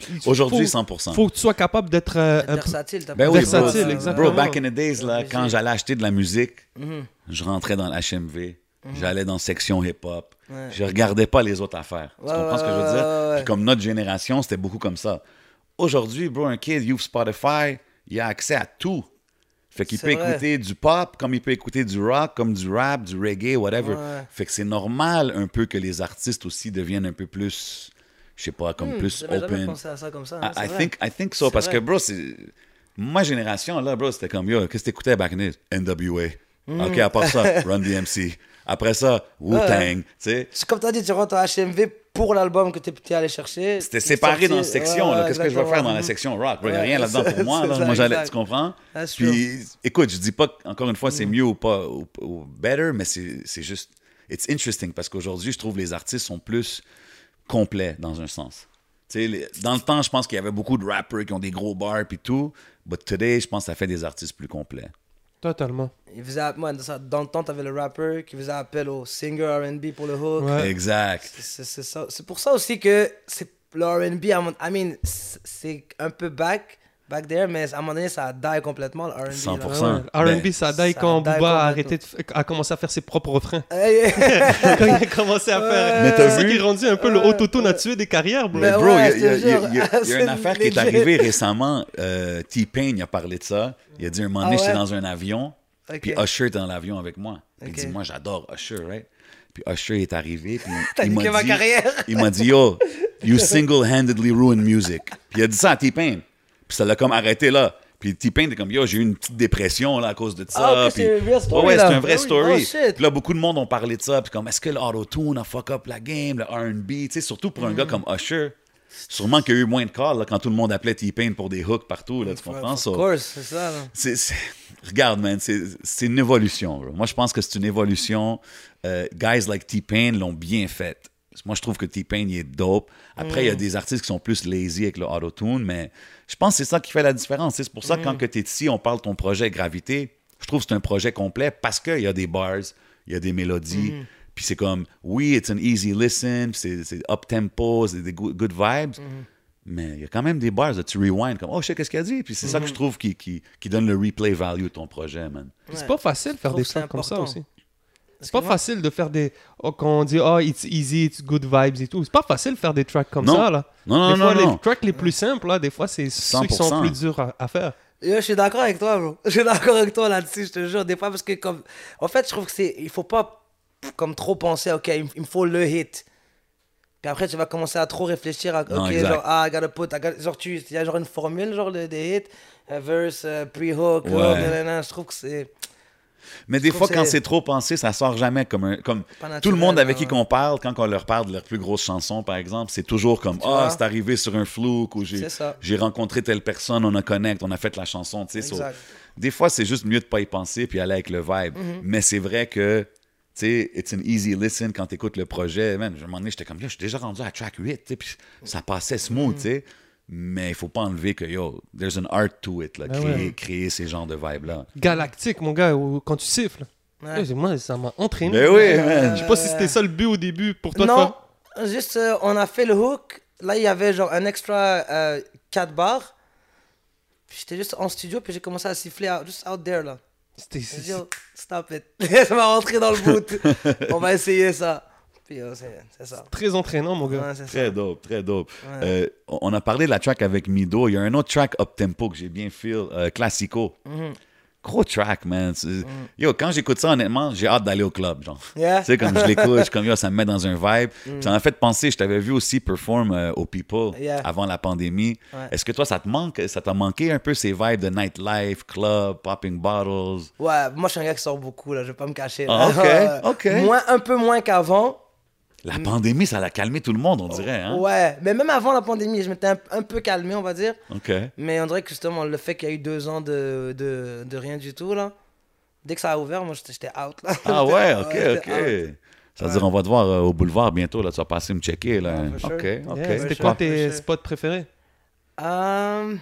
il faut- Aujourd'hui, 100%. faut que tu sois capable d'être euh, Être un peu. Versatile, t'as Ben pas oui, le choix, Versatile, ouais, ouais, exactement. Bro, back in the days, là, quand j'allais acheter de la musique, Mhm. je rentrais dans l'HMV, j'allais dans section hip-hop, Ouais. je regardais pas les autres affaires. Tu Ouais, comprends ouais, ce que je veux ouais, dire? ouais, ouais. Puis comme notre génération, c'était beaucoup comme ça. Aujourd'hui, bro, un kid, you've Spotify, il a accès à tout. Fait qu'il C'est peut vrai. écouter du pop, comme il peut écouter du rock, comme du rap, du reggae, whatever. Ouais. Fait que c'est normal un peu que les artistes aussi deviennent un peu plus, je sais pas, comme Hmm, plus j'avais jamais open. pensé à ça comme ça. hein, I, c'est I vrai. think, I think so, C'est parce vrai. que, bro, c'est... Ma génération, là, bro, c'était comme, yo, qu'est-ce que t'écoutais back in the days? NWA. Hmm. OK, à part ça, Run DMC. Après ça, Wu-Tang, tu sais. C'est comme t'as dit, tu rentres en HMV pour l'album que t'es- t'es allé chercher. C'était Une séparé sortie, dans la section, ouais, là. ouais, Qu'est-ce que je vais exactement. faire dans la section rock? Il n'y a Ouais, rien là-dedans pour c'est- moi, c'est là. ça, Moi, j'allais, exact. tu comprends? That's true. Mm-hmm. Puis, écoute, je dis pas, que- encore une fois, c'est mieux ou pas, ou, ou better, mais c'est c'est juste, it's interesting, parce qu'aujourd'hui, je trouve les artistes sont plus complets, dans un sens. Tu sais, les- dans le temps, je pense qu'il y avait beaucoup de rappers qui ont des gros bars puis tout, but today, je pense que ça fait des artistes plus complets. Totalement. Il faisait app- moi, dans ça- dans le temps, t'avais le rapper qui faisait appel au singer RB pour le hook. Ouais. Exact. C'est- C'est ça- c'est pour ça aussi que c'est le RB, à mon- I mean, c'est- c'est un peu back, back there, mais à un moment donné, ça die complètement le RB. là. 100%. Ouais. Ben, RB, ça daille ça quand daille Booba a, complètement. arrêté de f- a commencé à faire ses propres (laughs) refrains. Hey, (laughs) hey. quand il a commencé à faire. Mais t'as C'est vu? qui est rendu un peu le autotone à tuer des carrières, bro. Mais Ben bro, ouais, il y a- je il te y a- jure. il y a- il y a une (laughs) C'est affaire qui est legit. arrivée récemment. euh, T-Pain il a parlé de ça. Il a dit un moment donné, Ah ouais? j'étais dans un avion. Ok. Puis ah, Usher était dans l'avion avec moi. Puis Ok. Il dit, moi, j'adore Usher, right? Puis Usher est arrivé. Puis (laughs) (laughs) T'as il m'a niqué ma dit- carrière. Il m'a dit, yo, (laughs) You single-handedly ruin music. Puis il a dit ça à T-Pain. Puis ça l'a comme arrêté là. Puis T-Pain était comme, yo, j'ai eu une petite dépression là, à cause de ça. Ah, ok, Puis- c'est une vraie story, Ouais, ouais, c'est là. un vrai Ah oui, story. oh, shit. Puis là, beaucoup de monde ont parlé de ça. Puis comme, est-ce que l'auto-tune a fuck up la game, le RB, tu sais, surtout pour un gars Mm-hmm. comme Usher. Sûrement qu'il y a eu moins de calls là, quand tout le monde appelait T-Pain pour des hooks partout, là, tu comprends ça? Of course, c'est ça. là. C'est- c'est- Regarde, man, c'est c'est une évolution. bro. Moi, je pense que c'est une évolution. Euh, guys like T-Pain l'ont bien faite. Moi, je trouve que T-Pain, il est dope. Après, il y a des artistes qui sont plus lazy avec le auto-tune, mais je pense que c'est ça qui fait la différence. C'est pour ça que quand tu es ici, on parle de ton projet Gravité. Je trouve que c'est un projet complet parce qu'il y a des bars, il y a des mélodies. Puis c'est comme, oui, it's an easy listen, puis c'est c'est up-tempo, c'est des go- good vibes. Mais il y a quand même des bars là, tu rewind comme Oh, je sais qu'est-ce qu'il a dit. Puis c'est ça Mhm. que je trouve qui, qui, qui donne le replay value de ton projet, man. C'est pas facile de faire trouve des que c'est trucs comme ça important. aussi. C'est pas Excuse-moi. facile de faire des. oh, quand on dit, oh, it's easy, it's good vibes et tout. C'est pas facile de faire des tracks comme Non. ça, là. Non, non, des non, fois, non. les tracks les plus simples, là, des fois, c'est ceux qui sont 100%. plus durs à, à faire. Yo, je suis d'accord avec toi, bro. Je suis d'accord avec toi là-dessus, je te jure. Des fois, parce que comme. En fait, je trouve que c'est. Il faut pas comme trop penser, ok, il me- il me faut le hit. Puis après, tu vas commencer à trop réfléchir à. Ok, Non, exact. genre, ah, I gotta put. I gotta- Genre, tu. Il y a genre une formule, genre, de- des hits. euh, verse, euh, pre-hook, Ouais. oh, nanana. Je trouve que c'est. Mais des trouve fois, que quand c'est- c'est trop pensé, ça sort jamais comme un. Comme Pas naturel, hein. tout le monde avec ouais, qui qu'on parle, quand on leur parle de leurs plus grosses chansons, par exemple, c'est toujours comme Ah, vois? c'est arrivé sur un flouk ou j'ai C'est ça. j'ai rencontré telle personne, on a connect, on a fait la chanson, tu sais. so- Exact. des fois, c'est juste mieux de pas y penser puis aller avec le vibe. Mhm. Mais c'est vrai que. Tu sais, it's an easy listen quand t'écoutes le projet. Man, je un moment donné, j'étais comme, là, je suis déjà rendu à track 8, tu sais, puis ça passait Mhm. smooth, tu sais. Mais il faut pas enlever que, yo, there's an art to it, là, Ben créer, ouais. créer ces genres de vibes-là. Galactique, mon gars, où- quand tu siffles. Ouais. Euh, Eh, Moi, ça m'a entraîné. Ben oui, man. Je sais pas si c'était ça le but au début pour toi. de non, faire- juste, euh, on a fait le hook. Là, il y avait genre un extra 4 bars. Puis j'étais juste en studio, puis j'ai commencé à siffler, out- juste out there, là. C'était. J'ai dit, Yo, stop it. (laughs) ça m'a rentré dans le boot. (laughs) On va essayer ça. Puis euh, c'est c'est ça. Très entraînant, mon gars. Ouais, c'est ça. Très dope, très dope. Euh, on on a parlé de la track avec Mido. Il y a un autre track up-tempo que j'ai bien feel, euh, Classico. Mhm. Gros track, man. C'est- Yo, quand j'écoute ça, honnêtement, j'ai hâte d'aller au club, genre. (laughs) Yeah. Mhm. Tu sais, comme je l'écoute, je suis comme, yo, ça me met dans un vibe. Puis Ça m'a fait penser, je t'avais vu aussi perform euh, au People Yeah. avant la pandémie. Ouais. Est-ce que toi, ça te manque, ça t'a manqué un peu ces vibes de nightlife, club, popping bottles? Ouais, moi je suis un gars qui sort beaucoup, là, je vais pas me cacher. Ah, ok, Ouais. ok. Moins, un peu moins qu'avant. Mm. La pandémie, ça l'a calmé tout le monde, on dirait, hein? Ouais, mais même avant la pandémie, je m'étais un, un peu calmé, on va dire. OK. Mais on dirait que justement, le fait qu'il y a eu deux ans de, de, de rien du tout, là, dès que ça a ouvert, moi j'étais j'étais out. Là. Ah J'étais- (laughs) ouais, ok, ok. j'étais out. Ça veut dire, on va te voir euh, au boulevard bientôt, là, tu vas passer me checker, là. Ouais, Ah, for sure. ok, ok. Yeah, C'était Ouais, quoi je- tes je- spots préférés Euh,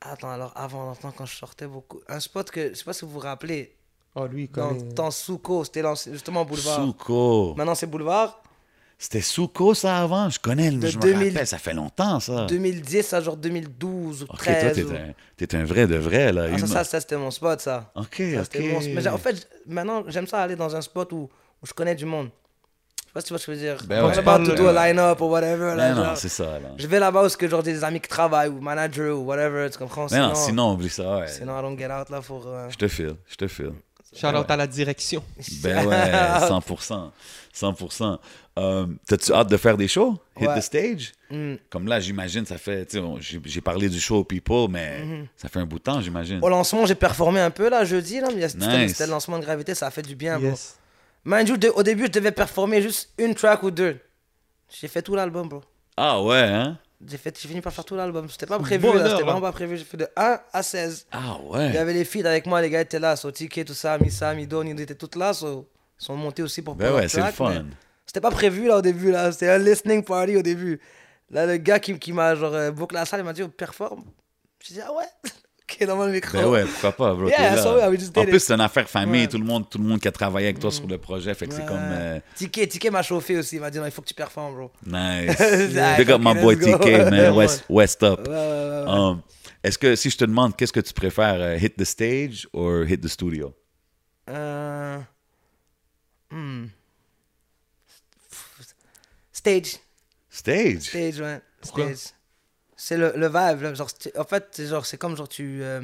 Attends, alors avant longtemps, quand je sortais beaucoup, un spot que je sais pas si vous vous rappelez, Oh, lui, quand dans, dans Souko, c'était dans- justement boulevard. Souko. Maintenant, c'est boulevard. C'était Souko, ça, avant? Je connais le De je me 2000. rappelle, ça fait longtemps, ça. 2010 à genre 2012 ou Ah. Ok, toi, 13. t'es ou- un, t'es un vrai de vrai, là. Ah, ça, Une- ça, ça, c'était mon spot, ça. Ok, Ça, ok. c'était mon- Mais j'ai- en fait, j- maintenant, j'aime ça aller dans un spot où, où je connais du monde. Je sais pas si tu vois ce que je veux dire. Ben Quand ouais. je parle Ben to do a ouais. line-up ou whatever. là, Mais non, genre, c'est ça, là. je vais là-bas où ce que genre, j'ai des amis qui travaillent ou manager ou whatever, tu comprends? Mais non, sinon, euh, oublie ça, ouais. sinon, I don't get out là pour. euh, Je te file, je te (laughs) file. Shout out à la direction. Ben ouais, 100%. 100%. Euh, T'as-tu hâte de faire des shows? Hit Ouais. the stage? Mm. Comme là, j'imagine, ça fait. tu sais, on- J'ai j'ai parlé du show au People, mais Mhm. ça fait un bout de temps, j'imagine. Au lancement, j'ai performé un peu là, jeudi. Là, mais il y a- c'était Nice. c'était le lancement de gravité, ça a fait du bien. bro. Yes. Mind you, de- au début, je devais performer juste une track ou deux. J'ai fait tout l'album, bro. Ah ouais, hein? J'ai fait- j'ai fini par faire tout l'album. C'était pas prévu, bonheur, là, c'était là. vraiment pas prévu. J'ai fait de 1 à 16. Ah Il y ouais. avait les filles avec moi, les gars étaient là, so Ticket, tout ça, Missa, Midon, ils étaient toutes là, so, ils sont montés aussi pour Ben prendre ouais, leur c'est le track, fun. mais C'était pas prévu là au début, là. C'était un listening party au début. Là, le gars qui, qui m'a genre euh, booké la salle, il m'a dit, oh, performe. J'ai dit, ah ouais, (laughs) ok, dans le micro. Ben ouais, pourquoi pas, bro. Yeah, t'es là. so we- we just en did plus, it. c'est une affaire famille, Ouais. Mm. tout, le monde, tout le monde qui a travaillé avec toi sur le projet, fait que c'est Ouais. comme. euh, Ticket, Ticket m'a chauffé aussi, il m'a dit, non, il faut que tu performes, bro. (laughs) nice. Ah, Big up my fucking boy let's go. TK, man. (laughs) Yeah, West, West up. Ouais, ouais, ouais, ouais. Um, Est-ce que si je te demande, qu'est-ce que tu préfères, euh, hit the stage ou hit the studio? Euh, hmm. Stage. Stage. Stage, ouais. Pourquoi Stage. C'est le, le vibe. là, genre, tu- en fait, c'est genre, c'est comme genre tu, euh,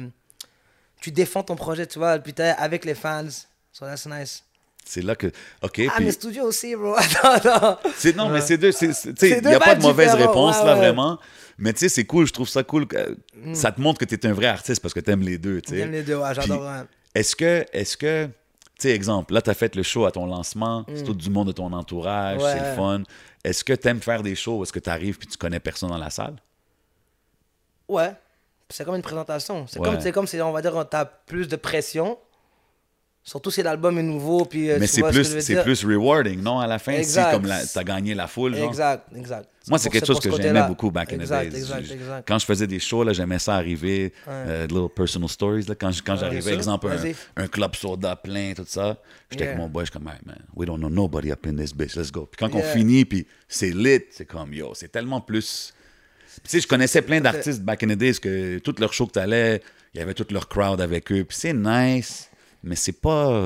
tu défends ton projet, tu vois, puis t'es avec les fans. So that's nice. C'est là que. OK. Ah, puis- mais studio aussi, bro. (laughs) Attends, attends. C'est- non, mais c'est deux. c'est- c'est- tu sais, C'est Il deux n'y a pas de balles mauvaise différentes, réponse, ouais, là, ouais. Mm. vraiment. Mais tu sais, c'est cool. Je trouve ça cool. que- Ça te montre que tu es un vrai artiste parce que tu aimes les deux. tu sais. J'aime les deux, ouais, j'adore. Puis- ouais. Est-ce que, est-ce que, tu sais, exemple, là, tu as fait le show à ton lancement, c'est tout du monde de ton entourage, Mm. Ouais. c'est le fun. Est-ce que tu aimes faire des shows? Est-ce que tu arrives puis tu connais personne dans la salle? Ouais. C'est comme une présentation. C'est Ouais. comme, c'est comme si, on va dire, t'as plus de pression. Surtout si l'album est nouveau. Puis, euh, Mais tu c'est vois ce plus, que je veux c'est dire. plus rewarding, non? À la fin, Exact. si comme tu as gagné la foule, genre. Exact, exact. Moi, c'est pour- quelque pour chose ce que côté-là. j'aimais beaucoup back in the Exact, days. Exact, Je- exact. Quand je faisais des shows, là, j'aimais ça arriver, euh, little personal stories, là, quand, je- quand j'arrivais, sûr. exemple, Vas-y. un, un club soda plein, tout ça, j'étais Yeah. avec mon boy, je suis comme, hey, man, we don't know nobody up in this bitch, let's go. Puis quand on Yeah. finit, puis c'est lit, c'est comme, yo, c'est tellement plus... Puis tu sais, je connaissais plein d'artistes back in the days que toutes leurs shows que t'allais, il y avait toute leur crowd avec eux, puis c'est nice, mais c'est pas...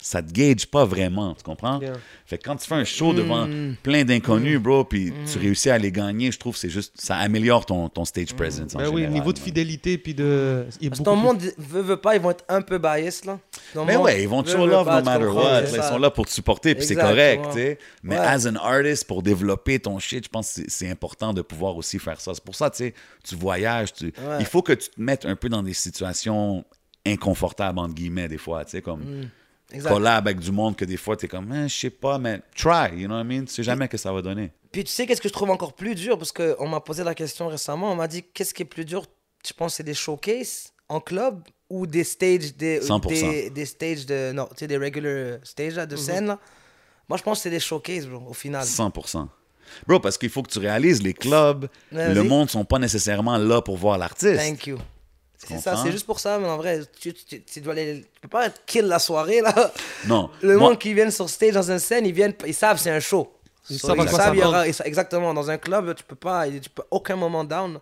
Ça te gauge pas vraiment, tu comprends? Yeah. Fait que quand tu fais un show devant plein d'inconnus, bro, puis tu réussis à les gagner, je trouve que c'est juste, ça améliore ton, ton stage presence. en Ben oui, général, niveau de ouais. fidélité, puis de. il est Parce que beaucoup ton plus- monde veut, veut pas, ils vont être un peu biased, là. Ton Mais monde Ben ouais, ils vont veut, toujours veut love pas, no tu matter comprends, what. c'est là, ils ça. sont là pour te supporter, puis c'est Exact, correct, ouais. tu sais. Mais Ouais. as an artist, pour développer ton shit, je pense que c'est- c'est important de pouvoir aussi faire ça. C'est pour ça, tu sais, tu voyages, tu... il faut que tu te mettes un peu dans des situations inconfortables, entre guillemets, des fois, tu sais, comme... Exact. Collab avec du monde que des fois t'es comme, Eh, je sais pas, mais try, you know what I mean? Tu sais jamais que ça va donner. Puis tu sais, qu'est-ce que je trouve encore plus dur Parce qu'on m'a posé la question récemment, on m'a dit qu'est-ce qui est plus dur Tu penses que c'est des showcases en club ou des stages des, euh, 100%. des, des stages de. Non, tu sais, des regular stages là, de Mhm. scène là. Moi, je pense que c'est des showcases, bro, au final. 100%. Bro, parce qu'il faut que tu réalises, les clubs, Vas-y. le monde sont pas nécessairement là pour voir l'artiste. Thank you. C'est ça, comprends? c'est juste pour ça, mais en vrai, tu, tu- tu- tu dois aller- tu peux pas kill la soirée là. (laughs) Non. Le Moi- monde qui vient sur stage dans une scène, ils viennent, ils savent c'est un show. Ils So, savent à quoi il y aura- s'attendre. ils sa- exactement. Dans un club, tu peux pas, tu peux aucun moment down.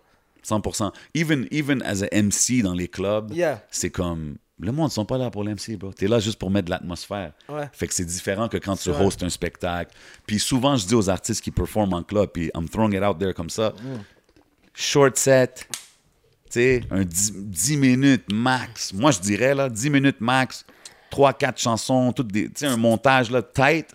100%. Even, even as a MC dans les clubs, Yeah. c'est comme. Le monde, ils sont pas là pour l'MC, bro. T'es là juste pour mettre de l'atmosphère. Ouais. Fait que c'est différent que quand tu vrai. hostes un spectacle. Puis souvent, je dis aux artistes qui performent en club, puis I'm throwing it out there comme ça. Mm. Short set, tu sais, un 10, 10 minutes max. Moi, je dirais, là, 10 minutes max, 3-4 chansons, toutes des, tu sais, un montage, là, tight,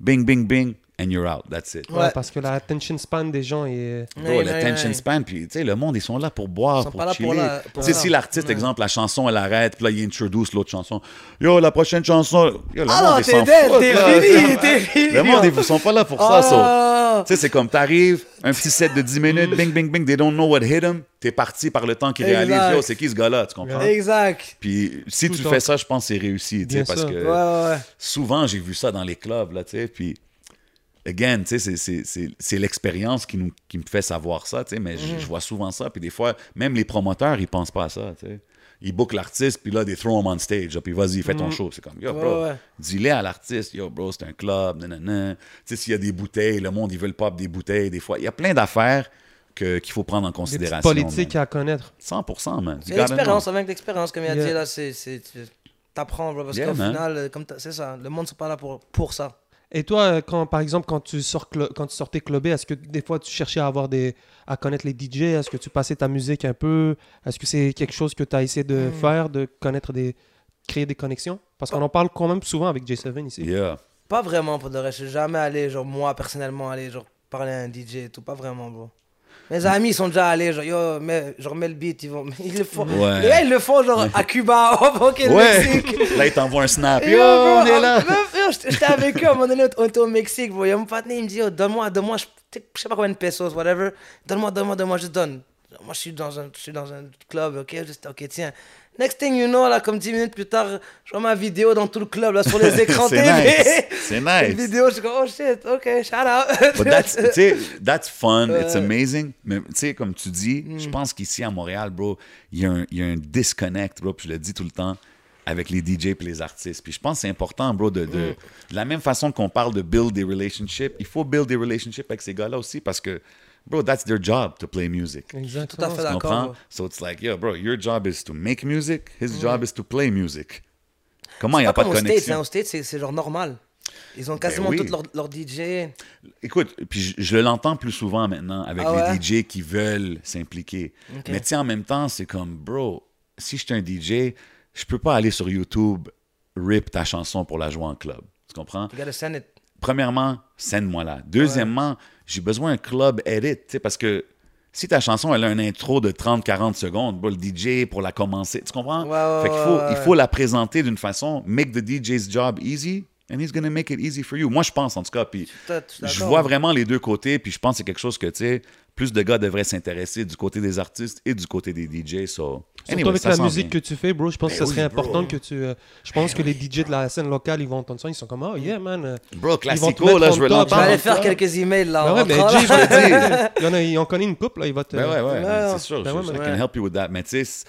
bing, bing, bing, and you're out. That's it. Ouais, Ouais. parce que la attention span des gens est. Bro, Ouais, le ouais, tension ouais. span, puis tu sais, le monde, ils sont là pour boire, Ils sont pour pas là pour chiller. la- pour Tu sais, ça. si l'artiste, exemple, la chanson, elle arrête, puis là, il introduce l'autre chanson. Yo, la prochaine chanson. Yo, le monde, ils s'en foutent, là. t'es fini. Ah. Le monde, ils sont pas là pour ça, ça. Tu sais, c'est comme t'arrives, un petit set de 10 minutes, bing, bing, bing, they don't know what hit them. T'es parti par le temps qu'ils Exact. réalisent, yo, c'est qui ce gars-là, tu comprends? Exact. Puis si tu Tout fais en- ça, je pense que c'est réussi, tu sais, Bien parce sûr. que Ouais, ouais, ouais. souvent, j'ai vu ça dans les clubs, là, tu sais, puis... Again, tu sais, c'est- c'est- c'est c'est l'expérience qui, nous- qui me fait savoir ça, tu sais, mais Mm. je- je vois souvent ça, puis des fois, même les promoteurs, ils pensent pas à ça, tu sais. Ils bookent l'artiste, puis là, they throw him on stage, là, puis vas-y, fais ton show. C'est comme, yo, Mm. Ouais, bro, ouais. dis-le à l'artiste, yo, bro, c'est un club, nanana. Tu sais, s'il y a des bouteilles, le monde, ils veulent pas des bouteilles, des fois. Il y a plein d'affaires que- qu'il faut prendre en Des petites considération. politiques man. à connaître. 100%, man. You C'est gotta know. l'expérience, avec l'expérience, comme il a Yeah. dit là, c'est. c'est- tu- T'apprends, bro, parce Yeah, qu'au man. final, euh, comme t'as- c'est ça, le monde, c'est pas là pour, pour ça. Et toi, euh, quand, par exemple, quand tu, sors clo- quand tu sortais clubé, est-ce que des fois tu cherchais à avoir des à connaître les DJ Est-ce que tu passais ta musique un peu Est-ce que c'est quelque chose que tu as essayé de Hmm. faire, de connaître des créer des connexions Parce qu'on en parle quand même souvent avec J7 ici. Yeah. Pas vraiment, pour de vrai, je suis jamais allé, genre, moi, personnellement, aller, genre, parler à un DJ et tout, pas vraiment, bro. Mm. Mes amis ils sont déjà allés, genre, yo, mais, genre, mets le beat, ils vont. (laughs) Ils le font. Ouais. Les gars, ils le font, genre, (laughs) à Cuba, (laughs) au Ouais! Mexique. (laughs) là, il t'envoie un snap. Et Yo, yo, bro, on est là! meuf, yo, j'étais- J'étais avec eux, à un moment donné, on était au Mexique, bro. Il y a mon partenaire, il me dit, yo, donne-moi, donne-moi, je tu sais, je sais pas combien de pesos, whatever. Donne-moi, donne-moi, donne-moi, je te donne. Moi, je suis dans un, je suis dans un club, ok, juste, ok, tiens. Next thing you know, là, comme 10 minutes plus tard, je vois ma vidéo dans tout le club, là, (laughs) sur les écrans C'est TV. nice. C'est nice. (laughs) Une vidéo, je suis comme, oh shit, ok, shout out. But (laughs) that's, tu sais, that's fun, it's Ouais. Mm. amazing. Mais tu sais, comme tu dis, je pense qu'ici à Montréal, bro, il y, a un- il y a un disconnect, bro, puis je le dis tout le temps, avec les DJ puis les artistes. Puis je pense que c'est important, bro, de, de, Mm. de la même façon qu'on parle de build des relationships, il faut build des relationships avec ces gars-là aussi parce que, bro, that's their job to play music. Tout à Exactement. fait Tu d'accord. comprends? So it's like, yeah, bro, your job is to make music, his job is to play music. Comment il n'y a pas, de comme au States, hein, connexion? Ben au States, c'est c'est genre normal. Ils ont quasiment oui. tous leurs leurs DJ. Écoute, puis je, je l'entends plus souvent maintenant avec Ah les DJ qui veulent s'impliquer. Mais tu sais, en même temps, c'est comme, bro, si je suis un DJ, je peux pas aller sur YouTube rip ta chanson pour la jouer en club. Tu comprends? You gotta send it. Premièrement, send-moi là. Deuxièmement, j'ai besoin d'un club edit, tu sais, parce que si ta chanson, elle a un intro de 30-40 secondes, bah, le DJ pour la commencer, tu comprends? Ouais, ouais, fait qu'il ouais, faut, ouais, il ouais. faut la présenter d'une façon, make the DJ's job easy, and he's gonna make it easy for you. Moi, je pense, en tout cas, puis Toi, tu es je d'accord? vois vraiment les deux côtés, puis je pense que c'est quelque chose que, tu sais, plus de gars devraient s'intéresser du côté des artistes et du côté des DJ, so... Surtout Anyway, avec ça la s'en musique vient. que tu fais, bro, je pense Ben que ça serait oui, bro. important que tu. euh, je pense que les DJ de la scène locale, ils vont entendre ça, ils sont comme, oh yeah, man. euh, Bro, Ils vont te classico, mettre là, on je veux top, Je vais aller l'entendre. hein. faire quelques emails là. Ben en ouais, mais rentrant, Jay, là. je veux dire, il y en a, il en connaît une couple, là, il va te. Ben ouais, ouais, Ouais, c'est sûr. ben je, ouais, je- mais I ouais. can help you with that. Mais tu sais, c'est-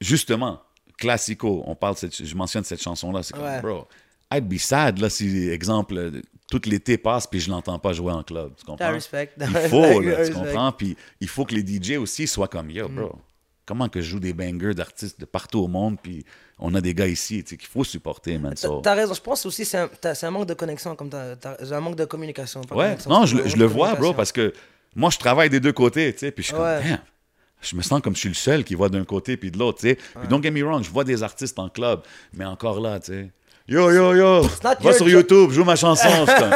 justement, classico, on parle de cette- je mentionne cette chanson-là. C'est comme, Ouais. bro, I'd be sad, là, si, exemple, euh, tout l'été passe puis je l'entends pas jouer en club. Tu comprends? (laughs) T'as respect. Il faut, Like, là, tu respect. comprends? Puis il faut que les DJ aussi soient comme, yo, bro, comment que je joue des bangers d'artistes de partout au monde puis on a des gars ici, tu sais, qu'il faut supporter, man. T'as- so- T'as raison, je pense aussi c'est un, t'as- c'est un manque de connexion, comme t'as- t'as- c'est un manque de communication. pas Ouais, connexion, non, c'est je, un le- manque je de le vois, bro, communication. parce que moi, je travaille des deux côtés, tu sais, puis je suis Ouais. comme, damn, je me sens comme je suis le seul qui voit d'un côté puis de l'autre, tu sais. Puis don't get me wrong, je vois des artistes en club, mais encore là, tu sais. Yo, yo, yo, not va your sur job. YouTube, joue ma (laughs) chanson. c'est comme-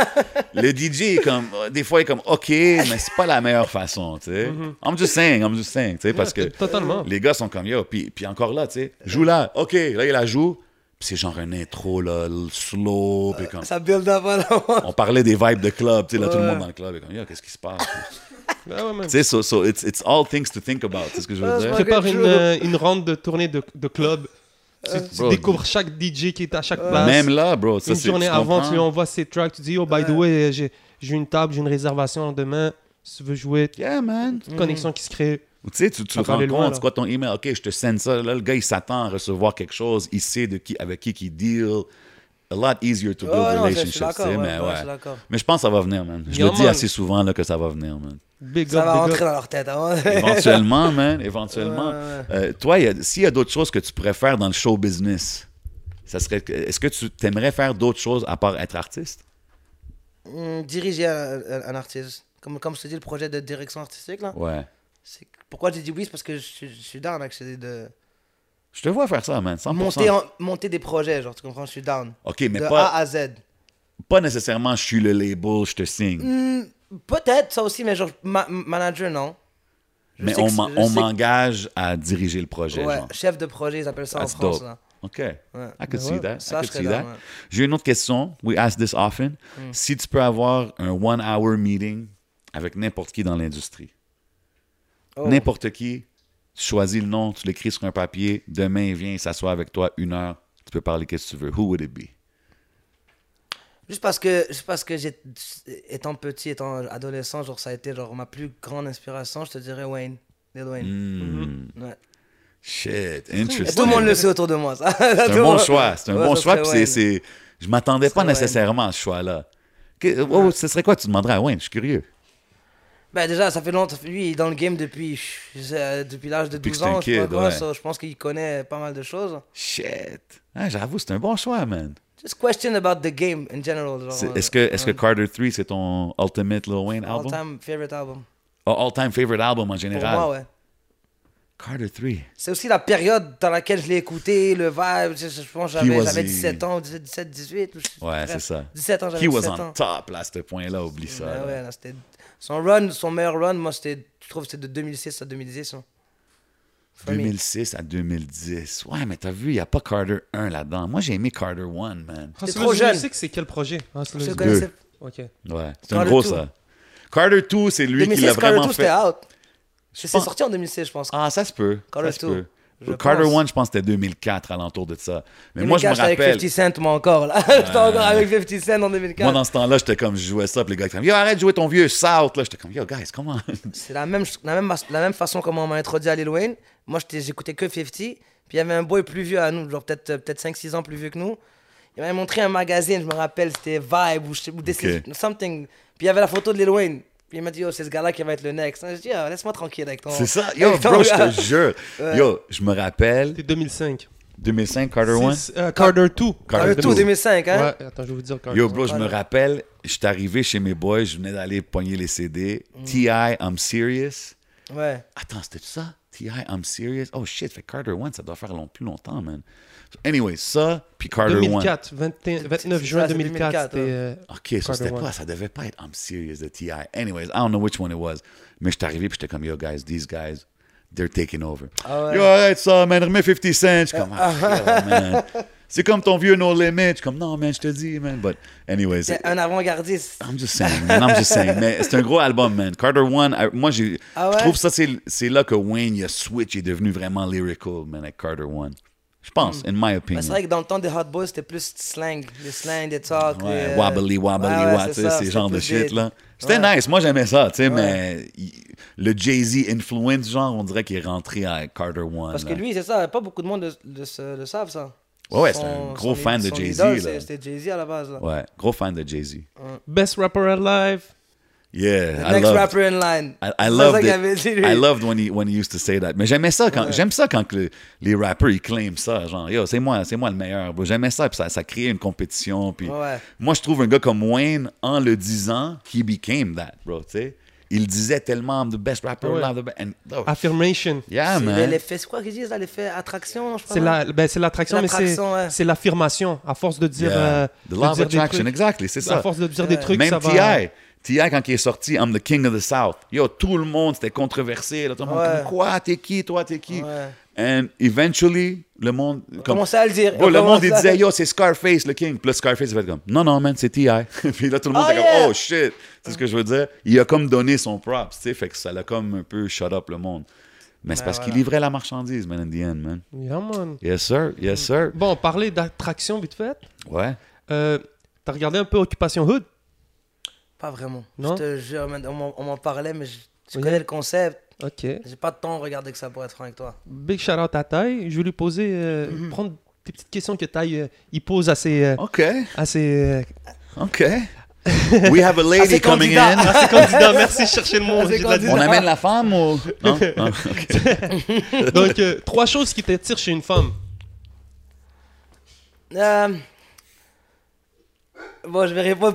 le DJ, est comme, euh, des fois, il est comme, OK, mais c'est pas la meilleure façon, tu sais. Mm-hmm. I'm just saying, I'm just saying, tu sais, parce (laughs) que Totalement. les gars sont comme, yo, puis, puis encore là, tu sais, joue là, OK, là, il la joue, puis c'est genre un intro, là, l- slow, puis comme... Ça build up, voilà. On parlait des vibes de club, tu sais, là, tout le monde dans le club est comme, Yo, qu'est-ce qui se passe? Ben ouais, man. tu sais, so, so it's, it's all things to think about, c'est ce que je veux Ah, dire. c'est Prépare Quelque une, chose. euh, une ronde de tournée de, de club. Tu- tu Bro. découvres chaque DJ qui est à chaque place. Même là, bro, ça, une c'est- journée tu avant, comprends? tu lui envoies ses tracks, tu dis Oh, by the way, j'ai j'ai une table, j'ai une réservation demain, si tu veux jouer, Yeah, man. connexion qui se crée. Ou Tu sais, tu, tu Ça te peut rends aller loin, compte, là. c'est quoi ton email? OK, je te send ça. Là, le gars, il s'attend à recevoir quelque chose. Il sait de qui, avec qui qu'il deal. A lot easier to build Ouais, non, je- je suis relationships, tu d'accord, sais, ouais, mais ouais, je ouais. suis d'accord. Mais je pense que ça va venir, man. Je Yeah, le dis man. assez souvent, là, que ça va venir, man. Big Ça up, va big rentrer up. dans leur tête. Hein. (laughs) Éventuellement, man, éventuellement. Ouais, ouais. Euh, toi, il y a- s'il y a d'autres choses que tu préfères dans le show business, ça serait. que- Est-ce que tu t'aimerais faire d'autres choses à part être artiste? Hum, Diriger un, un- un artiste. Comme, comme je te dis, le projet de direction artistique, là. Ouais. C'est- Pourquoi j'ai dit oui C'est parce que je, suis- je suis down, accéder de. Je te vois faire ça, man. 100%. Monter, en- monter des projets, genre, tu comprends Je suis down. OK, mais de pas, A à Z. pas nécessairement je suis le label, je te signe. Hum, Peut-être, ça aussi, mais genre, ma- manager, non. Je mais sais on que- m'en- je on sais que- m'engage à diriger le projet. Ouais, genre. chef de projet, ils appellent ça That's en France, dope. là. OK. I could Ben see ouais. that. Ça, I je could see serais that. down, ouais. J'ai une autre question. We ask this often. Mm. Si tu peux avoir un one-hour meeting avec n'importe qui dans l'industrie, Oh. n'importe qui, tu choisis le nom, tu l'écris sur un papier, demain il vient, il s'assoit avec toi une heure, tu peux parler qu'est-ce que tu veux. Who would it be? Oh. Juste parce que, juste parce que j'ai, étant petit, étant adolescent, genre, ça a été genre ma plus grande inspiration, je te dirais Wayne. Lil Wayne. Mm-hmm. Hmm. Ouais. Shit, Et interesting. tout le monde le sait autour de moi, ça. (laughs) C'est un bon choix. C'est un bon choix. Puis c'est, c'est... Je m'attendais pas serait Wayne. nécessairement à ce choix-là. Que- oh, ce serait quoi que tu demanderais à Wayne? Je suis curieux. Ben déjà, ça fait longtemps. Lui, il est dans le game depuis, je sais, euh, depuis l'âge de Depuis que 12 c'est un ans. je sais pas kid, quoi, ouais. ça, je pense qu'il connaît pas mal de choses. Shit. Ah, j'avoue, c'est un bon choix, man. Just question about the game in general. Genre, C'est- euh, est-ce que, est-ce que ouais. Carter 3, c'est ton ultimate Lil Wayne album? All-time favorite album. Oh, all-time favorite album en Pour général. moi, ouais. Carter 3. C'est aussi la période dans laquelle je l'ai écouté, le vibe. Je, je pense que He j'avais was j'avais the- 17 ans, 17, 17 18. ou je- Ouais, bref, c'est ça. 17 ans, j'avais He was 17 on ans. Ben Ah top, là, à ce point-là. Oublie ça. Ouais, là. ouais, là, c'était- son run, son meilleur run, moi, c'était, je trouve, que c'était de 2006 à 2010. hein. For me. 2006 à 2010. Ouais, mais t'as vu, il n'y a pas Carter 1 là-dedans. Moi, j'ai aimé Carter 1, man. Hustlers trop jeune. Music, Ah, c'est quel projet Hustlers Je Music. connaissais. Ok. Ouais, c'est un Carter gros, 2. ça. Carter 2, c'est lui qui 2006, l'a Carter vraiment 2, fait. c'était out. C'est pense- sorti en 2006, je pense. Ah, ça se peut. Carter ça se two, peut. je Carter pense. 1, je pense que c'était 2004, alentour de ça. Mais moi, je me 2004, j'étais rappelle. avec 50 Cent, moi encore. là. (laughs) J'étais encore avec 50 Cent en 2004. Moi, dans ce temps-là, j'étais comme, je jouais ça, puis les gars étaient comme, yo, arrête de jouer ton vieux South. Là, j'étais comme, yo, guys, comment? C'est la même, la, même, la même façon comment on m'a introduit à Lil Wayne. Moi, j'étais- j'écoutais que 50. Puis il y avait un boy plus vieux à nous, genre peut-être peut 5-6 ans plus vieux que nous. Il m'avait montré un magazine, je me rappelle, c'était Vibe ou, je sais- ou This is Ok. Something. Puis il y avait la photo de Lil Wayne. Puis il m'a dit, oh, c'est ce gars-là qui va être le next. Je dis, Ah, laisse-moi tranquille avec ton. (laughs) C'est ça? (laughs) Yo, avec ton bro, je gars. te jure. Yo, je me rappelle, C'était 2005. 2005, Carter 1. Six- euh, Carter 2. Dans Ah, le Carter tout 2. 2005, hein. Ouais, attends, je vais vous dire Carter Yo, two. bro, je me rappelle, j'étais arrivé chez mes boys, je venais d'aller pogner les CD. T.I., I'm Serious. Ouais. Attends, c'était ça? T.I., I'm Serious? Oh shit, fait Carter 1, ça doit faire long, plus longtemps, man. Anyway, ça, puis Carter One. 2004, 21 29 C'est- juin c'est ça, 2004, c'est 2004, c'était... euh, hein. OK, ça, Carter c'était One. pas, ça devait pas être I'm Serious de T.I. Anyways, I don't know which one it was. Mais j'étais arrivé, puis j'étais comme, yo, guys, these guys, they're taking over. Ah ouais. Yo, arrête ça, man, remets 50 cents. Je suis comme, ah, yo, man. C'est comme ton vieux No Limit. Je suis comme, non, man, je te dis, man. But anyways, C'est un avant-gardiste. I'm just saying, man. I'm just saying. Mais c'est un gros album, man. Carter One, I- moi, j'ai, Ah ouais? je trouve ça, c'est, c'est là que Wayne, il a switch, il est devenu vraiment lyrical, man, avec Carter One. Je pense, in my Mais opinion. Hmm. Ben, Bah, c'est vrai que dans le temps des Hot Boys, c'était plus slang. Le slang, des talks. Ouais, les, euh, wobbly, wobbly, ouais, ouais, wa- tu c'est sais, ça, ces c'était genres de plus shit, des- là. C'était Ouais. nice. Moi, j'aimais ça, tu sais, Ouais. mais il- le Jay-Z influence, genre, on dirait qu'il est rentré à Carter One. Parce que là. lui, c'est ça, pas beaucoup de monde le, le- se- le savent, ça. Ouais, ouais, c'est Son- un gros son- fan de son Jay-Z, idole, là. c'est- C'était Jay-Z à la base, là. Ouais, gros fan de Jay-Z. euh, Best Rapper Alive. Yeah, The I next loved- rapper in line. I, C'est I ça loved qu'il it. avait dit, lui. I loved when he when he used to say that. Mais j'aimais ça quand j'aime ça quand que le- les rappeurs ils claiment ça genre yo c'est moi c'est moi le meilleur. bro. J'aimais ça puis ça ça créait une compétition puis Ouais. moi je trouve un gars comme Wayne en le disant he became that bro tu sais il disait tellement I'm the best rapper Ouais. I'm the best and- oh, Affirmation. yeah Ah, C'est le- man l'effet- c'est quoi qu'ils disent, là, l'effet attraction, je crois, C'est là? la, ben, c'est l'attraction, C'est mais c'est, l'attraction, ouais. c'est l'affirmation. À force de dire, euh, yeah. the de law of dire des attraction trucs- exactly c'est à ça. force de dire Euh, des trucs, Même ça va. T.I. T.I. quand il est sorti, I'm the king of the South. Yo, tout le monde, c'était controversé. là, tout le monde, Ouais. comme, quoi, t'es qui, toi, t'es qui? Ouais. And eventually, le monde... Comme, Commencez à le dire. Bro, le monde, il Commencez à- disait, yo, c'est Scarface, le king. Puis là, Scarface, il va être comme, non, non, man, c'est T.I. (laughs) Puis là, tout le monde Ah, est comme, yeah! oh, shit. C'est ce que je veux dire. Il a comme donné son props, tu sais. Fait que ça l'a comme un peu shut up, le monde. Mais c'est Ben, parce voilà. qu'il livrait la marchandise, man, in the end, man. Yeah, man. Yes, sir. Mm. Yes, sir. Bon, parler d'attraction vite fait. Ouais. Euh, t'as regardé un peu Occupation Hood Pas vraiment. Non? Je te jure, man, on m'en- on m'en parlait, mais je, je Oui. connais le concept. Ok. J'ai pas de temps à regarder que ça pour être franc avec toi. Big shout out à Taille. Je vais lui poser, euh, Mm-hmm. prendre des petites questions que Taille euh, il pose à ses, euh, OK. à ses, euh, (laughs) OK. We have a lady Ah, c'est coming in. candidat. à ses candidats. Merci de chercher le mot. ses j'ai de la candidats. On amène la femme (laughs) ou... Non? Non? OK. difficulté. Donc, euh, trois choses qui t'attirent chez une femme. Euh, Bon, je vais répondre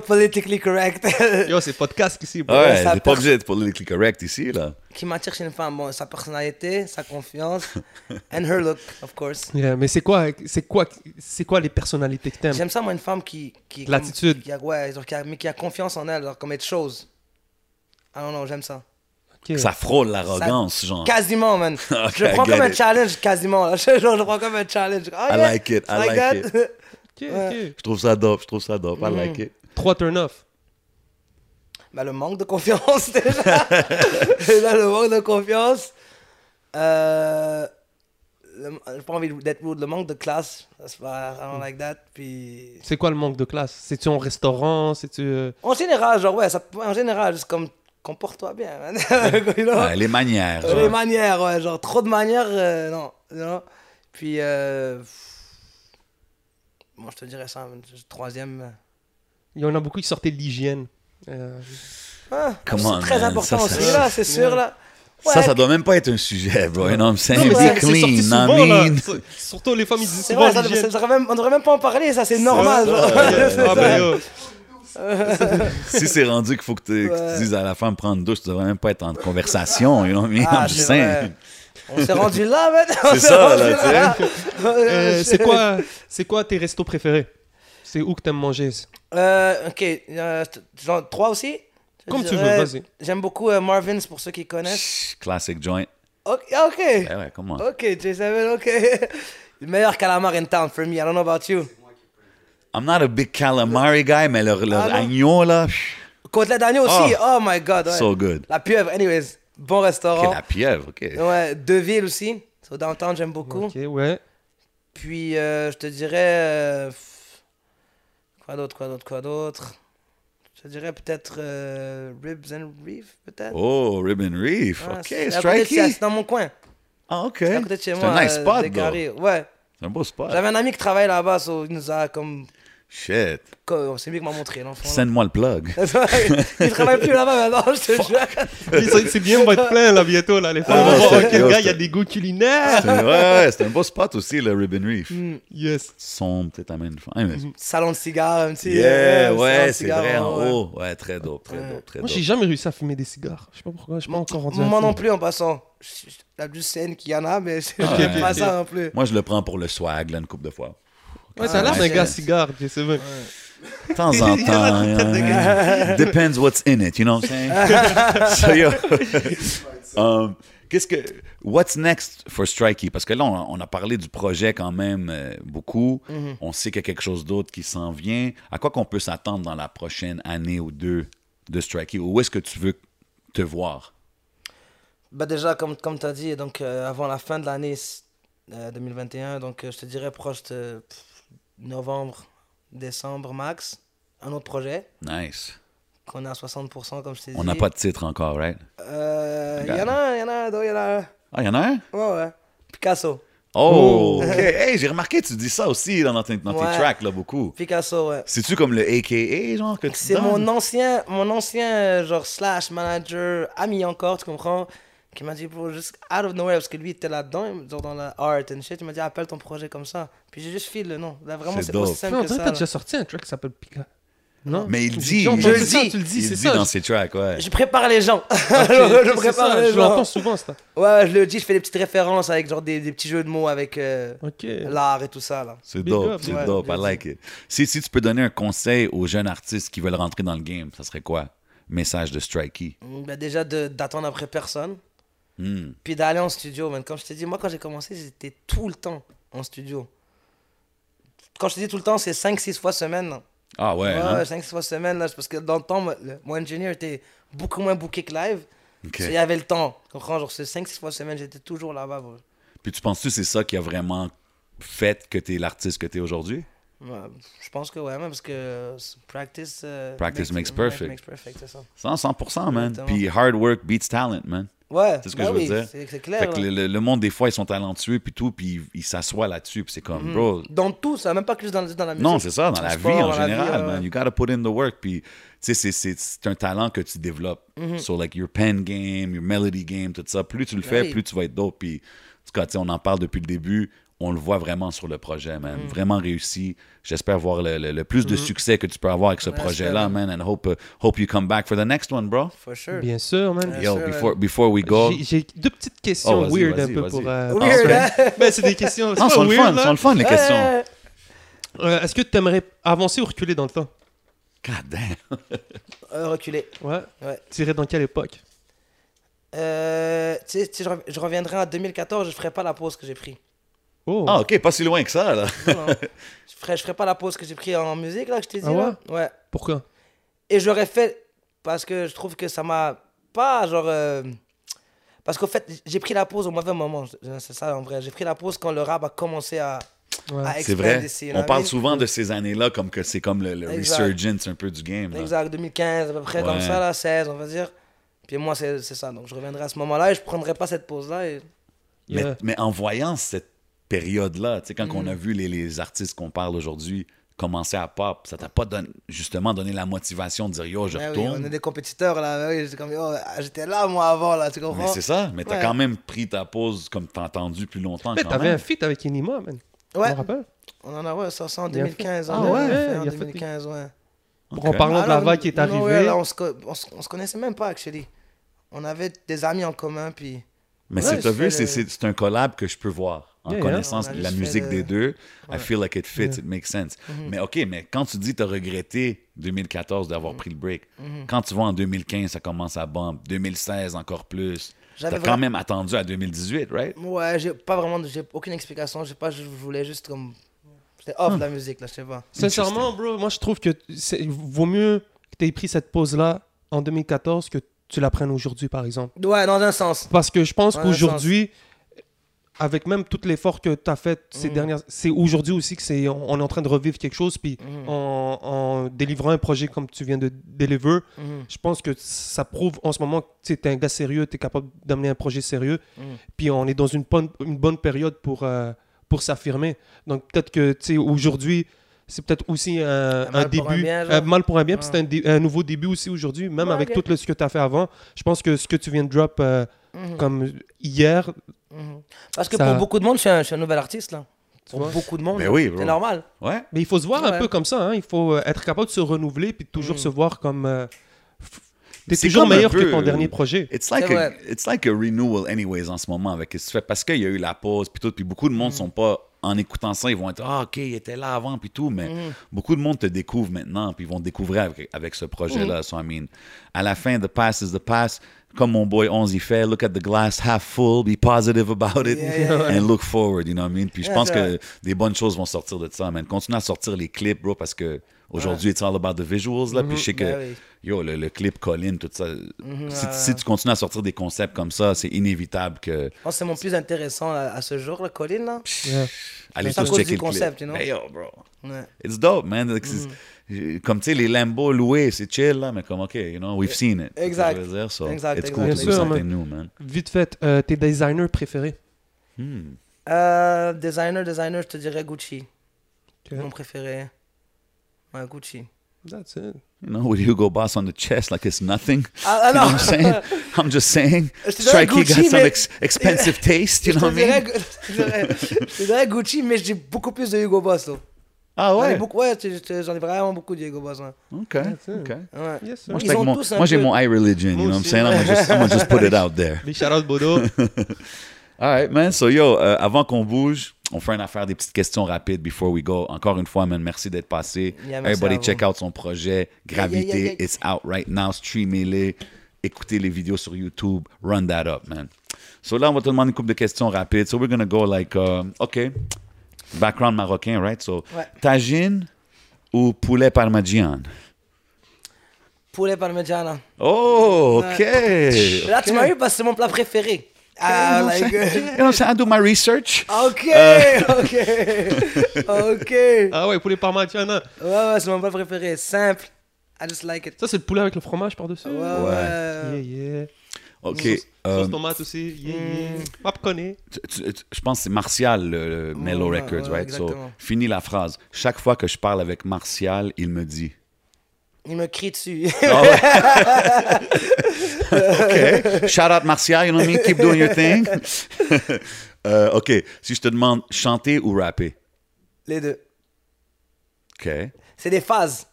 (laughs) politically correct. Yo, c'est podcast ici. bro. Ouais, ça c'est pas part- obligé d'être politically correct ici, là. qui m'attire chez une femme Bon, sa personnalité, (laughs) sa confiance, and her look, of course. Yeah, mais c'est quoi, c'est quoi, c'est quoi les personnalités que t'aimes J'aime ça, moi, une femme qui. qui est De comme- l'attitude. qui a- Ouais, genre, qui a- mais qui a confiance en elle, genre, comme être chose. Ah non, non, j'aime ça. Ok. Ça frôle l'arrogance, genre. (laughs) Quasiment, man. je I prends get comme un it. challenge, quasiment. Là. (laughs) Je, genre, je prends comme un challenge. Ah, I yeah, like it, I like it. Ok, ok. Ouais. Je trouve ça dope, je trouve ça dope. I like it. Trois turn off. (laughs) Bah, le manque de confiance, (laughs) déjà. déjà, le manque de confiance. Euh, le- J'ai pas envie d'être rude. Le manque de classe. That's pas, I don't like that. Puis. C'est quoi le manque de classe C'est-tu en restaurant C'est-tu. euh, En général, genre, ouais, ça, en général, juste comme. Comporte-toi bien, man. (laughs) You know? Ouais, les manières. Euh, Mm. Les genre. manières, ouais, genre trop de manières, euh, non, non. Puis, euh, moi je te dirais ça, mais je- troisième. euh, Il y en a beaucoup qui sortaient de l'hygiène. Euh, Ah, Come c'est on, très man, important ça, ça- aussi, là, c'est sûr, là. Ouais, Ça, ça doit même pas être un sujet, bro. You know what I'm saying? mais Be c'est- clean, I souvent, là. (laughs) mean. S- Surtout les femmes, ils disent c'est souvent vrai, ça, ça- l'hygiène. ça devrait même- on devrait même pas en parler, ça, c'est normal. Ouais, genre. ouais, C'est ouais. Ah, ça. (laughs) ben, yo. Ah, Si c'est rendu qu'il faut que, t'es- que Ouais. tu dises à la femme prendre douche, ça devrait même pas être en conversation. You know what I mean? Ah, I'm just c'est saying. vrai. On s'est rendu là, man. on C'est s'est ça, rendu là, tu sais. Ouais, Euh, je- c'est quoi, c'est quoi tes restos préférés C'est où que t'aimes manger Euh, ok, euh, t- genre trois aussi Je Comme tu veux, dirais, vas-y. J'aime beaucoup euh, Marvin's pour ceux qui connaissent. Chut, Classic joint. Ok, ok. Eh ouais, comment? Ok, J7, ok. (laughs) Le meilleur calamar in town for me, I don't know about you. I'm not a big calamari guy, mais leur, leur Ah, non. agneau, là, pff, Côtelette d'agneau aussi, oh, my god. ouais. so good. La pieuvre, anyways, bon restaurant. Ok, la pièvre, ok. Ouais, Deville aussi, so downtown, j'aime beaucoup. Ok, ouais. Puis euh, je te dirais. euh, pff, quoi d'autre, quoi d'autre, quoi d'autre Je te dirais peut-être euh, Ribs and Reef, peut-être. Oh, Ribbon Reef, Ah, ok, c'est à côté de- strikey. C'est dans mon coin, Ah, ok. c'est à côté de chez C'est moi. un nice euh, spot, des though. carrés. Ouais, C'est un beau spot. j'avais un ami qui travaillait là-bas, so il nous a comme Shit. Quoi, C'est lui qui m'a montré, l'enfant. là. Send-moi le plug. (laughs) il travaille plus là-bas maintenant, je te jure. C'est c'est bien, on va être plein là bientôt. Là, les femmes Ah, vont voir, c'est ok, clair, le gars, c'est- il y a des goûts culinaires. C'est- (laughs) ouais, ouais, c'est un beau spot aussi, le Ribbon Reef. Yes. Sombre, peut-être à une fois. Hein, mais- Mm. Salon de cigare, un petit. Yeah, euh, salon de ouais, c'est cigare, vrai, en ouais. haut. Ouais, très dope, très dope, très Moi, dope. j'ai jamais réussi à fumer des cigares. Je sais pas pourquoi, je suis pas encore rendu à Moi non fumer. plus en passant. Je- je- La plus saine qu'il y en a, mais je Ok, j'aime ok, pas ok. ça non plus. Moi, je le prends pour le swag, là, une couple de (laughs) fois. Ouais, t'as l'air Ah, d'un ouais. gars cigare, tu sais. ouais. De temps en Il temps. a la tête de hein, Depends what's in it, you know what I'm saying? So, yo, um, Qu'est-ce que. What's next for Strikey? Parce que là, on, on a parlé du projet quand même euh, beaucoup. On sait qu'il y a quelque chose d'autre qui s'en vient. À quoi qu'on peut s'attendre dans la prochaine année ou deux de Strikey? Où est-ce que tu veux te voir? Bah déjà, comme, comme tu as dit, donc, euh, avant la fin de l'année euh, 2021, donc, euh, je te dirais proche de pff, novembre, décembre max, un autre projet Nice. qu'on est à 60%, comme je t'ai dit. On n'a pas de Bah. titre encore, right? Euh, Il y en a un, il y en a un, donc, il y en a un. Ah, il y en a un? Ouais, ouais. Picasso. Oh! ok. Hey, j'ai remarqué que tu dis ça aussi dans, tes, dans tes Ouais. tracks, là, beaucoup. Picasso, ouais. C'est-tu comme le AKA, genre, que tu C'est donnes? mon ancien, mon ancien euh, genre slash manager, ami encore, tu comprends, qui m'a dit, bro, juste out of nowhere, parce que lui était là-dedans, genre dans la art and shit, il m'a dit, appelle ton projet comme ça. Puis j'ai juste filé le nom. Là, vraiment, C'est c'est aussi dope. simple Non, que tu ça. t'as là. déjà sorti un track qui s'appelle Pika. Non Mais il dit, J'ai il Je entendu le ça, dis. Tu le dis, Il c'est dit ça. dans je- ses tracks, ouais. Je prépare les (laughs) gens. Ok, je c'est prépare ça, les Je gens. l'entends souvent, ça. Ouais, je le dis, je fais des petites références avec genre des, des petits jeux de mots avec euh, Ok. l'art et tout ça, là. C'est Big up, dope, c'est ouais, dope, I merci. like it. Si, si tu peux donner un conseil aux jeunes artistes qui veulent rentrer dans le game, ça serait quoi? Message de Strikey. Mm, bah, déjà, de- d'attendre après personne. Hmm. Puis d'aller en studio, man. Comme je t'ai dit, moi, quand j'ai commencé, j'étais tout le temps en studio. Quand je te dis tout le temps, c'est 5-6 fois semaine. là. Ah ouais, Ouais, hein? 5-6 fois semaine, là, parce que dans le temps, moi, le- mon engineer était beaucoup moins booké que live. Ok. Il y avait le temps. Tu comprends? Genre, c'est 5-6 fois semaine, j'étais toujours là-bas. bro. Puis tu penses-tu que c'est ça qui a vraiment fait que t'es l'artiste que t'es aujourd'hui? Ouais, je pense que ouais, même parce que euh, c'est practice. euh, Practice makes ouais, perfect. makes perfect, c'est ça. 100, 100%, man. Exactement. Puis hard work beats talent, man. Ouais, C'est ce que bah je veux oui, dire. C'est c'est Fait clair. que là. le, le- le monde, des fois, ils sont talentueux, puis tout, puis ils- ils s'assoient là-dessus, puis c'est comme, Mm-hmm. bro, Mm. Dans tout, ça, même pas que juste dans, le- dans la musique. Non, c'est ça, dans Dans la le vie sport, en dans la général, vie, euh, man. ouais. You gotta put in the work. Puis, tu sais, c'est- c'est c'est un talent que tu développes. Mm-hmm. So, like, your pen game, your melody game, tout ça. Plus tu le fais, oui. plus tu vas être dope. Puis, en tout cas, tu sais, on en parle depuis le début. On le voit vraiment sur le projet, man. Mm-hmm. Vraiment réussi. J'espère voir le, le- le plus de succès que tu peux avoir avec ce Ouais, projet-là, Mm-hmm. j'espère. man. And hope, uh, hope you come back for the next one, bro. For sure. Bien sûr, man. Bien Yo, sûr, before, man. before we go. J'ai- J'ai deux petites questions Oh, vas-y, weird un vas-y, peu vas-y. pour. euh, Weird, parce que- hein? Ben, c'est des questions. c'est Non, pas sont le fun, weird, là. sont le fun, les questions. Ouais. Euh, Est-ce que tu aimerais avancer ou reculer dans le temps God damn. Euh, reculer. Ouais. Ouais. Tirer dans quelle époque Euh, tu sais, tu sais, je rev- je reviendrai en 2014, je ferai pas la pause que (laughs) j'ai prise. Oh. Ah, OK, pas si loin que ça, là. Non, non. je, ferai, je ferai pas la pause que j'ai prise en musique, là, que je t'ai dit. Ah ouais là. ouais. Pourquoi Et j'aurais fait parce que je trouve que ça m'a pas genre. euh, Parce qu'au fait, j'ai pris la pause au mauvais moment. je- C'est ça en vrai. J'ai pris la pause quand le rap a commencé à, Ouais. à Ah, C'est expand vrai. ici, là, On parle mais- souvent de ces années-là comme que c'est comme le, le Exact. resurgence un peu du game. là. Exact, 2015 à peu près, comme Ouais. ça, là, 16, on va dire. Puis moi, c'est c'est ça. Donc je reviendrai à ce moment-là et je prendrai pas cette pause-là. Et... Mais, Yeah. mais en voyant cette période-là, tu sais, quand Mm. on a vu les, les artistes qu'on parle aujourd'hui commencer à pop, ça t'a pas donné- justement donné la motivation de dire yo, je Ouais, Ben Bah oui, retourne. on est des compétiteurs, là. ouais, oui, c'est comme, oh, j'étais là, moi, avant, là, tu Mais comprends? c'est ça, mais t'as Ouais. quand même pris ta pause comme t'as entendu plus longtemps. Mais quand t'avais même. un feat avec Enima, man. Je Ouais, me rappelle. on en a, ouais, ça, ça en Il a fait- 2015. Ah on en a ouais, fait hein. en il a fait- 2015, ouais. En Ok. parlant de la Alors, vague qui est Ah non, ouais, arrivée. là, on, se, co- on se- on se connaissait même pas, actually. On avait des amis en commun, puis. Mais Ouais, c'est, t'as je fais vu, c'est, le- c'est, c'est un collab que je peux voir en Yeah, yeah. connaissant On a la juste musique fait des le- Mm-hmm. deux. I feel like it fits, it makes sense. Mais OK, mais quand tu dis t'as regretté 2014 Mm-hmm. d'avoir pris le break, quand tu vois en 2015, ça commence à bump, 2016 encore plus, J'avais t'as vra- quand même attendu à 2018, right? Ouais, j'ai pas vraiment, de- j'ai aucune explication, j'ai pas, je voulais juste comme. J'étais off de Hmm. la musique, là, je sais pas. Sincèrement, bro, moi je trouve que c'est- vaut mieux que tu aies pris cette pause-là en 2014 que tu la prennes aujourd'hui, par exemple. Ouais, dans un sens. Parce que je pense Ouais, qu'aujourd'hui, avec même tout l'effort que tu as fait ces Mm. dernières. C'est aujourd'hui aussi que c'est on, on est en train de revivre quelque chose. Puis Mm. Mmh, en, en délivrant un projet comme tu viens de deliver, Mhm. je pense que ça prouve en ce moment que tu es un gars sérieux, tu es capable d'amener un projet sérieux. Mhm. Puis on est dans une bonne, une bonne période pour, euh, pour s'affirmer. Donc peut-être que tu sais, aujourd'hui, c'est peut-être aussi euh, Un un, mal début. pour un bien, genre. Ah. Euh, mal pour un bien, puis Ouais. c'est un, dé- un nouveau début aussi aujourd'hui, même Ouais, avec ok. tout le- ce que tu as fait avant. Je pense que ce que tu viens de drop euh, Mhm, comme hier, mhm. Parce que Ça- pour beaucoup de monde, je suis un, je suis un nouvel artiste, là. tu Pour vois. beaucoup de monde, Ben oui, bro. c'est normal. Ouais. Mais il faut se voir un Ouais. peu comme ça. hein. Il faut euh, être capable de se renouveler puis de toujours Mm. se voir comme. euh, f- T'es C'est toujours comme un meilleur peu- que ton euh, dernier projet. It's like, C'est a, vrai. it's like a renewal anyways en ce moment avec ce que tu fais parce qu'il y a eu la pause puis tout puis beaucoup de monde Mm. sont pas en écoutant ça ils vont être ah ok il était là avant puis tout mais Mm. beaucoup de monde te découvre maintenant puis ils vont te découvrir avec, avec ce projet Mm. là so I mean à la fin the past is the past comme mon boy 11 il fait look at the glass half full be positive about it Yeah, yeah, yeah. and look forward you know what I mean puis je Yeah, pense c'est que vrai. des bonnes choses vont sortir de ça man continue à sortir les clips bro parce que aujourd'hui it's all about the visuals là puis je sais que Ben oui. Mhm. Yo, le, le clip Colin, tout ça. si, ouais, si tu continues à sortir des concepts comme ça, c'est inévitable que. Je pense que c'est mon plus intéressant à, à ce jour, là, Colin, là. Yeah. Allez C'est à tous cause checker du le clip. concept, you know? Mhm. Ben yo, bro. Ouais. It's dope, man. Like, c'est- euh, Comme tu sais, les Lambo loués, c'est chill, là, mais comme, OK, you know, we've seen it. C'est Eh, Exact. ce que je veux dire, so Exact, It's exact. cool Bien to do sûr, something man. new, man. Vite fait, euh, tes designers préférés. Hmm. Euh, designer, designer, je te dirais Gucci. Ok. Mon préféré. Ouais, Gucci. That's it. You know, with Hugo Boss on the chest like it's nothing. (laughs) Ah, ah, You know what I'm non! saying? I'm just saying. (laughs) Je te dirais Strike, he got Gucci, some mais- ex- expensive taste, you (laughs) je, know te what I mean? dirais, Gu- je, te dirais, je te dirais Gucci, mais j'ai beaucoup plus de Hugo Boss. Là. Ah J'en ai ouais? beaucoup, ouais, tu- tu- j'en ai vraiment beaucoup de Hugo Boss. ouais. OK, OK. Ouais. Yes, sir. Moi, je Ils take ont mon- tous un moi, j'ai peu- mon iReligion, you know Moi what I'm aussi. saying? I'm gonna just- I'm gonna just put (laughs) it out there. Les Charles Bodo. (laughs) All right, man. So, yo, euh, avant qu'on bouge, on fait une affaire des petites questions rapides before we go. Encore une fois, man, merci d'être passé. Yeah, merci à Everybody, vous. check out son projet. Gravité, yeah, yeah. it's out right now. Streamez-les. Écoutez les vidéos sur YouTube. Run that up, man. So, là, on va te demander une couple de questions rapides. So, we're gonna go like, um, OK, background marocain, right? So, Ouais. tagine ou poulet parmigiano? Poulet parmigiana. Oh, OK. Mais Là, tu m'as eu parce que c'est mon plat préféré. Ah, You know, like, euh, (laughs) you know, I do my research. Ok, ok, ok. Ouais, ah ouais, poulet parmigiana. ouais, c'est mon plat préféré. Simple. I just like it. Ça, c'est le poulet avec le fromage par-dessus. Ouais, Yeah, Ah ouais. yeah. OK. Sauce, um, sauce tomate aussi. Yeah, Mm. yeah. M'a reconnu. tu- tu- tu- je pense que c'est Martial, le, le Mellow ouais, Records, ouais, right? So, exactement. fini la phrase. Chaque fois que je parle avec Martial, il me dit. (laughs) Il me crie dessus. Ah ouais. OK. Shout out Martial, you know what I mean? Keep doing your thing. (laughs) Euh, OK. Si je te demande chanter ou rapper. (laughs) Les deux. OK. C'est des phases.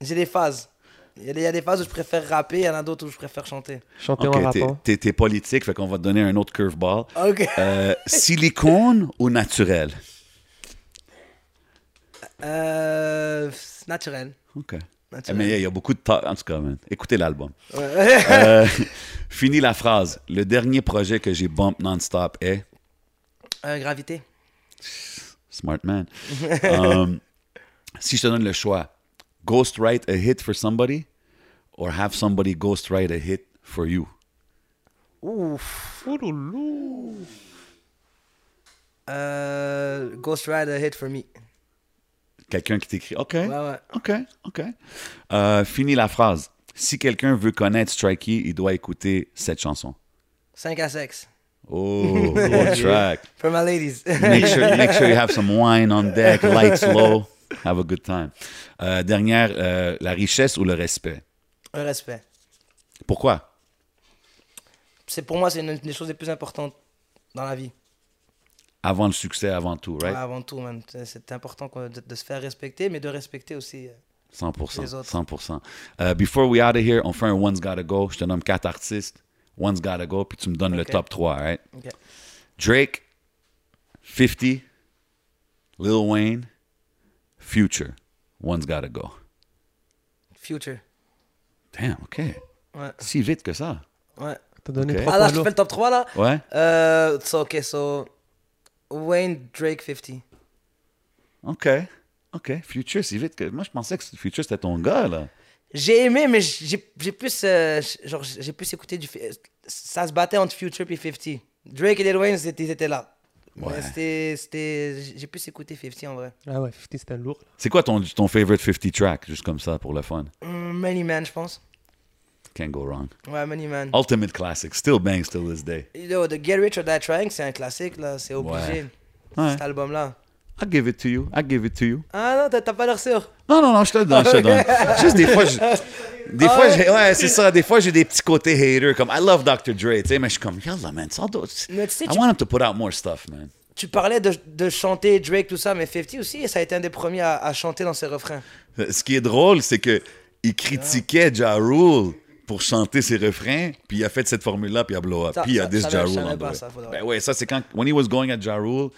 J'ai des phases. Il y, a des- il y a des phases où je préfère rapper, il y en a d'autres où je préfère chanter. Chanter en OK. t'es- rapport. T'es t'es politique, fait qu'on va te donner un autre curveball. Ok. Euh, silicone ou naturel? Euh, c'est naturel. OK. Naturel. Mais il y a beaucoup de temps. En tout cas, man, écoutez l'album. Ouais. (laughs) Euh, (laughs) fini la phrase. Le dernier projet que j'ai bump non-stop est Euh, gravité. Smart Man. (laughs) Um, si je te donne le choix, ghostwrite a hit for somebody or have somebody ghostwrite a hit for you. Ouf. Ouloulou. Euh, Ghost Rider hit for me. Quelqu'un qui t'écrit. OK. Ouais, ouais. OK. OK. Euh, fini la phrase. Si quelqu'un veut connaître Strikey, il doit écouter cette chanson. 5 à 6. (laughs) Oh, gros track. For my ladies. (laughs) Make sure, make sure you have some wine on deck, lights low, have a good time. Euh, dernière, euh, la richesse ou le respect. Un respect. Pourquoi? C'est pour moi, c'est une des choses les plus importantes dans la vie. Avant le succès, avant tout, right? Ouais, avant tout, man. C'est- C'est important qu'on- de, de se faire respecter, mais de respecter aussi. euh, 100%. Les autres. 100%. Euh, before we out of here, on fait un One's Gotta Go. Je te nomme quatre artistes. One's Gotta Go, puis tu me donnes le Ok. top 3, right? ok. Drake, 50, Lil Wayne, Future. One's Gotta Go. Future. Damn, OK. Ouais. Si vite que ça. Ouais. T'as donné Ok. trois Ah là, points je te lourds. fais le top 3 là. Ouais? Euh, so, ok, so. Wayne Drake 50. OK. OK. Future, si vite que... Moi, je pensais que Future, c'était ton gars, là. J'ai aimé, mais j'ai j'ai plus. euh, genre, j'ai plus écouté du. fi- Ça se battait entre Future et 50. Drake et Lil Wayne, c'était- ils étaient là. Ouais. Mais c'était- c'était. J'ai plus écouté 50 en vrai. Ah ouais, 50, c'était lourd. C'est quoi ton, ton favorite 50 track, juste comme ça, pour le fun? Hum, Money Man, je pense. Can't go wrong. Ouais, Money Man. Ultimate classic. Still bang, still this day. Yo, The Get Rich or Die Trying, c'est un classique là, c'est obligé. Ouais. Cet album là. I give it to you, I give it to you. Ah non, t'as- t'as pas l'air sûr. Non, non, non, je te le donne, je te le (laughs) donne. Juste des fois, je- des Ah fois, ouais? j'ai- ouais, c'est ça. Des fois, j'ai des petits côtés hater, comme I love Dr. Dre, tu sais, mais je suis comme, yalla, man, ça doit. Mais tu sais, I tu- want him to put out more stuff, man. Tu parlais de, de chanter Drake, tout ça, mais 50 aussi, ça a été un des premiers à, à chanter dans ses refrains. Ce qui est drôle, c'est que il critiquait Ja Rule pour chanter ses refrains, puis il a fait cette formule-là, puis il a blow up. Ça- Puis il a ça- this ça, Ja je Rule savais en pas, deux. ça, faudrait- Ben ouais, ça, c'est quand. When he was going at Ja Rule,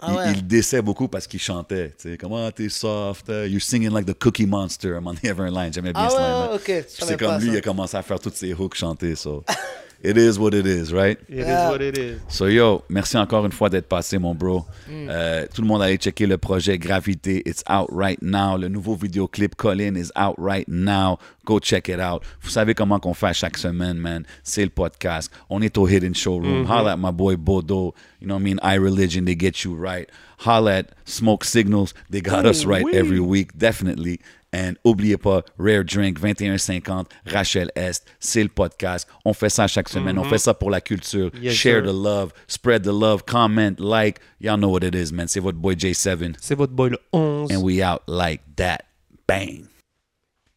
Ah il, ouais. il déçait beaucoup parce qu'il chantait. Tu sais, comme, ah, t'es soft, euh, you're singing like the Cookie Monster. À un moment donné, il y avait un line, j'aimais bien Ah ce ouais, line-là. ouais, ok, je Puis savais C'est comme pas lui, ça. il a commencé à faire toutes ses hooks chanter, so. (laughs) It is what it is, right? It is Ah. what it is. So yo, merci encore une fois d'être passé, mon bro. Mm. Euh, tout le monde allez checker le projet Gravité. It's out right now. Le nouveau vidéoclip Colin is out right now. Go check it out. Vous savez comment qu'on fait à chaque semaine, man. C'est le podcast. On est au Hidden Showroom. Mm-hmm. Holla at my boy Bodo. You know what I mean? I Religion, they get you right. Holla at Smoke Signals. They got us right every week, definitely. And oubliez pas, Rare Drink 2150, Rachel Est, c'est le podcast. On fait ça chaque semaine. On fait ça pour la culture. Mm-hmm. Yes, Share sir. the love, spread the love, comment, like. Y'all know what it is, man. C'est votre boy J7. C'est votre boy le 11. And we out like that. Bang.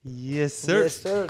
Yes, sir. Yes, sir.